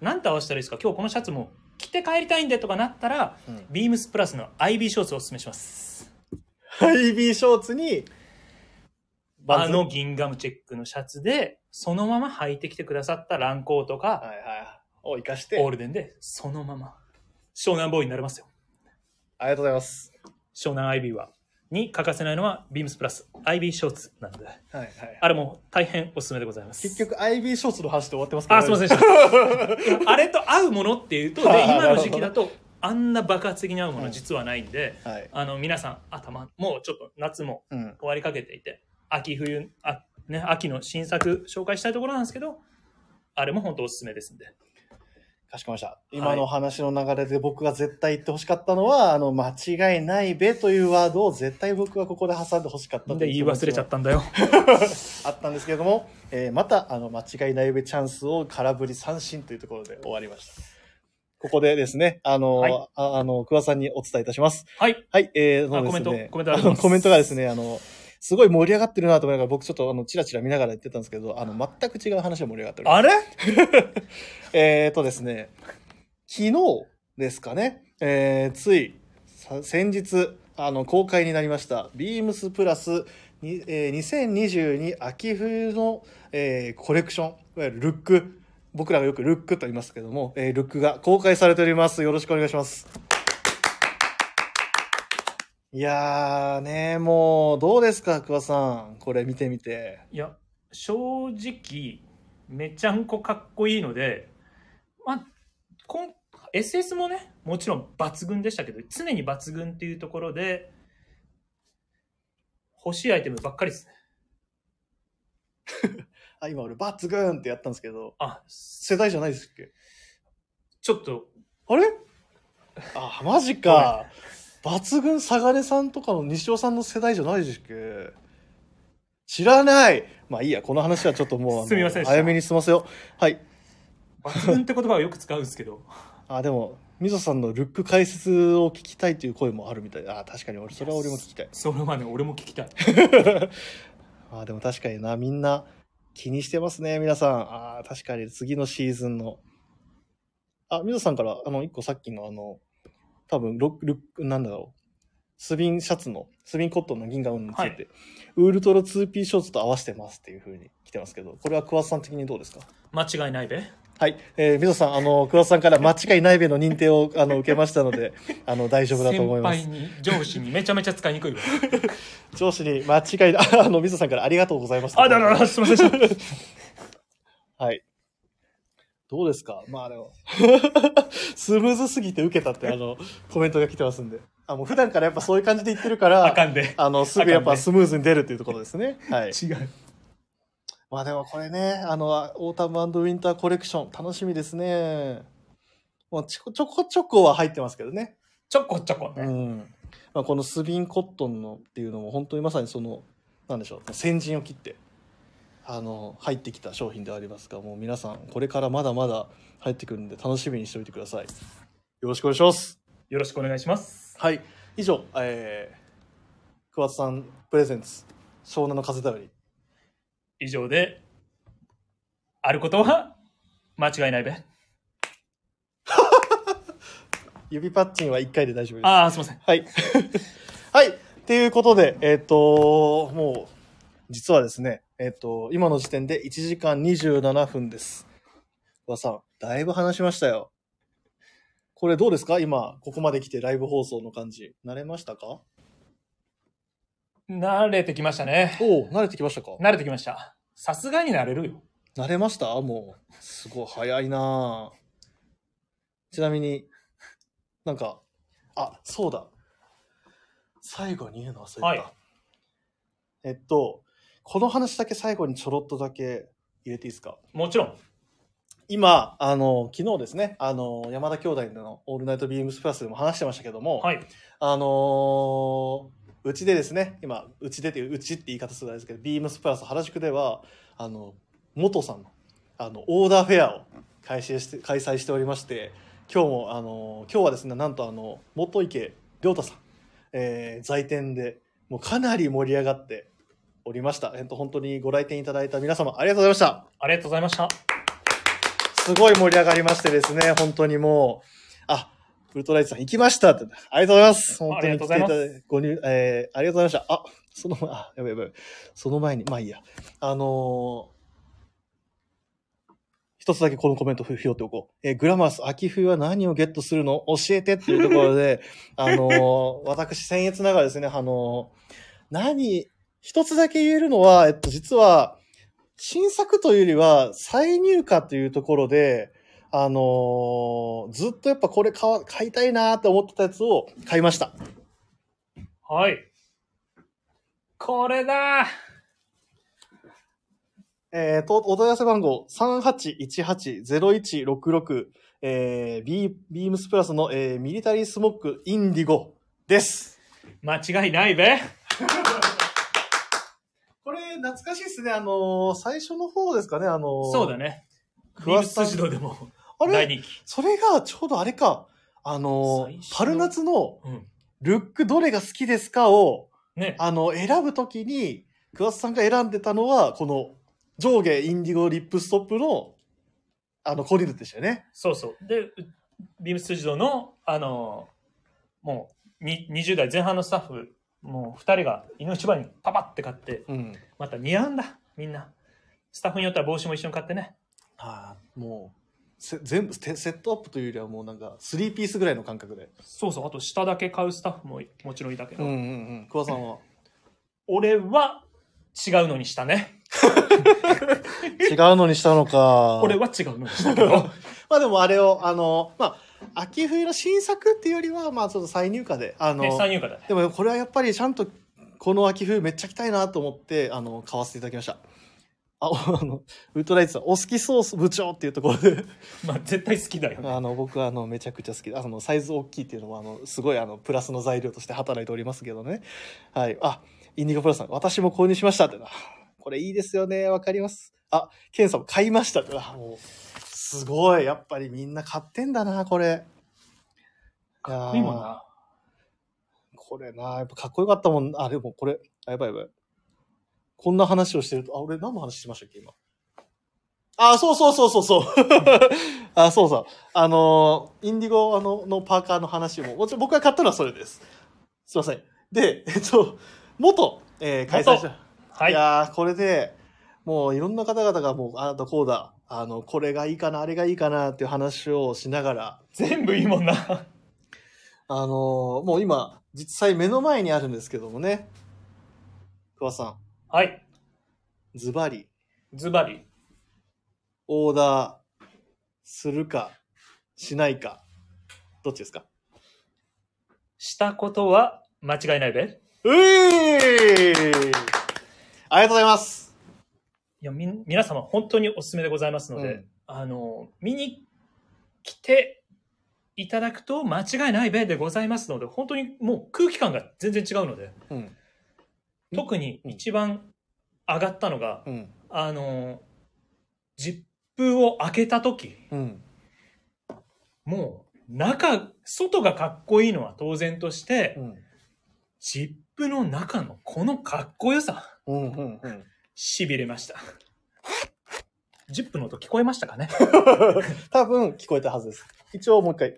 S2: なんて合わせたらいいですか今日このシャツも着て帰りたいんでとかなったら、
S1: うん
S2: ビームスプラスの IB ショーツをおすすめします
S1: ハイビーショーツに、
S2: あ
S1: ズ
S2: の銀ガムチェックのシャツでそのまま履いてきてくださったランコーと
S1: は
S2: か、
S1: いはい。を生かして、
S2: オールデンでそのまま湘南ボーイになれますよ
S1: ありがとうございます。
S2: 湘南 IB はに欠かせないのは、ビームスプラス IB ショーツなんで、
S1: はいはい。
S2: あれも大変おすすめでございます。
S1: 結局 IB ショーツの話で終わってます
S2: あ、すみません
S1: ん。
S2: でした。あれと合うものっていうと、で
S1: はい
S2: 今の時期だと、あんな爆発的に合うもの実はないんで、
S1: はい。
S2: あの、皆さん、頭、もうちょっと夏も
S1: うん。
S2: 終わりかけていて、秋冬、あね、秋の新作紹介したいところなんですけど、あれも本当おすすめですんで。
S1: かしこまりました。今の話の流れで僕が絶対言ってほしかったのは、あの、間違いないべというワードを絶対僕はここで挟んでほしかったという
S2: で、言い忘れちゃったんだよ。
S1: あったんですけれども、えーまたあの間違いないべチャンスを空振り三振というところで終わりました。ここでですね、あの、
S2: はい
S1: ああの、桑さんにお伝えいたします。
S2: はい。
S1: はい、えー、そう
S2: あ
S1: で
S2: コメ
S1: す
S2: ント
S1: ね。
S2: コメントありがとうござい
S1: の
S2: ます
S1: コメントがですね、あの、すごい盛り上がってるなと思いながら、僕ちょっとあの、チラチラ見ながら言ってたんですけど、あの、全く違う話が盛り上がってる。
S2: あれ
S1: えーとですね、昨日ですかね、えーついさ先日あの公開になりました、ビームスプラスに、えー2022秋冬の、えーコレクション、いわゆるルック、僕らがよくルックと言いますけども、えールックが公開されております。よろしくお願いします。いやーね、もうどうですか、桑さん、これ見てみて。
S2: いや、正直、めちゃんこかっこいいので、まあ、こん SS もね、もちろん抜群でしたけど、常に抜群っていうところで、欲しいアイテムばっかりですね。
S1: あ、今俺、バッツグーンってやったんですけど、
S2: あ、
S1: 世代じゃないですっけ
S2: ちょっと、
S1: あれあ、マジか。抜群サガレさんとかの西尾さんの世代じゃないですっけ知らないまあいいや、この話はちょっともうあの、
S2: すみませんでした
S1: 早めに済ませよう。はい。
S2: 抜群って言葉をよく使うんですけど、
S1: あ、でも、みぞさんのルック解説を聞きたいという声もあるみたい。あ、確かに俺、それは俺も聞きたい。
S2: それはね、俺も聞き たい。
S1: あ、でも確かにな、みんな気にしてますね、皆さん。あ、確かに次のシーズンの。あ、みぞさんから、あの、一個さっきのあの、多分ロック、ルック、なんだろう。スビンシャツの、スビンコットンの銀河運について、
S2: はい
S1: ウールトラ 2P ショーツと合わせてますっていう風に来てますけど、これは桑田さん的にどうですか
S2: 間違いないべ。
S1: はい。えー、みぞさん、あの、桑田さんから間違いないべの認定を、あの、受けましたので、あの、大丈夫だと思い
S2: 先
S1: ま
S2: 輩
S1: す。
S2: に、上司にめちゃめちゃ使いにくいわ。
S1: 上司に間違いな、あの、みぞさん からありがとうございました。
S2: あ、だだだ、すみませんでした。
S1: はい。どうですかまあで も。スムーズすぎて受けたって、あの、コメントが来てますんで。あ、もう普段からやっぱそういう感じで言ってるか、
S2: あからんで。
S1: あの、すぐやっぱスムーズに出るっていうところですね。はい。
S2: 違う。
S1: まあでもこれね、あの、オータムウィンターコレクション、楽しみですね。もうちょこちょこちょこは入ってますけどね。
S2: ちょこちょこ
S1: う
S2: ね。
S1: ん。まあこのスビンコットンのっていうのも本当にまさにその、なんでしょう、先陣を切って、あの、入ってきた商品ではありますが、もう皆さん、これからまだまだ入ってくるんで楽しみにしておいてください。よろしくお願いします。
S2: よろしくお願いします。
S1: はい。以上、えー、桑田さんプレゼンツ、湘南の風だより。
S2: 以上で、あることは間違いないべ。
S1: 指パッチンは1回で大丈夫です。
S2: ああ、すみません。
S1: はい。 はい。っていうことで、えっ、と、もう、実はですね、えっ、と、今の時点で1時間27分です。和さん、だいぶ話しましたよ。これどうですか今、ここまで来てライブ放送の感じ。慣れましたか
S2: 慣れてきましたね。
S1: おお、慣れてきましたか
S2: 慣れてきました。さすがになれるよ。
S1: 慣れましたもう、すごい早いなぁちなみになんか、あ、そうだ。最後に言うの忘れた。
S2: はい
S1: えっと、この話だけ最後にちょろっとだけ入れていいですか
S2: もちろん。
S1: 今、あの、昨日ですね、あの、山田兄弟のオールナイトビームスプラスでも話してましたけども、
S2: はい。
S1: あのーうちでですね、今、うちでっていう、うちって言い方するんですけど、ビームスプラス原宿では、あの、元さんの、あの、オーダーフェアを開催して、開催しておりまして、今日も、あのー今日はですね、なんとあの、元池亮太さん、えー在店で、もうかなり盛り上がっておりました。えっと、本当にご来店いただいた皆様、ありがとうございました。
S2: ありがとうございました。
S1: すごい盛り上がりましてですね、本当にもう、あ、ウルトライズさん行きましたって、ありがとうございます。本当に来ていた
S2: ありがとうござ
S1: だいて、ご入、えー、ありがとうございました。あ、その前、あ、やばいやばい。その前に、まあいいや。あのー一つだけこのコメントふ拾っておこう。えーグラマラス、秋冬は何をゲットするの教えてっていうところ で、あのー私、僭越ながらですね、あのー何、一つだけ言えるのは、えっと、実は、新作というよりは、再入荷というところで、あのーずっとやっぱこれ買わ買いたいなーって思ってたやつを買いました。
S2: はい。これだ
S1: えーと、お問い合わせ番号3818-0166、えー、ビビームスプラスの、えーミリタリースモックインディゴです。
S2: 間違いないべ。
S1: これ、懐かしいですね。あのー最初の方ですかね、あのー
S2: そうだね。ク
S1: 桑
S2: ワ
S1: 田
S2: ス
S1: さん
S2: タジドでも
S1: あ
S2: 大
S1: れ
S2: 人気。
S1: それがちょうどあれか、あのー
S2: 最初の
S1: 春夏の
S2: うん。
S1: ルックどれが好きですかを、
S2: ね。
S1: あの、選ぶときに、桑田さんが選んでたのは、この上下インディゴリップストップの、あの、コーディネートでしたよね。
S2: そうそう。で、うビームス辻堂の、あのーもうに20代前半のスタッフ、もう2人が命場にパパって買って、
S1: うん。
S2: また似合うんだ、みんな。スタッフによっては帽子も一緒に買ってね。
S1: ああ、もう、せ全部セセットアップというよりはもうなんか、スリーピースぐらいの感覚で。
S2: そうそう。あと、下だけ買うスタッフももちろんいたけど、
S1: うんうんうん。桑田さんは。
S2: 俺は違うのにしたね。
S1: 違うのにしたのか。
S2: 俺は違うのにしたけど。
S1: まあでもあれを、あの、まあ、秋冬の新作っていうよりは、まあちょっと再入荷で、あの、
S2: ね、三遊間だね。
S1: でもこれはやっぱりちゃんと、この秋冬めっちゃ着たいなと思って、あの、買わせていただきました。あ、おあの、ウルトライツさん、お好きソース部長っていうところで、
S2: まあ、絶対好きだよね。
S1: あの、僕はあの、めちゃくちゃ好きで、あの、サイズ大きいっていうのも、あの、すごいあの、プラスの材料として働いておりますけどね。はい。あ、インディゴプラスさん、私も購入しましたってな。これいいですよね。わかります。あ、ケンさんも買いましたってな。もう、すごい。やっぱりみんな買ってんだな、これ。いやー
S2: いいもんな。
S1: これな、やっぱかっこよかったもん。あ、でもこれ、あ、やばいやばい。こんな話をしてると、あ、俺何の話してましたっけ、今。あ、そうそうそうそう そう。あ、そうそう。あのー、インディゴあののパーカーの話も、もちろん僕が買ったのはそれです。すいません。で、えっと、元、えー、開催者。、
S2: はいい。
S1: やー、これで、もういろんな方々がもう、あだこうだ、あの、これがいいかな、あれがいいかなっていう話をしながら、
S2: 全部いいもんな。
S1: あのーもう今、実際目の前にあるんですけどもね。桑さ
S2: はい。
S1: ん、ズバリ、
S2: ズバリ。
S1: オーダー、するか、しないか、どっちですか
S2: したことは間違いないべ。
S1: うえーありがとうございます。
S2: いや、みん、皆様本当にお勧めでございますので、
S1: うん
S2: あの、見に来ていただくと間違いないべでございますので、本当にもう空気感が全然違うので、
S1: うん、うん
S2: 特に一番上がったのが、
S1: うん、
S2: あの、ジップを開けた時、
S1: うん、
S2: もう中、外がかっこいいのは当然として
S1: う、ん、
S2: ジップの中のこのかっこよさ。
S1: うん、うん、うん。
S2: しびれました。10分の音聞こえましたかね
S1: 多分聞こえたはずです。一応もう一回。っ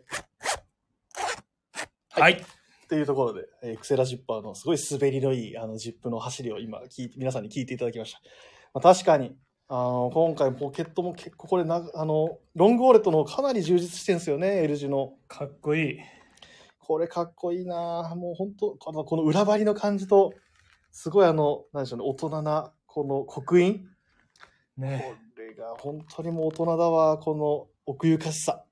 S2: はい。
S1: ていうところで、えークセラジッパーのすごい滑りのいい、あの、ジップの走りを今聞いて、皆さんに聞いていただきました。まあ、確かに、あの、今回ポケットも結構これな、あの、ロングウォレットの方かなり充実してるんですよね、L 字の。
S2: かっこいい。
S1: これかっこいいなぁもう本当この、この裏張りの感じと、すごいあの、何でしょうね、大人な、この刻印。
S2: ね
S1: これが本当にもう大人だわ、この奥ゆかしさ。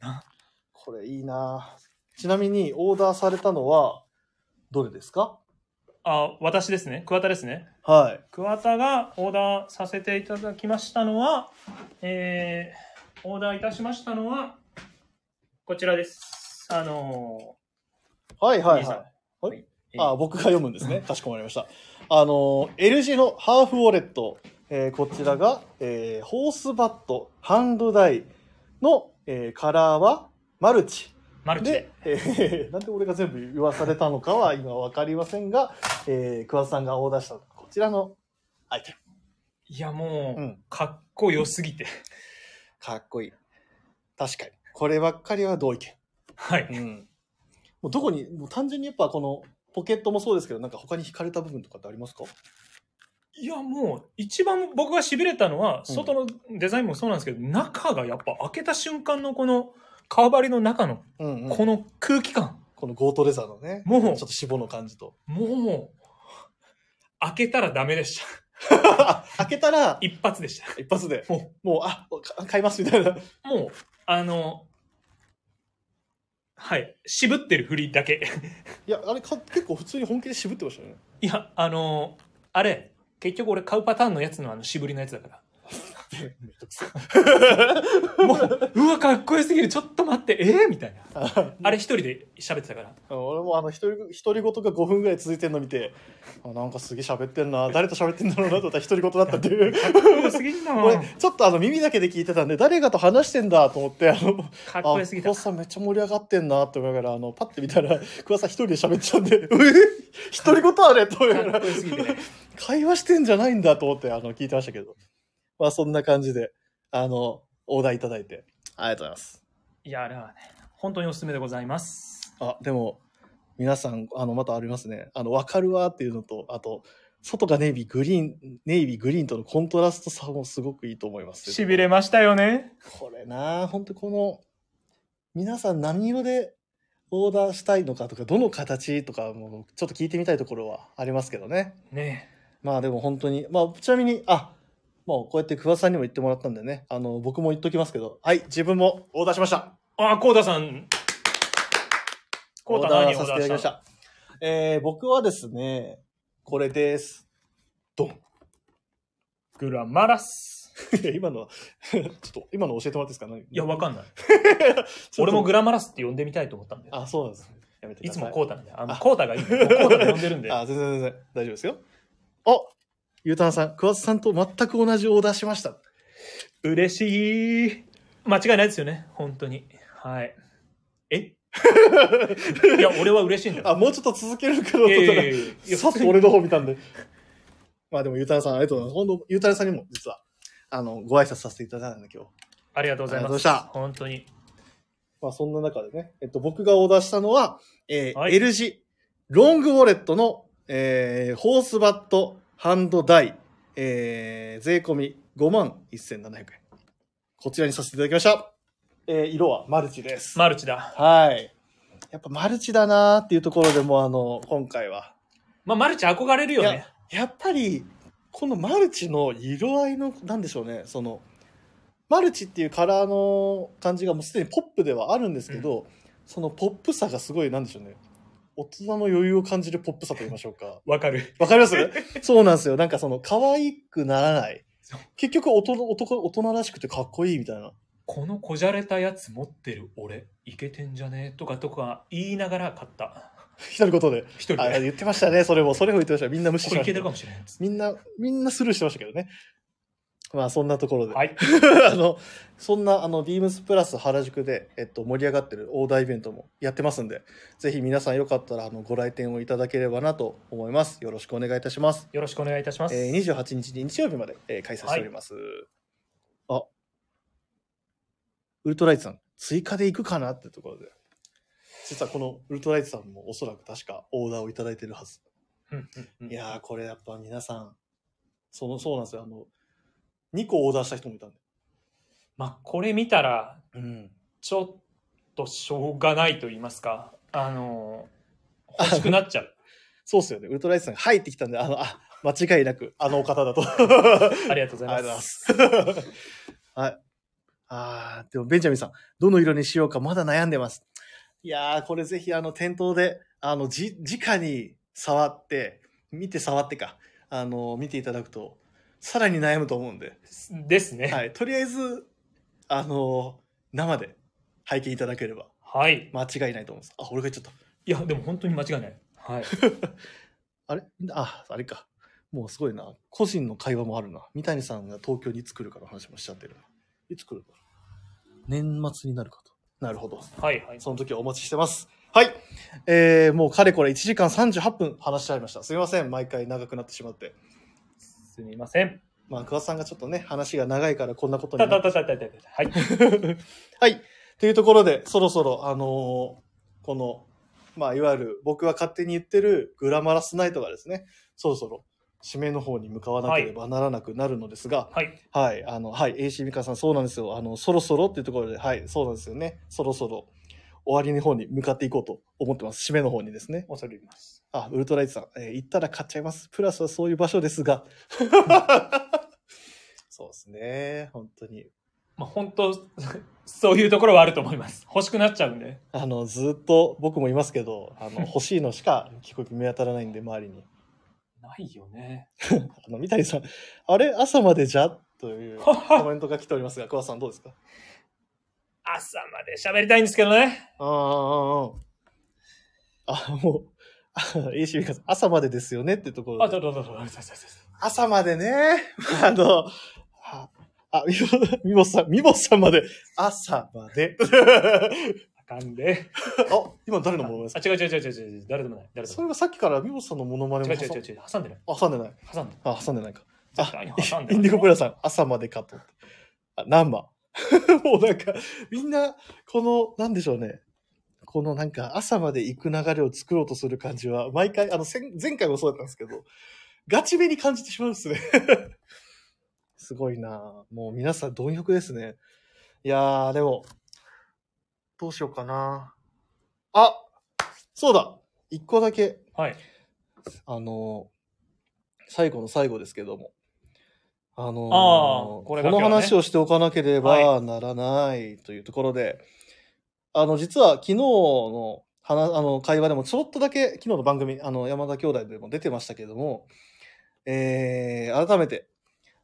S2: な
S1: これいいなぁちなみに、オーダーされたのは、どれですか
S2: あ、私ですね。桑田ですね。
S1: はい。
S2: 桑田がオーダーさせていただきましたのは、えー、オーダーいたしましたのは、こちらです。あの
S1: はい
S2: ー、
S1: はい
S2: い
S1: はい
S2: いさ。
S1: はい
S2: はい
S1: あ、僕が読むん ですね。かしこまりました。あの、L 字のハーフウォレット、えーこちらが、えーホースバット、ハンドダイの、えーカラーはマルチ。
S2: マルチ
S1: で
S2: で。、
S1: えー なんで俺が全部言わされたのかは今わかりませんが、えー、桑田さんがオーダーしたこちらのアイテ
S2: いや、もう、
S1: ム。うん。
S2: かっこよす ぎて。
S1: かっこいい。確かに。こればっかりは同意見。
S2: はい。
S1: うん。もうどこに、もう単純にやっぱこのポケットもそうですけど、なんか他に惹かれた部分とかってありますか
S2: いや、もう、一番僕が痺れたのは、外のデザインもそうなんですけど、中がやっぱ開けた瞬間のこの、革張りの中の、
S1: うんうん、こ
S2: この空気感。
S1: のゴートレザーのね、
S2: もう
S1: ちょっと脂肪の感じと。
S2: もうもう、開けたらダメでした。
S1: 開けたら、
S2: 一発でした。
S1: 一発で、
S2: も
S1: もう、あ、か買いますみたいな。
S2: う、もう、あの、はい、渋ってる振りだけ。
S1: いや、あれか結構普通に本気で渋ってましたよね。
S2: いや、あの、あれ、結局俺買うパターンのやつのあの渋りのやつだ から。もう、うわ、かっこよすぎる、ちょっと待って、えー、みたいな。あれ一人で喋ってたから。
S1: あ の俺もあの独り独り言が5分ぐらい続いてるの見てあなんかすげえ喋ってんな誰と喋ってんだろうなと思ったら独り言だったって いう
S2: かっこよすぎんな
S1: 俺ちょっとあの耳だけで聞いてたんで誰かと話してんだと思ってあの
S2: かっこよすぎた
S1: あ久保。さんめっちゃ盛り上がってんなって思いながらあのパッて見たら桑田さん一人で喋っちゃ うんで「え独り言あれ?」と思いなが
S2: からっこよすぎてね。
S1: 会話してんじゃないんだと思ってあの聞いてましたけどまあそんな感じであのオーダーいただいてありがとうございます
S2: いや、あれはね、本当におすすめでございます。
S1: あ、でも、皆さん、あの、またありますね。あの、わかるわっていうのと、あと、外がネイビー、グリーン、ネイビー、グリーンとのコントラストさもすごくいいと思います。
S2: しびれましたよね。
S1: これなあ、本当この、皆さん何色でオーダーしたいのかとか、どの形とかも、ちょっと聞いてみたいところはありますけどね。
S2: ね
S1: まあでも本当に、まあちなみに、あ、もうこうやって桑田さんにも言ってもらったんでね、あの、僕も言っときますけど、はい、自分もオーダーしました。
S2: あ、コウタさん。コウタ何を
S1: さ
S2: オ
S1: せ
S2: ー
S1: て
S2: ダ
S1: いただき
S2: ー
S1: ま
S2: し
S1: したた。えー、僕はですね、これです。ドン。
S2: グラマラス。
S1: いや今のは ちょっと、今の教えてもらっていいですか何い
S2: いや、わか んない。
S1: ちょっ
S2: 俺
S1: と
S2: もグラマラスって呼んでみたいと思ったんだよ。
S1: あ、そうなんですね。やめてく
S2: い
S1: だ
S2: つ
S1: さい
S2: もコウタなんだよ。あの
S1: あ
S2: コウタがいい。もう コウタで呼んでるん で。
S1: あ、全然全然大丈夫ですよ。あゆうたなさん、桑田さんと全く同じオーダーしました。
S2: 嬉しい。間違いないですよね。本当に。はい。 えいや、俺は嬉しいんだよ。
S1: あ、もうちょっと続けるかどう
S2: い
S1: かと
S2: やいや
S1: 思っ
S2: いやい
S1: た
S2: や
S1: ら、さっと俺の方見たんで。 まあでも、ゆうたなさん、ありがとうございます。本当ゆうたなさんにも、実は、あの、ご挨拶させていただいたんで、今日。
S2: ありがとうござい
S1: ありが
S2: ます。
S1: とうございました
S2: 本当に。
S1: まあそんな中でね、えっと、僕がオーダーしたのは、えー
S2: はい
S1: L 字、ロングウォレットの、えーホースバットハンドダイ、えー税込み5万1700円。こちらにさせていただきました。えー色はマルチです。
S2: マルチだ。
S1: はい。やっぱマルチだなーっていうところでも、あの、今回は。
S2: まあ、マルチ憧れるよ
S1: い
S2: ね。
S1: やっぱり、このマルチの色合いの、なんでしょうね、その、マルチっていうカラーの感じがもうすでにポップではあるんですけど、そのポップさがすごい、なんでしょうね、大人の余裕を感じるポップさと言いましょうか。
S2: わかる。
S1: わかりますそうなんですよ。なんかその、可愛くならない
S2: そう。
S1: 結局大人、男、大人らしくてかっこいいみたいな。
S2: このこじゃれたやつ持ってる俺、いけてんじゃねとかとか言いながら買った。
S1: 一人こと で。
S2: 一人
S1: あ、
S2: で。
S1: 言ってましたね、それも。それも言ってました。みんな無視
S2: こ
S1: し
S2: れ
S1: ま
S2: いけ
S1: し
S2: てるか
S1: た。
S2: もしれないです。
S1: みんな、みんなスルーしてましたけどね。まあ、そんなところで。
S2: はい。
S1: あの、そんな、あの、ビームスプラス原宿で、えっと、盛り上がってるオーダーイベントもやってますんで、ぜひ皆さんよかったら、あの、ご来店をいただければなと思います。よろしくお願いいたします。
S2: よろしくお願いいたします。
S1: えー、28日に日曜日まで、えー開催しております。あ、ウルトライトさん、追加で行くかなってところで。実はこのウルトライトさんもおそらく確かオーダーをいただいてるはず。
S2: うんうんうん
S1: いやー、これやっぱ皆さん、その、そうなんですよ。あの、2個オーダーした人もいたんで。
S2: まあ、これ見たら、
S1: うん。
S2: ちょっとしょうがないと言いますか、あのー、欲しくなっち ゃう。
S1: そうっすよね。ウルトライトさんが入ってきたんで、あの、あ、間違いなく、あのお方だ と。あり
S2: ありがとうござ
S1: がとうござい
S2: いま。
S1: ますす。はい。あーでも、ベンジャミンさん、どの色にしようかまだ悩んでます。いやー、これぜひ、あの、店頭で、あの、じ、直に触って、見て触ってか、あの、見ていただくと、さらに悩むと思うんで、
S2: ですね。
S1: はい。とりあえず、あの、生で拝見いただければ、
S2: はい。
S1: 間違いないと思うんです。あ、俺が言っちゃった。
S2: いや、でも本当に間違いない。 はい。
S1: あれあ、あれか。もうすごいな。個人の会話もあるな。三谷さんが東京にいつ来るかの話もしちゃってる。いつ来るか。年末になるかと。なるほど。
S2: はいはい。
S1: その時はお待ちしてます。はい。えー、もうかれこれ1時間38分話しちゃいました。すみません。毎回長くなってしまって。
S2: すみません。
S1: まあ、桑田さんがちょっとね、話が長いからこんなことに
S2: た
S1: な
S2: た
S1: って
S2: たたたたたた。はい。
S1: はい。というところで、そろそろ、あのーこの、まあ、いわゆる僕が勝手に言ってるグラマラスナイトがですね、そろそろ締めの方に向かわなければならなくなるのですが、
S2: はい。
S1: はい、あの、はい、AC ミカさん、そうなんですよ。あの、そろそろっていうところで、はい、そうなんですよね。そろそろ終わりの方に向かっていこうと思ってます。締めの方にですね。
S2: 恐れ入ります。
S1: あ、ウルトライトさん、えー行ったら買っちゃいます。プラスはそういう場所ですが。 そうですね、本当に。
S2: まあ、本当、そういうところはあると思います。欲しくなっちゃうんで。
S1: あの、ずっと僕もいますけど、あの、 欲しいのしか結構見当たらないんで、周りに。
S2: ないよね。
S1: あの、三谷さん、あれ朝までじゃと いうコメントが来ておりますが、桑田さんどうですか
S2: 朝まで喋りたいんですけどね。
S1: ああ、ああ、もう、あ AC ミカさん、朝までですよねってところ
S2: あ、
S1: で。
S2: どうぞどうぞどうぞ。そうそうそうそう
S1: 朝までね。 あの、あ、あみぼ、みぼさん、みぼさんまで、朝まで。
S2: あかんで。
S1: あ、今誰のものです
S2: あ、
S1: か
S2: 違う違う違う違う違う。誰でもない。誰で
S1: それ
S2: も
S1: がさっきからみぼさんのモノマネ
S2: な
S1: も
S2: い。違う違う違う違う。挟んでない。
S1: 挟ん挟んでない。
S2: 挟んで
S1: あ、挟んでないか。あ
S2: ない。絶対に挟んで
S1: イ
S2: ない。
S1: ンディゴプラさん、朝までかと。あ、ナンバー。 もうなんか、みんな、この、なんでしょうね。このなんか、朝まで行く流れを作ろうとする感じは、毎回、あの、先前回もそうだったんですけど、ガチめに感じてしまうんですね。 すごいなぁもう皆さん、貪欲ですね。いやー、でも、どうしようかなあそうだ一個だけ。
S2: はい。
S1: あの、最後の最後ですけども。あの
S2: あーこ
S1: こ
S2: れが
S1: の
S2: 今日ね
S1: 話をしておかなければならないというところで、あの、実は昨日の話、あの、会話でもちょろっとだけ、昨日の番組、あの、山田兄弟でも出てましたけども、えー、改めて、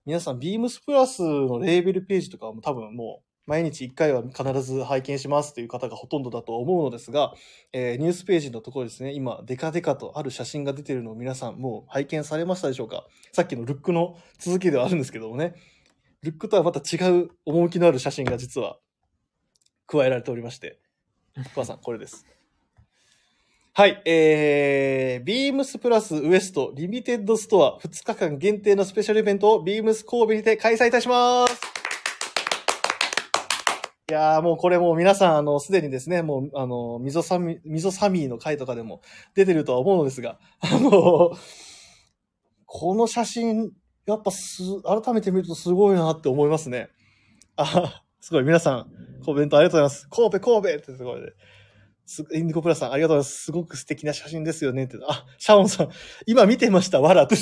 S1: 皆さん、ビームスプラスのレーベルページとかはもう多分もう、毎日1回は必ず拝見しますという方がほとんどだと思うのですが、えーニュースページのところですね、今、デカデカとある写真が出ているのを皆さん、もう拝見されましたでしょうかさっきのルックの続きではあるんですけどもね、ルックとはまた違う趣のある写真が実は加えられておりまして、桑さん、これです。はい、えー、ビームスプラスウエストリミテッドストア2日間限定のスペシャルイベントをビームス神戸にて開催いたします。いやーもうこれもう皆さん、あの、すでにですね、もう、あの、ミゾサミ、ミゾサミーの回とかでも出てるとは思うのですが、あの、この写真、やっぱす、改めて見るとすごいなって思いますね。あ、すごい、皆さん、コメントありがとうございます。神戸、神戸ってすごいね。すインディコプラさん、ありがとうございます。すごく素敵な写真ですよね。って。あ、シャオンさん、今見てました、わらって。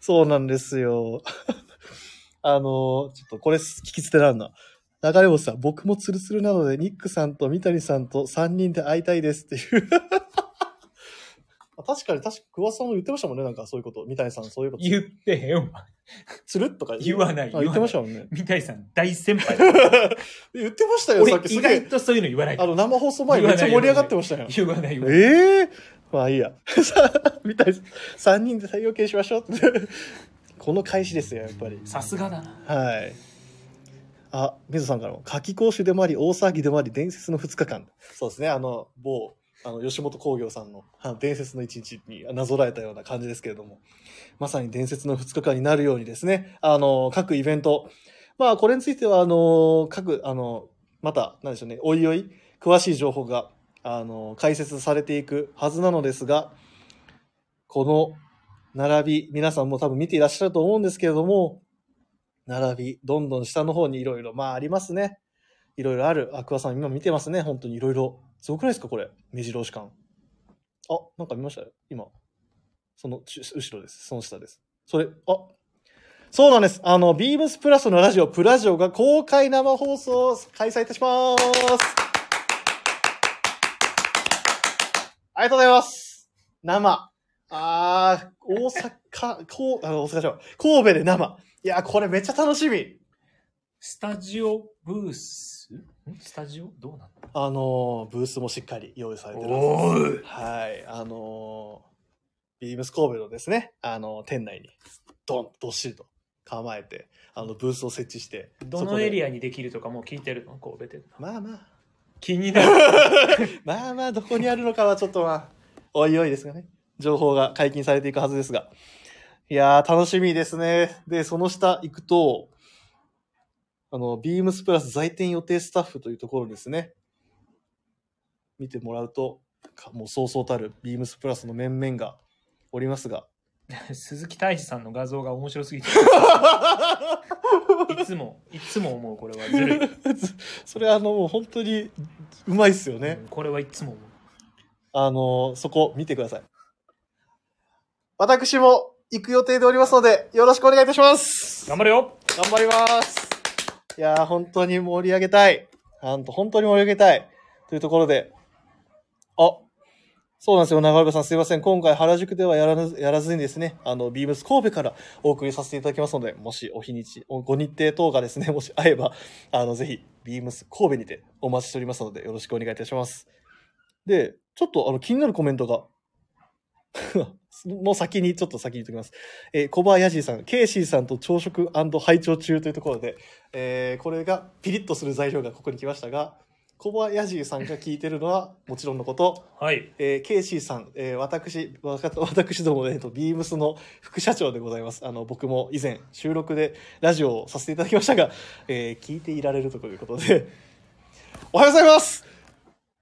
S1: そうなんですよ。あの、ちょっとこれ聞き捨てらんな。流れ星さん、僕もツルツルなので、ニックさんと三谷さんと3人で会いたいですっていう。確かに、確か、桑田さんも言ってましたもんね、なんかそういうこと。三谷さん、そういうこと。
S2: 言ってへんわ。
S1: つるっとか
S2: 言わない
S1: あ言ってましたもんね。
S2: 三谷さん、大先輩だ。
S1: 言ってましたよ、さっ
S2: 俺、
S1: き
S2: 意
S1: すげえ
S2: 外。とそういうの言わない
S1: あ。の、生放送前めっちゃ盛り上がってま したよ。
S2: 言わない言わない。
S1: ええまあいいや。 さみたい3人で採用系しましょうって。 この開始ですよ、やっぱり。
S2: さすがだな。
S1: はい。あ、水さんからも、夏季講習でもあり、大騒ぎでもあり、伝説の2日間。そうですね、あの、某、あの、吉本興業さんの、あの伝説の1日になぞらえたような感じですけれども、まさに伝説の2日間になるようにですね、あの、各イベント、まあ、これについては、あの、各、あの、また、なんでしょうね、おいおい、詳しい情報が、あの、解説されていくはずなのですが、この、並び、皆さんも多分見ていらっしゃると思うんですけれども、並び、どんどん下の方にいろいろ、まあありますね。いろいろある。アクアさん今見てますね。本当にいろいろ。すごくないですかこれ。目白押し感。あ、なんか見ましたよ。今。そのち後ろです。その下です。それ、あ、そうなんです。あの、ビームスプラスのラジオ、プラジオが公開生放送を開催いたします。ありがとうございます。生。あー、大阪、こう、あの、大阪じゃない神戸で生。いや、これめっちゃ楽しみ。
S2: スタジオブースんスタジオどうなんだ
S1: あのー、ブースもしっかり用意されてるは
S2: おー
S1: ずはい。あのー、ビームス神戸のですね、あのー店内に、ドン、どっしりと構えて、あの、ブースを設置して。
S2: どのエリ
S1: ア
S2: アにできるとかもう聞いてるの神戸で。
S1: まあまあ、
S2: 気になる。
S1: まあまあ、どこにあるのかはちょっとまあ、おいおいですがね。情報が解禁されていくはずですが。いやー、楽しみですね。で、その下行くと、あの、ビームスプラス在店予定スタッフというところですね。見てもらうと、かもうそうそうたるビームスプラスの面々がおりますが、
S2: 鈴木泰治さんの画像が面白 すぎて、いつも、いつも思う、これはずるい。
S1: それあのもう本当にうまいっすよね、
S2: うんこれはいつも思う。
S1: あのそこ見てください私も行く予定でおりますのでよろしくお願いいたします
S2: 頑張れよ
S1: 頑張りますいやー本当に盛り上げたいあんと本当に盛り上げたいというところであそうなんですよ長岡さんすいません今回原宿ではやらぬやらずにですねあのビームス神戸からお送りさせていただきますのでもしお日にちおご日程等がですねも し合えばあのぜひビームス神戸にてお待ちしておりますのでよろしくお願いいたしますでちょっとあの気になるコメントが もう先にちょっと先に言っときますえー、コバヤジーさん、ケイシーさんと朝食拝聴中というところで、えーこれがピリッとする材料がここに来ましたが、コバヤジーさんが聞いてるのはもちろんのこと、
S2: はい。
S1: えーケイシーさん、えー私、わか私ども、えーと、ビームスの副社長でございます。あの、僕も以前収録でラジオをさせていただきましたが、えー聞いていられるということで、おはようございます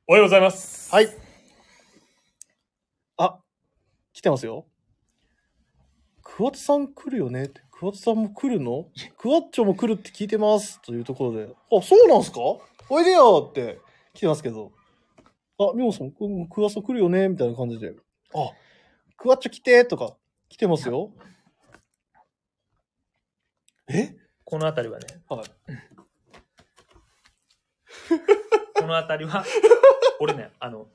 S2: おはようございます。
S1: はい。あ、来てますよ。桑田さん来るよねって。桑田さんも来るの桑っちょも来るって聞いてます。というところで。あ、そうなんすかおいでよって来てますけど。あ、みもさん、うん桑田さん来るよねみたいな感じで。あ、桑っちょ来てとか来てますよ。え
S2: この辺りはね、
S1: はい。
S2: この辺りは、俺ね、あ の、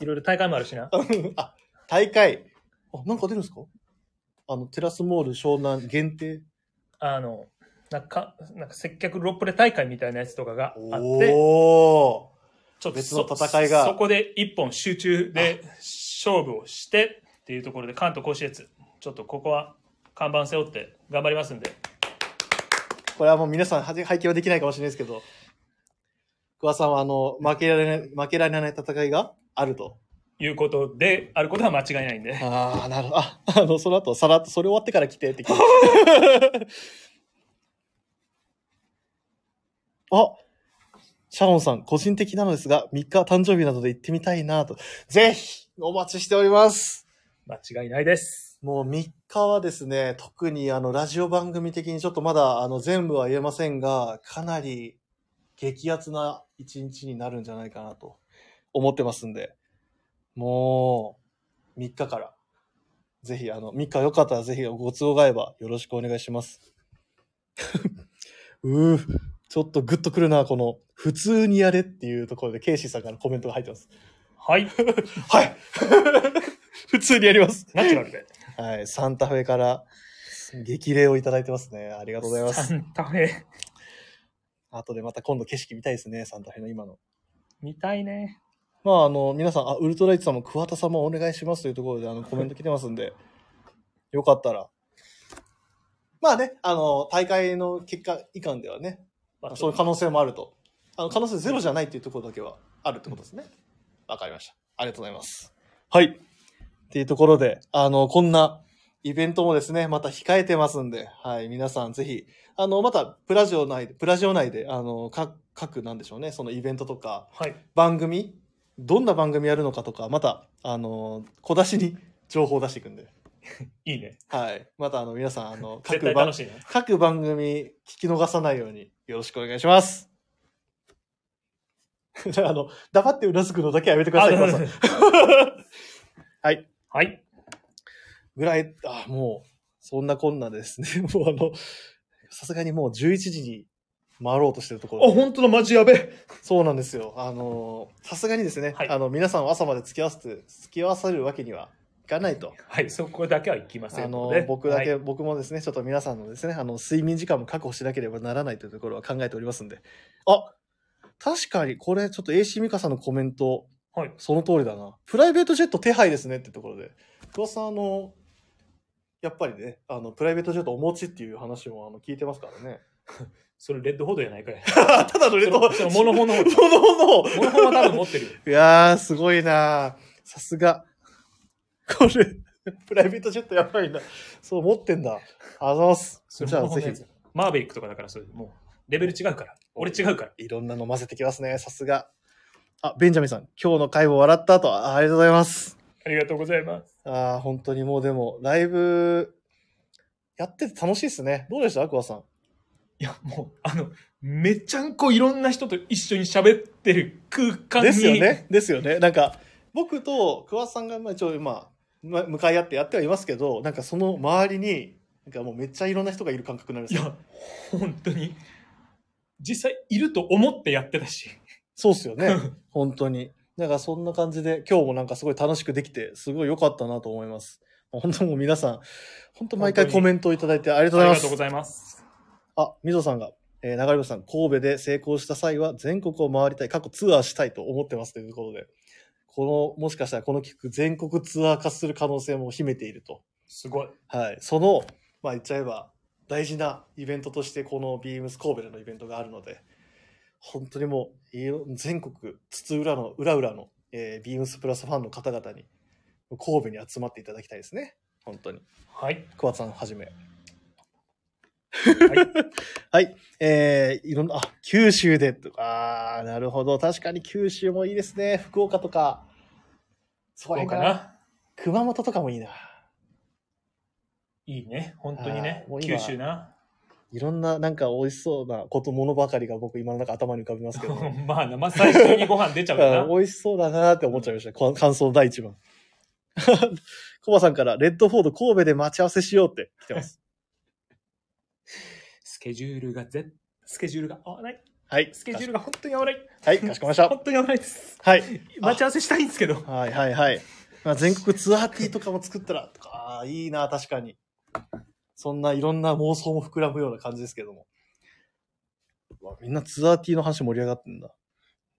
S2: いろいろ大会もあるしな。
S1: あ、大会。あ、なんか出るんですかあの、テラスモール湘南限定。
S2: あの、なんか、なんか接客ロップレ大会みたいなやつとかがあって、
S1: おお
S2: ちょっと
S1: 別
S2: そ
S1: の戦いが
S2: そこで一本集中で勝負をしてっていうところで、関東甲信越、ちょっとここは看板背負って頑張りますんで、
S1: これはもう皆さんはじ拝見はできないかもしれないですけど、桑さんはあの、負けられない、負けられない戦いがあると。
S2: いうことであることは間違いないんで。
S1: ああ、なるほど。あ、あの、その後、さらっと、それ終わってから来てって聞いて あ、シャロンさん、個人的なのですが、3日誕生日などで行ってみたいなと。ぜひ、お待ちしております。
S2: 間違いないです。
S1: もう3日はですね、特にあの、ラジオ番組的にちょっとまだ、あの、全部は言えませんが、かなり激アツな一日になるんじゃないかなと思ってますんで、もう、3日から、ぜひ、あの、3日よかったらぜひご都合が合えばよろしくお願いします。 うー、ちょっとグッとくるな、この、普通にやれっていうところで、ケイシーさんからコメントが入ってます。
S2: はい。
S1: はい 普通にやります。
S2: ナチュラルで。
S1: はい、サンタフェから激励をいただいてますね。ありがとうございます。
S2: サンタフェ、
S1: あとでまた今度景色見たいですね、サンタフェの今の。
S2: 見たいね。
S1: まあ、あの、皆さん、あ、ウルトライツさんも桑田さんもお願いしますというところで、あの、コメント来てますんで、よかったら。まあね、あの、大会の結果以下ではね、
S2: まあ
S1: そういう可能性もあると。あの可能性ゼロじゃないっていうところだけはあるってことですね。わかりました。ありがとうございます。はい。っていうところで、あの、こんなイベントもですね、また控えてますんで、はい、皆さんぜひ、あの、またプラジオ内で、プラジオ内で、あの、各、各なんでしょうね、そのイベントとか、
S2: はい。
S1: 番組、どんな番組やるのかとか、また、あの、小出しに情報を出していくんで、
S2: いいね。
S1: はい。また、あの、皆さん、あの、
S2: 絶
S1: 各
S2: 対
S1: 番
S2: 楽しいね。
S1: 各番組聞き逃さないようによろしくお願いします。 あの、黙ってうなずくのだけはやめてください。
S2: あ
S1: 皆さんはい。
S2: はい。
S1: ぐらい、あ、もう、そんなこんなですね。 もうあの、さすがにもう11時に回ろうとしてるとこ
S2: あ、
S1: ろで。
S2: 本当だ、マジやべえ。
S1: そうなんですよ。あの、さすがにですね、
S2: はい
S1: あの、皆さんを朝まで付き合わせて、付き合わせるわけにはいかないと。
S2: はい、そこだけは行きません
S1: あの
S2: で
S1: 僕だけ、
S2: はい
S1: 僕もですねちょっと皆さんのですねあの睡眠時間も確保しなければならないというところは考えておりますんであ確かにこれちょっと AC 美香さんのコメント
S2: はい。
S1: その通りだなプライベートジェット手配ですねってところで桑田さんあのやっぱりねあのプライベートジェットお持ちっていう話もあの聞いてますからね
S2: それレッドホードやない かい。
S1: ただのレッド
S2: そのモノホの方。
S1: その
S2: モノホは多分持って るよ。
S1: いやーすごいなさすがこれプライベートジェットやばいなそう持ってんだあざます
S2: それ
S1: じゃ
S2: モノ
S1: あ
S2: ホの
S1: ぜ
S2: や
S1: ひ
S2: つマーベリックとかだから、それもう、レベル違うから。俺違うから。
S1: いろんなの混ぜてきますね、さすが。あ、ベンジャミンさん、今日の会も笑った後、あありがとうございます。
S2: ありがとうございます。
S1: ああ、本当にもうでも、ライブ、やってて楽しいですね。どうでしたアクアさん。
S2: いや、もう、あの、めちゃんこいろんな人と一緒に喋ってる空間に。
S1: ですよね。ですよね。なんか、僕と桑田さんが、まあ、一応、まあ、ま向かい合ってやってはいますけど、なんかその周りに、なんかもうめっちゃいろんな人がいる感覚になるん
S2: い
S1: ですよ。
S2: や、本当に。実際いると思ってやってたし。
S1: そうっすよ ね。本当に。なんかそんな感じで、今日もなんかすごい楽しくできて、すごい良かったなと思います。本当もう皆さん、本当毎回
S2: 本当
S1: コ
S2: に
S1: メントをいただいてありがとう
S2: あ
S1: ござい
S2: り
S1: ます
S2: がとうご。ざいます。
S1: あ、みぞさんが、えー、流れ星さん、神戸で成功した際は全国を回りたい、過去ツアーしたいと思ってますということで、この、もしかしたらこの企画、全国ツアー化する可能性も秘めていると。
S2: すごい。
S1: はい。その、まあ言っちゃえば、大事なイベントとして、このビームス神戸でのイベントがあるので、本当にもう、いろ全国、津々浦の、裏々の、えー、ビームスプラスファンの方々に、神戸に集まっていただきたいですね。本当に。
S2: はい。
S1: 桑田さんはじめ。
S2: はい、
S1: はい。えー、いろんな、あ、九州でとか、あーなるほど。確かに九州もいいですね。福岡とか。そ
S2: ど
S1: う
S2: う
S1: か
S2: か
S1: な。
S2: な。
S1: 熊本とかもいいな。
S2: いいね。本当にね
S1: あーもう。今
S2: 九州な。
S1: いろんな、なんか美味しそうなこと、ものばかりが僕今の中頭に浮かびますけど、
S2: まあな、まあ最初にご飯出ちゃ う
S1: あ
S2: よ
S1: ー美味しそうだなーって思っちゃいました。こ感想第一番。 コバさんから、レッドフォード神戸で待ち合わせしようって来て ます。
S2: な。スケジュールがぜ、スケジュールが合わない。
S1: はい。
S2: スケジュールが本当に合わない。
S1: はい、かしこまりました。
S2: 本当に合わないです。
S1: はい。
S2: 待ち合わせしたいんですけど。
S1: はいはいはい。まあ、全国ツアーティーとかも作ったら、とか、ああー、いいな、確かに。そんないろんな妄想も膨らむような感じですけども。うわみんなツアーティーの話盛り上がってんだ。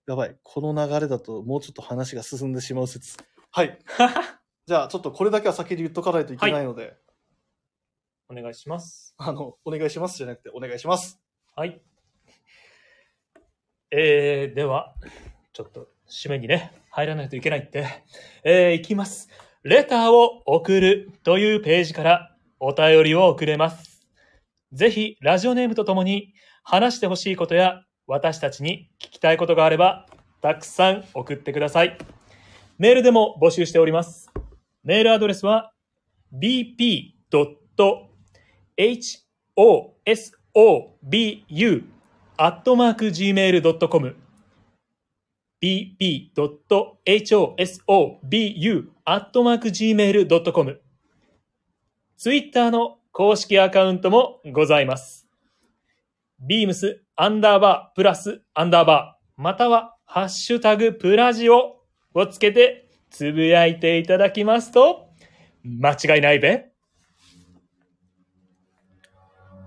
S1: やばい。この流れだともうちょっと話が進んでしまう説。はい。 じゃあちょっとこれだけは先に言っとかないといけないので、
S2: お願いします。
S1: あの、お願いしますじゃなくてお願いします。
S2: はい。えー、では、ちょっと締めにね、入らないといけないって。えー、いきます。レターを送るというページからお便りを送れます。ぜひ、ラジオネームとともに話してほしいことや私たちに聞きたいことがあれば、たくさん送ってください。メールでも募集しております。メールアドレスは bp.h osobu アットマーク gmail.com bp.hosobu アットマーク gmail.com ツイッターの公式アカウントもございます。beams アンダーバープラスアンダーバーまたはハッシュタグプラジオをつけてつぶやいていただきますと間違いないべ。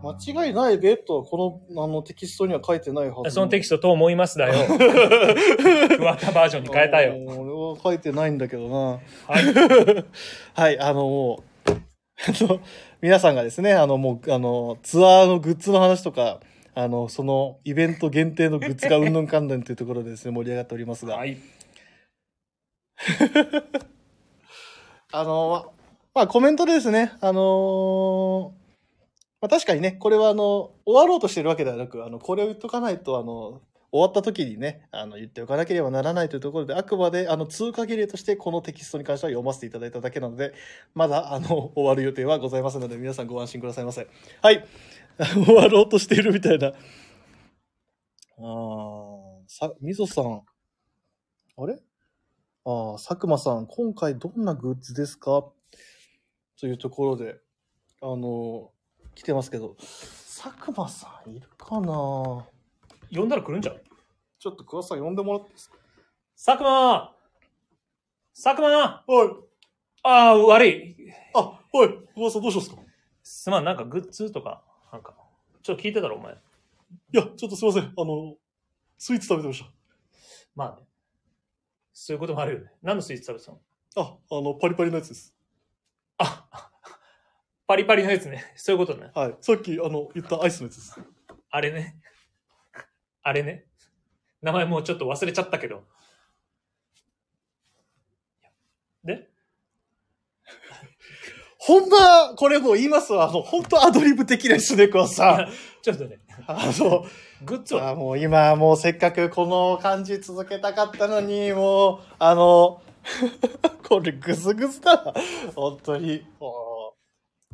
S1: 間違いないべとはこのあのテキストには書いてないはず。
S2: そのテキ
S1: ス
S2: ストと思いますだよ。桑田バージョンに変えたよ。
S1: 俺は書いてないんだけどな。
S2: はい。
S1: はい、あの、もう、あの、皆さんがですね、あの、もう、あの、ツアーのグッズの話とか、あの、そのイベント限定のグッズがうんぬん関連というところでですね、盛り上がっておりますが、
S2: はい。
S1: あの、まあ、コメントでですね、あのまあ、確かにね、これはあの、終わろうとしてるわけではなく、あの、これを言っとかないと、あの、終わった時にね、あの、言っておかなければならないというところで、あくまで、あの、通過儀礼として、このテキストに関しては読ませていただいただけなので、まだ、あの、終わる予定はございませんので、皆さんご安心くださいませ。はい。 終わろうとしているみたいな。ああ、さ、みぞさん。あれああ、佐久間さん、今回どんなグッズですかというところで、あの、来てますけど、佐久間さんいるかなちょ
S2: 呼んだら来るんじゃん。
S1: っと桑田さん呼んでもらっていいですか
S2: 佐久間佐久間
S1: はい。
S2: ああ、悪い。
S1: あ、はい。桑田さんどうしますか
S2: すまん、なんかグッズとか、なんか、ちょっと聞いてたろ、お前。
S1: いや、ちょっとすいません。あの、スイーツ食べてまし
S2: まあね。そういうこともあるよね。何のスイーツ食べてたの
S1: た。あ、あの、パリパリのやつです。
S2: あパリパリのやつね。そういうことね。
S1: はい。さっき、あの、言ったアイスのやつです。
S2: あれね。あれね。名前もうちょっと忘れちゃったけど。で
S1: ほんま、これもう言いますわ。あの、本当アドリブ的ですね、桑田さ ん。
S2: ちょっとね、
S1: あの、
S2: グッズを
S1: あーもう今もうせっかくこの感じ続けたかったのにもうあの これグズグズだな。本当に。も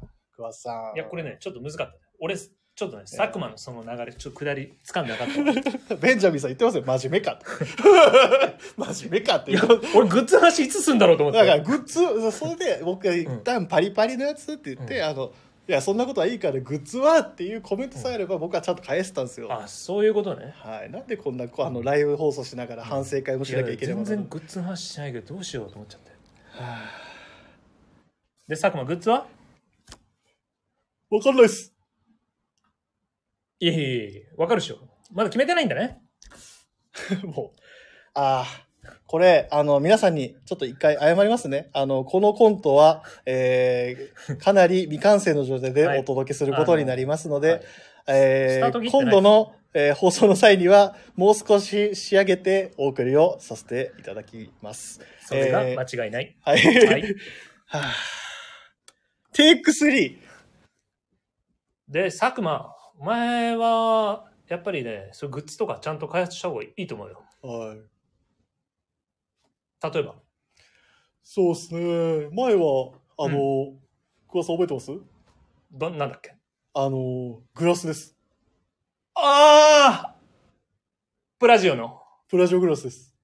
S1: う。桑田さん。
S2: いや、これ。ね、ちょっと難かった。俺、ちょっとね、佐久間のその流れ、ちょっと下り、掴んでなかったわ。
S1: ベンジャミンさん言ってますよ。真面目かって。 真面目かって
S2: い
S1: 言
S2: や
S1: ってます。、
S2: 俺、グッズの話いつすんだろうと思って。
S1: だからグッズ、それで僕が一旦パリパリのやつって言って、
S2: うん
S1: あの、いや、そんなことはいいからグッズはっていうコメントさえあれば僕はちゃんと返してたんですよ。
S2: あ、そういうことね。
S1: はい。なんでこんな、こうあの、ライブ放送しながら反省会もしなきゃいけない
S2: や
S1: の
S2: 全
S1: に
S2: 然グッズの話しないけど、どうしようと思っちゃって。で、佐久間、グッズは
S1: わかんないっす。
S2: いやいやいやいやわかるでしょ。まだ決めてないんだね。
S1: もう。ああ、これ、あの、皆さんにちょっと一回謝りますね。あの、このコントは、えー、かなり未完成の状態で
S2: はい
S1: お届けすることになりますので、
S2: はいス
S1: え
S2: タート切
S1: ー
S2: って
S1: 今
S2: ない
S1: 度の、えー放送の際には、もう少し仕上げてお送りをさせていただきます。
S2: それが間違いない。
S1: はい。
S2: はい。
S1: はあテイク3。
S2: で、佐久間、お前は、やっぱりね、そういうグッズとかちゃんと開発した方がいいと思うよ。
S1: はい。
S2: 例えば、
S1: そうですね。前は、あの、桑、さん覚えてます
S2: どんなんだっけ
S1: あの、グラスです。
S2: ああプラジオの。
S1: プラジオグラスです。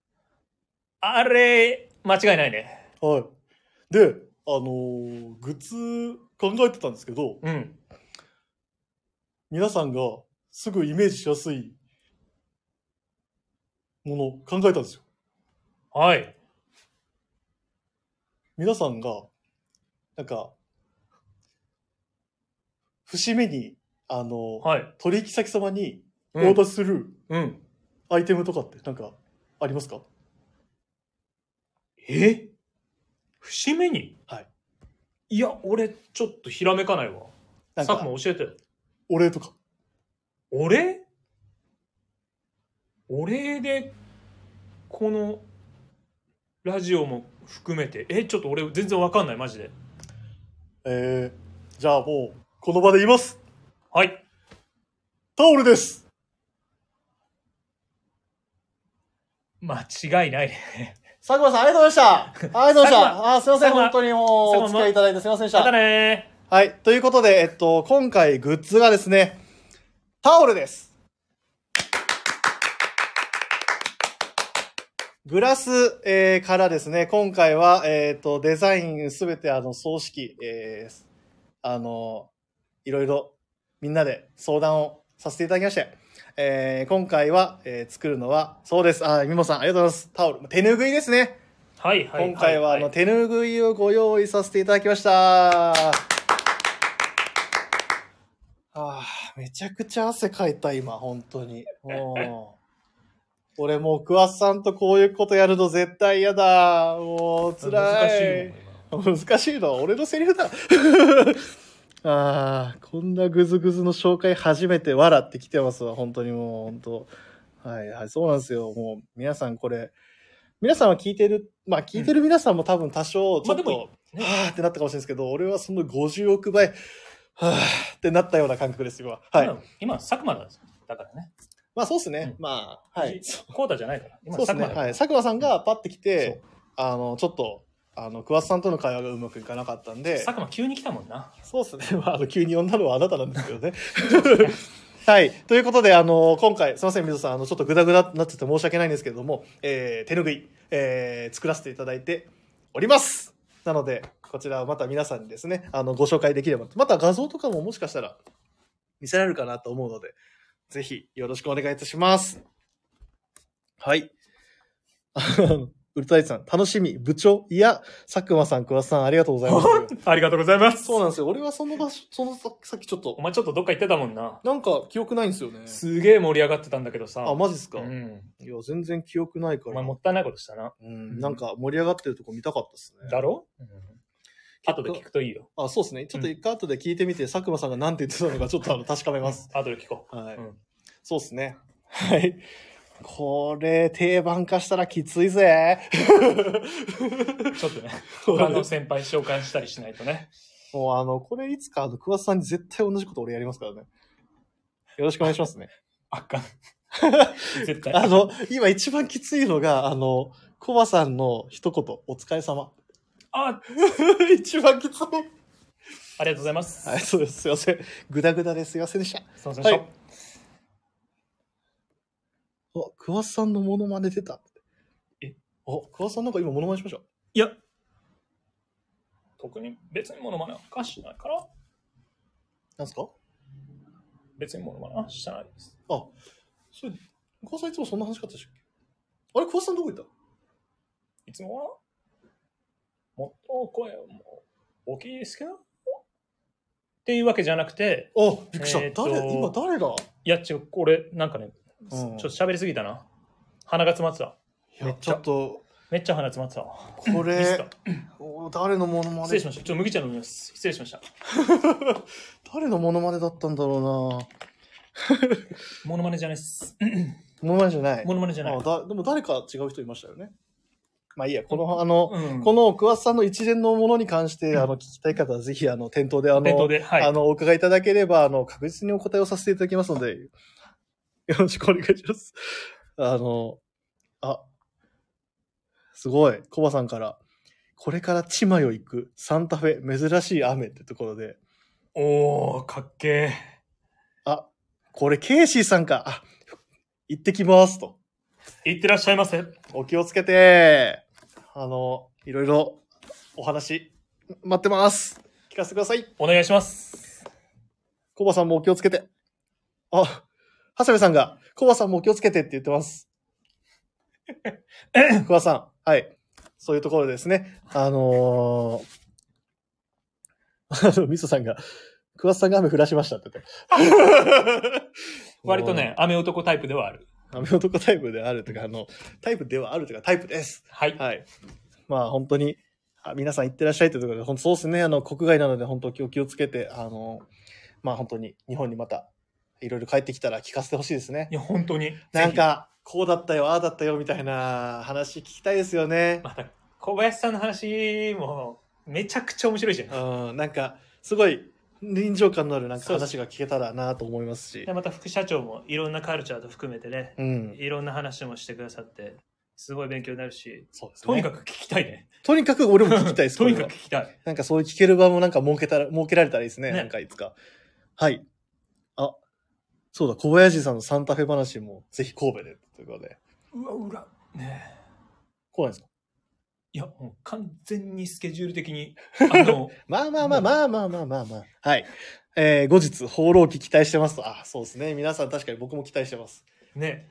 S2: あれ、間違いないね。
S1: はい。で、あのーグッズ考えてたんですけど、
S2: うん。
S1: 皆さんがすぐイメージしやすいもの考えたんですよ。
S2: はい。
S1: 皆さんが、なんか、節目に、あの、
S2: はい。
S1: 取引先様にオ
S2: うん
S1: ーダーする
S2: うん。
S1: アイテムとかってなんかありますか、
S2: え節目に
S1: はい。
S2: いや、俺、ちょっとひらめかないわ。
S1: なん
S2: 佐久
S1: か、
S2: 間教えてよ。
S1: お礼とか。
S2: 俺俺で、この、ラジオも含めて、え、ちょっと俺全然わかんない、マジで。
S1: えー、じゃあもう、この場で言います。
S2: はい。
S1: タオルです。
S2: 間違いないね。
S1: 佐久間さん、ありがとうございました。ありがとうございまし
S2: 佐久
S1: た。あーすいません、
S2: 佐久間
S1: 本当にも
S2: 佐
S1: う、
S2: 久間
S1: お付き合いいただいてすいませんでし
S2: また
S1: た。
S2: ね
S1: はい。ということで、えっと、今回グッズがですね、タオルです。グラス、えーからですね、今回は、えっと、デザインすべて、あの、葬式、えーあの、いろいろ、みんなで相談をさせていただきまして、えー今回は、えー作るのは、そうです。あー、みもさん、ありがとうございます。タオル。手拭いですね。
S2: はいはいいい。
S1: 今回はあの手ぬぐいをご用意させていただきました。ああ、めちゃくちゃ汗かいた今、本当に。もう。俺もう、桑田さんとこういうことやるの絶対嫌だ。もう、辛い。
S2: 難しいもん今
S1: 難しい。のは俺のセリフだ。 ああ、こんなグズグズの紹介初めて笑ってきてますわ。本当にもう、本当。はいはい、そうなんですよ。もう、皆さんこれ、皆さんは聞いてる、まあ聞いてる皆さんも多分多少、ちょっと、
S2: まあでもね
S1: はあってなったかもしれないですけど、俺はその50億倍、はあってなったような感覚です、今は。はい。
S2: 今今、佐久間なんですよだからね。
S1: まあそうですね。
S2: う
S1: まあ、はい。
S2: コータじゃないから。今、
S1: そうです
S2: 佐久
S1: ね。
S2: 間だから
S1: はい。佐久間さんがパッて来
S2: そう
S1: て、あの、ちょっと、あの、桑田さんとの会話がうまくいかなかったんで、
S2: 佐久間急に来たもんな。
S1: そうですね。まあ、あの、急に呼んだのはあなたなんですけどね。 はい。ということで、あの、今回、すいません、水戸さん、あの、ちょっとグダグダになってて申し訳ないんですけれども、えー、手拭い、えー、作らせていただいておりますなので、こちらはまた皆さんにですね、あの、ご紹介できればと。また画像とかももしかしたら見せられるかなと思うので、ぜひよろしくお願いいたします。はい。 あのウルトライチさん、楽しみ、部長、いや、佐久間さん、桑田さん、ありがとうございます。
S2: ありがとうございます。
S1: そうなんですよ。俺はその場所、そのささっきちょっと
S2: お、前ちょっとどっか行ってたもんな。
S1: なんか記憶ないんですよね。
S2: すげえ盛り上がってたんだけどさ。
S1: あ、マジっすか、
S2: うん。
S1: いや、全然記憶ないか
S2: お
S1: ら
S2: 前。もったいないことしたな。
S1: うん、なんか盛り上がってるとこ見たかったっすね。
S2: だろ後で聞くといいよ。
S1: あ、そうですね。ちょっと一回後で聞いてみて、佐久間さんが何て言ってたのかちょっとあの確かめます。
S2: 後で聞こ
S1: はい。
S2: うん
S1: そうですね。はい。これ、定番化したらきついぜ。
S2: う。ちょっとね、他の先輩召喚したりしないとね。
S1: もうあの、これいつかあの、桑田さんに絶対同じこと俺やりますからね。よろしくお願いしますね。
S2: あかん。 絶対。
S1: あの、今一番きついのが、あの、コバさんの一言、お疲れ様。
S2: あ、
S1: 一番きつい。
S2: ありがとうございます。
S1: はい、そうです。すいません。ぐだぐだですいませんでした。
S2: すいませんでした
S1: はいお、桑田さんのモノマネ出た。
S2: え
S1: お、桑田さんなんか今モノマネしましょう。
S2: いや、特に別にモノマネはかしてないから、
S1: なんですか
S2: 別にモノマネはしてないです。
S1: あ、それ、桑田さんいつもそんな話し方でしたっけあれ、桑田さんどこ行った
S2: いつもは、もっと声を大きいですけど、っていうわけじゃなくて、
S1: あ、びっくりした。
S2: えーと
S1: 誰、今誰だ
S2: いや、違う、これ、なんかね、ち
S1: う
S2: ょ
S1: ん
S2: っと喋りすぎたな。鼻が詰まってた。
S1: い
S2: め
S1: や
S2: っ、ち
S1: ち
S2: ゃ
S1: ょっと、
S2: めっちゃ鼻詰まってたわ。
S1: こ
S2: ミス
S1: れ
S2: った、
S1: お誰のモノマ
S2: 失礼
S1: ネ
S2: しました。ちょっと麦茶飲みます。失礼しました。
S1: 誰のモノマネだったんだろう
S2: モノマネじゃないです。
S1: なモノマネじゃない。
S2: モノマネじゃない
S1: あ。だでも誰か違う人いましたよね。まあいいや、この、あの、
S2: うん
S1: この桑田さんの一連のものに関して、あの、聞きたい方は、ぜひ、あの、店頭で、あの、
S2: 店頭で、はい。
S1: あの、お伺いいただければ、あの、確実にお答えをさせていただきますので、よろしくお願いします。あの、あ、すごい、コバさんから、これからチマヨ行く、サンタフェ、珍しい雨ってところで、
S2: おー、かっけ
S1: あ、これケイシーさんか、あ、行ってきますと。
S2: ー。いってらっしゃいませ。
S1: お気をつけて、あの、いろいろお話、待ってます。聞かせてください。
S2: お願いします。
S1: コバさんもお気をつけて。あ、長谷部さんが、コバさんもお気をつけてって言ってます。 コバさん、はい。そういうところですね。あのー、あ の、ミソさんが、クワさんが雨降らしましたって言って。
S2: 割とね、雨男タイプではある。
S1: もう。雨男タイプであるというか、あの、タイプではあるというか、タイプです。
S2: はい。
S1: はい。まあ本当に、あ皆さん行ってらっしゃいというところで、本当そうですね。あの、国外なので本当お気をつけて、あの、まあ本当に日本にまたいろいろ帰ってきたら聞かせてほしいですね
S2: い。や、本当に。
S1: なんか、こうだったよ、ああだったよみたいな話聞きたいですよね。
S2: また、小林さんの話も、めちゃくちゃ面白いじゃん。
S1: うん、なんか、すごい臨場感のあるなんか
S2: そうで
S1: 話が聞けたらなと思いますし
S2: で。また副社長もいろんなカルチャーと含めてね、
S1: うん。
S2: いろんな話もしてくださって、すごい勉強になるし、
S1: そうですね。
S2: とにか
S1: く。
S2: く聞きたいね。
S1: とにかく俺も聞きたいです。
S2: とにか
S1: こ
S2: く
S1: れは
S2: 聞きたい。
S1: なんかそういう聞ける場もなんか設けたら、設けられたらいいですね。
S2: ね
S1: なんかいつか。はい。あ、そうだ、小林さんのサンタフェ話もぜひ神戸で、ということで。
S2: うわ、裏。ねえ
S1: 来ないですか
S2: いや、もう完全にスケジュール 的に、あの、
S1: まあまあまあまあまあまあまあまあ。はい。えー、後日、放浪記期待してますと。あ、そうですね。皆さん確かに僕も期待してます。
S2: ね、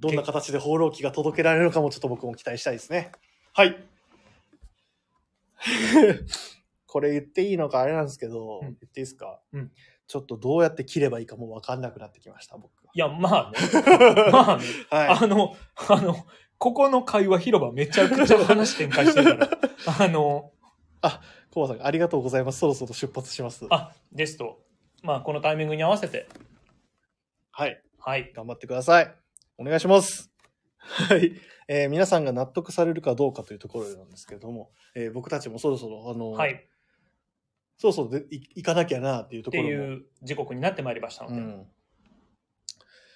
S1: どんな形で放浪記が届けられるのかもちょっと僕も期待したいですね。はい。 これ言っていいのかあれなんですけど、
S2: うん
S1: 言っていいですか、
S2: うん
S1: ちょっとどうやって切ればいいかもうわかんなくなってきました、僕
S2: いや、まあ ね、まあね、
S1: は。はい。
S2: あの、あの、ここの会話広場めちゃくちゃ話展開して るから、あの、
S1: コバさん、ありがとうございます。そろそろ出発します。
S2: あ、ですと、まあ、このタイミングに合わせて、
S1: はい。
S2: はい、
S1: 頑張ってください。お願いします。はい。えー皆さんが納得されるかどうかというところなんですけれども、えー僕たちもそろそろ、あの、
S2: はい、っ
S1: そろそろでい行かなきゃなっていうとこ
S2: て
S1: ろも。
S2: いう時刻になってまいりましたの
S1: う
S2: で、
S1: ん。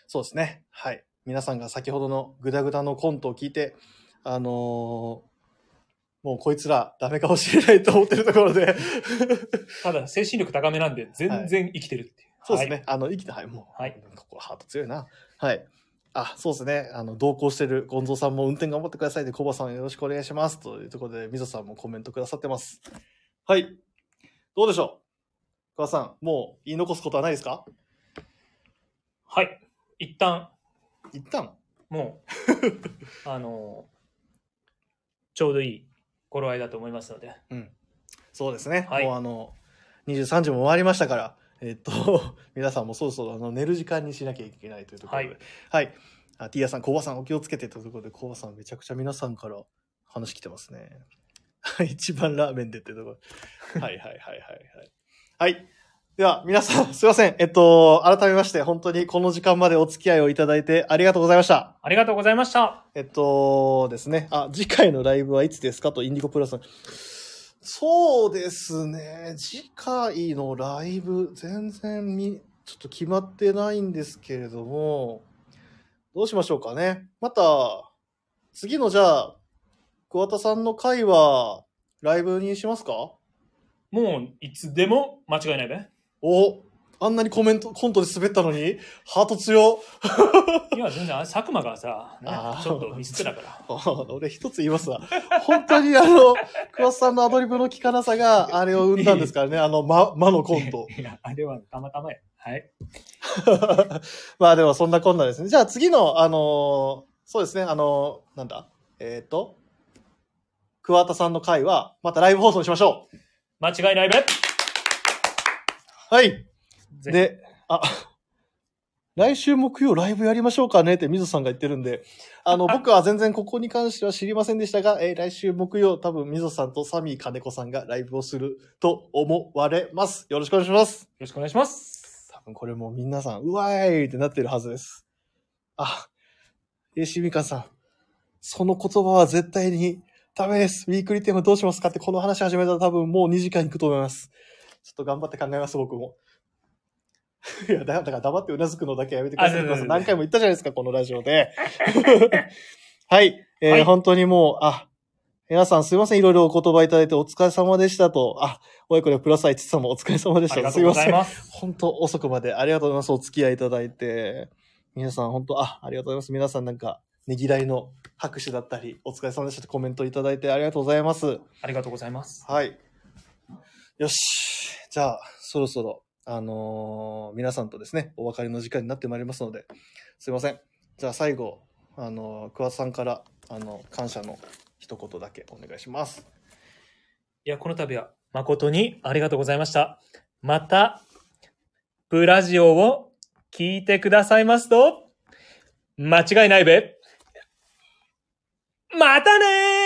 S1: そうですね。はい。皆さんが先ほどのグダグダのコントを聞いて、あのーもうこいつらダメかもしれないと思ってるところで、
S2: ただ、精神力高めなんで、全然生きてるっていう。
S1: そうですね。
S2: はい。
S1: あの、生きて、はい、もう、
S2: はい
S1: ここハート強いな。はい。あ、そうですね。あの、同行してるゴンゾーさんも運転頑張ってくださいで、コバさんよろしくお願いします。というところで、ミゾさんもコメントくださってます。はい。どうでしょうコバさん、もう言い残すことはないですか
S2: はい、一旦、
S1: 一旦。
S2: もう、 あの、ちょうどいい頃合いだと思いますので、
S1: うん。そうですね。
S2: はい
S1: もうあの、23時も回りましたから、えっと、 皆さんもそろそろあの寝る時間にしなきゃいけないというところで。
S2: はい
S1: はい。あ、ティアさん、コバさんお気をつけてというところで、コバさんめちゃくちゃ皆さんから話来てますね。 一番ラーメンでっていうとこ ろ。はいはいはいはいはい。はい。では、皆さん、すいません。えっと、改めまして、本当にこの時間までお付き合いをいただいてありがとうございました。
S2: ありがとうございました。
S1: えっとですね。あ、次回のライブはいつですかと、インディゴプラスさん。そうですね。次回のライブ、全然み、ちょっと決まってないんですけれども、どうしましょうかね。また、次のじゃあ、桑田さんの回は、ライブにしますか
S2: もう、いつでも間違いないべ。
S1: おあんなにコメント、コントで滑ったのに、ハート強。
S2: いや、全然、あ佐久間がさ、ね
S1: あー
S2: ちょっとミスってたから。
S1: あ俺一つ言いますわ。本当にあの、桑田さんのアドリブの効かなさが、あれを生んだんですからね、あの、ま、魔の コント。
S2: いや、あれはたまたまや。はい。
S1: まあでもそんなこんなですね。じゃあ次の、あのーそうですね、あのーなんだ、えっ、と、桑田さんの回は、またライブ放送にしましょう。
S2: 間違いないべ。
S1: はい。
S2: ぜひ
S1: で、あ、来週木曜ライブやりましょうかねって水野さんが言ってるんで、あ の、僕は全然ここに関しては知りませんでしたが、えー来週木曜多分水野さんとサミー金子さんがライブをすると思われます。よろしくお願いします。
S2: よろしくお願いします。
S1: 多分これもう皆さん、うわーいってなってるはずです。あ、AC みかんさん、その言葉は絶対にダメです。ウィークリーテーマどうしますかってこの話始めたら多分もう2時間いくと思います。ちょっと頑張って考えます、僕も。 いや、だだから黙ってうなずくのだけやめてくださ
S2: あ
S1: い。
S2: そうそうそう
S1: 何回も言ったじゃないですか、このラジオ で。はい、えー
S2: はい
S1: 本当にもう、あ、皆さんすいません、いろいろお言葉いただいてお疲れ様でしたと、あ、おいこれプラスアイツさんもお疲れ様でし
S2: あり
S1: た。
S2: が
S1: す
S2: と
S1: いう
S2: ご
S1: ま
S2: ざ
S1: せ
S2: い
S1: ん。
S2: ます。
S1: 本当遅くまでありがとうございます。お付き合いいただいて。皆さん本当、あ、ありがとうございます。皆さんなんか、ねぎらいの拍手だったり、お疲れ様でしたってコメントいただいてありがとうございます。
S2: ありがとうございます。
S1: はい。よし。じゃあ、そろそろ、あのー皆さんとですね、お別れの時間になってまいりますので、すいません。じゃあ最後、あのー、桑田さんから、あの、感謝の一言だけお願いします。
S2: いや、この度は誠にありがとうございました。また、ブラジオを聞いてくださいますと、間違いないべ。またねー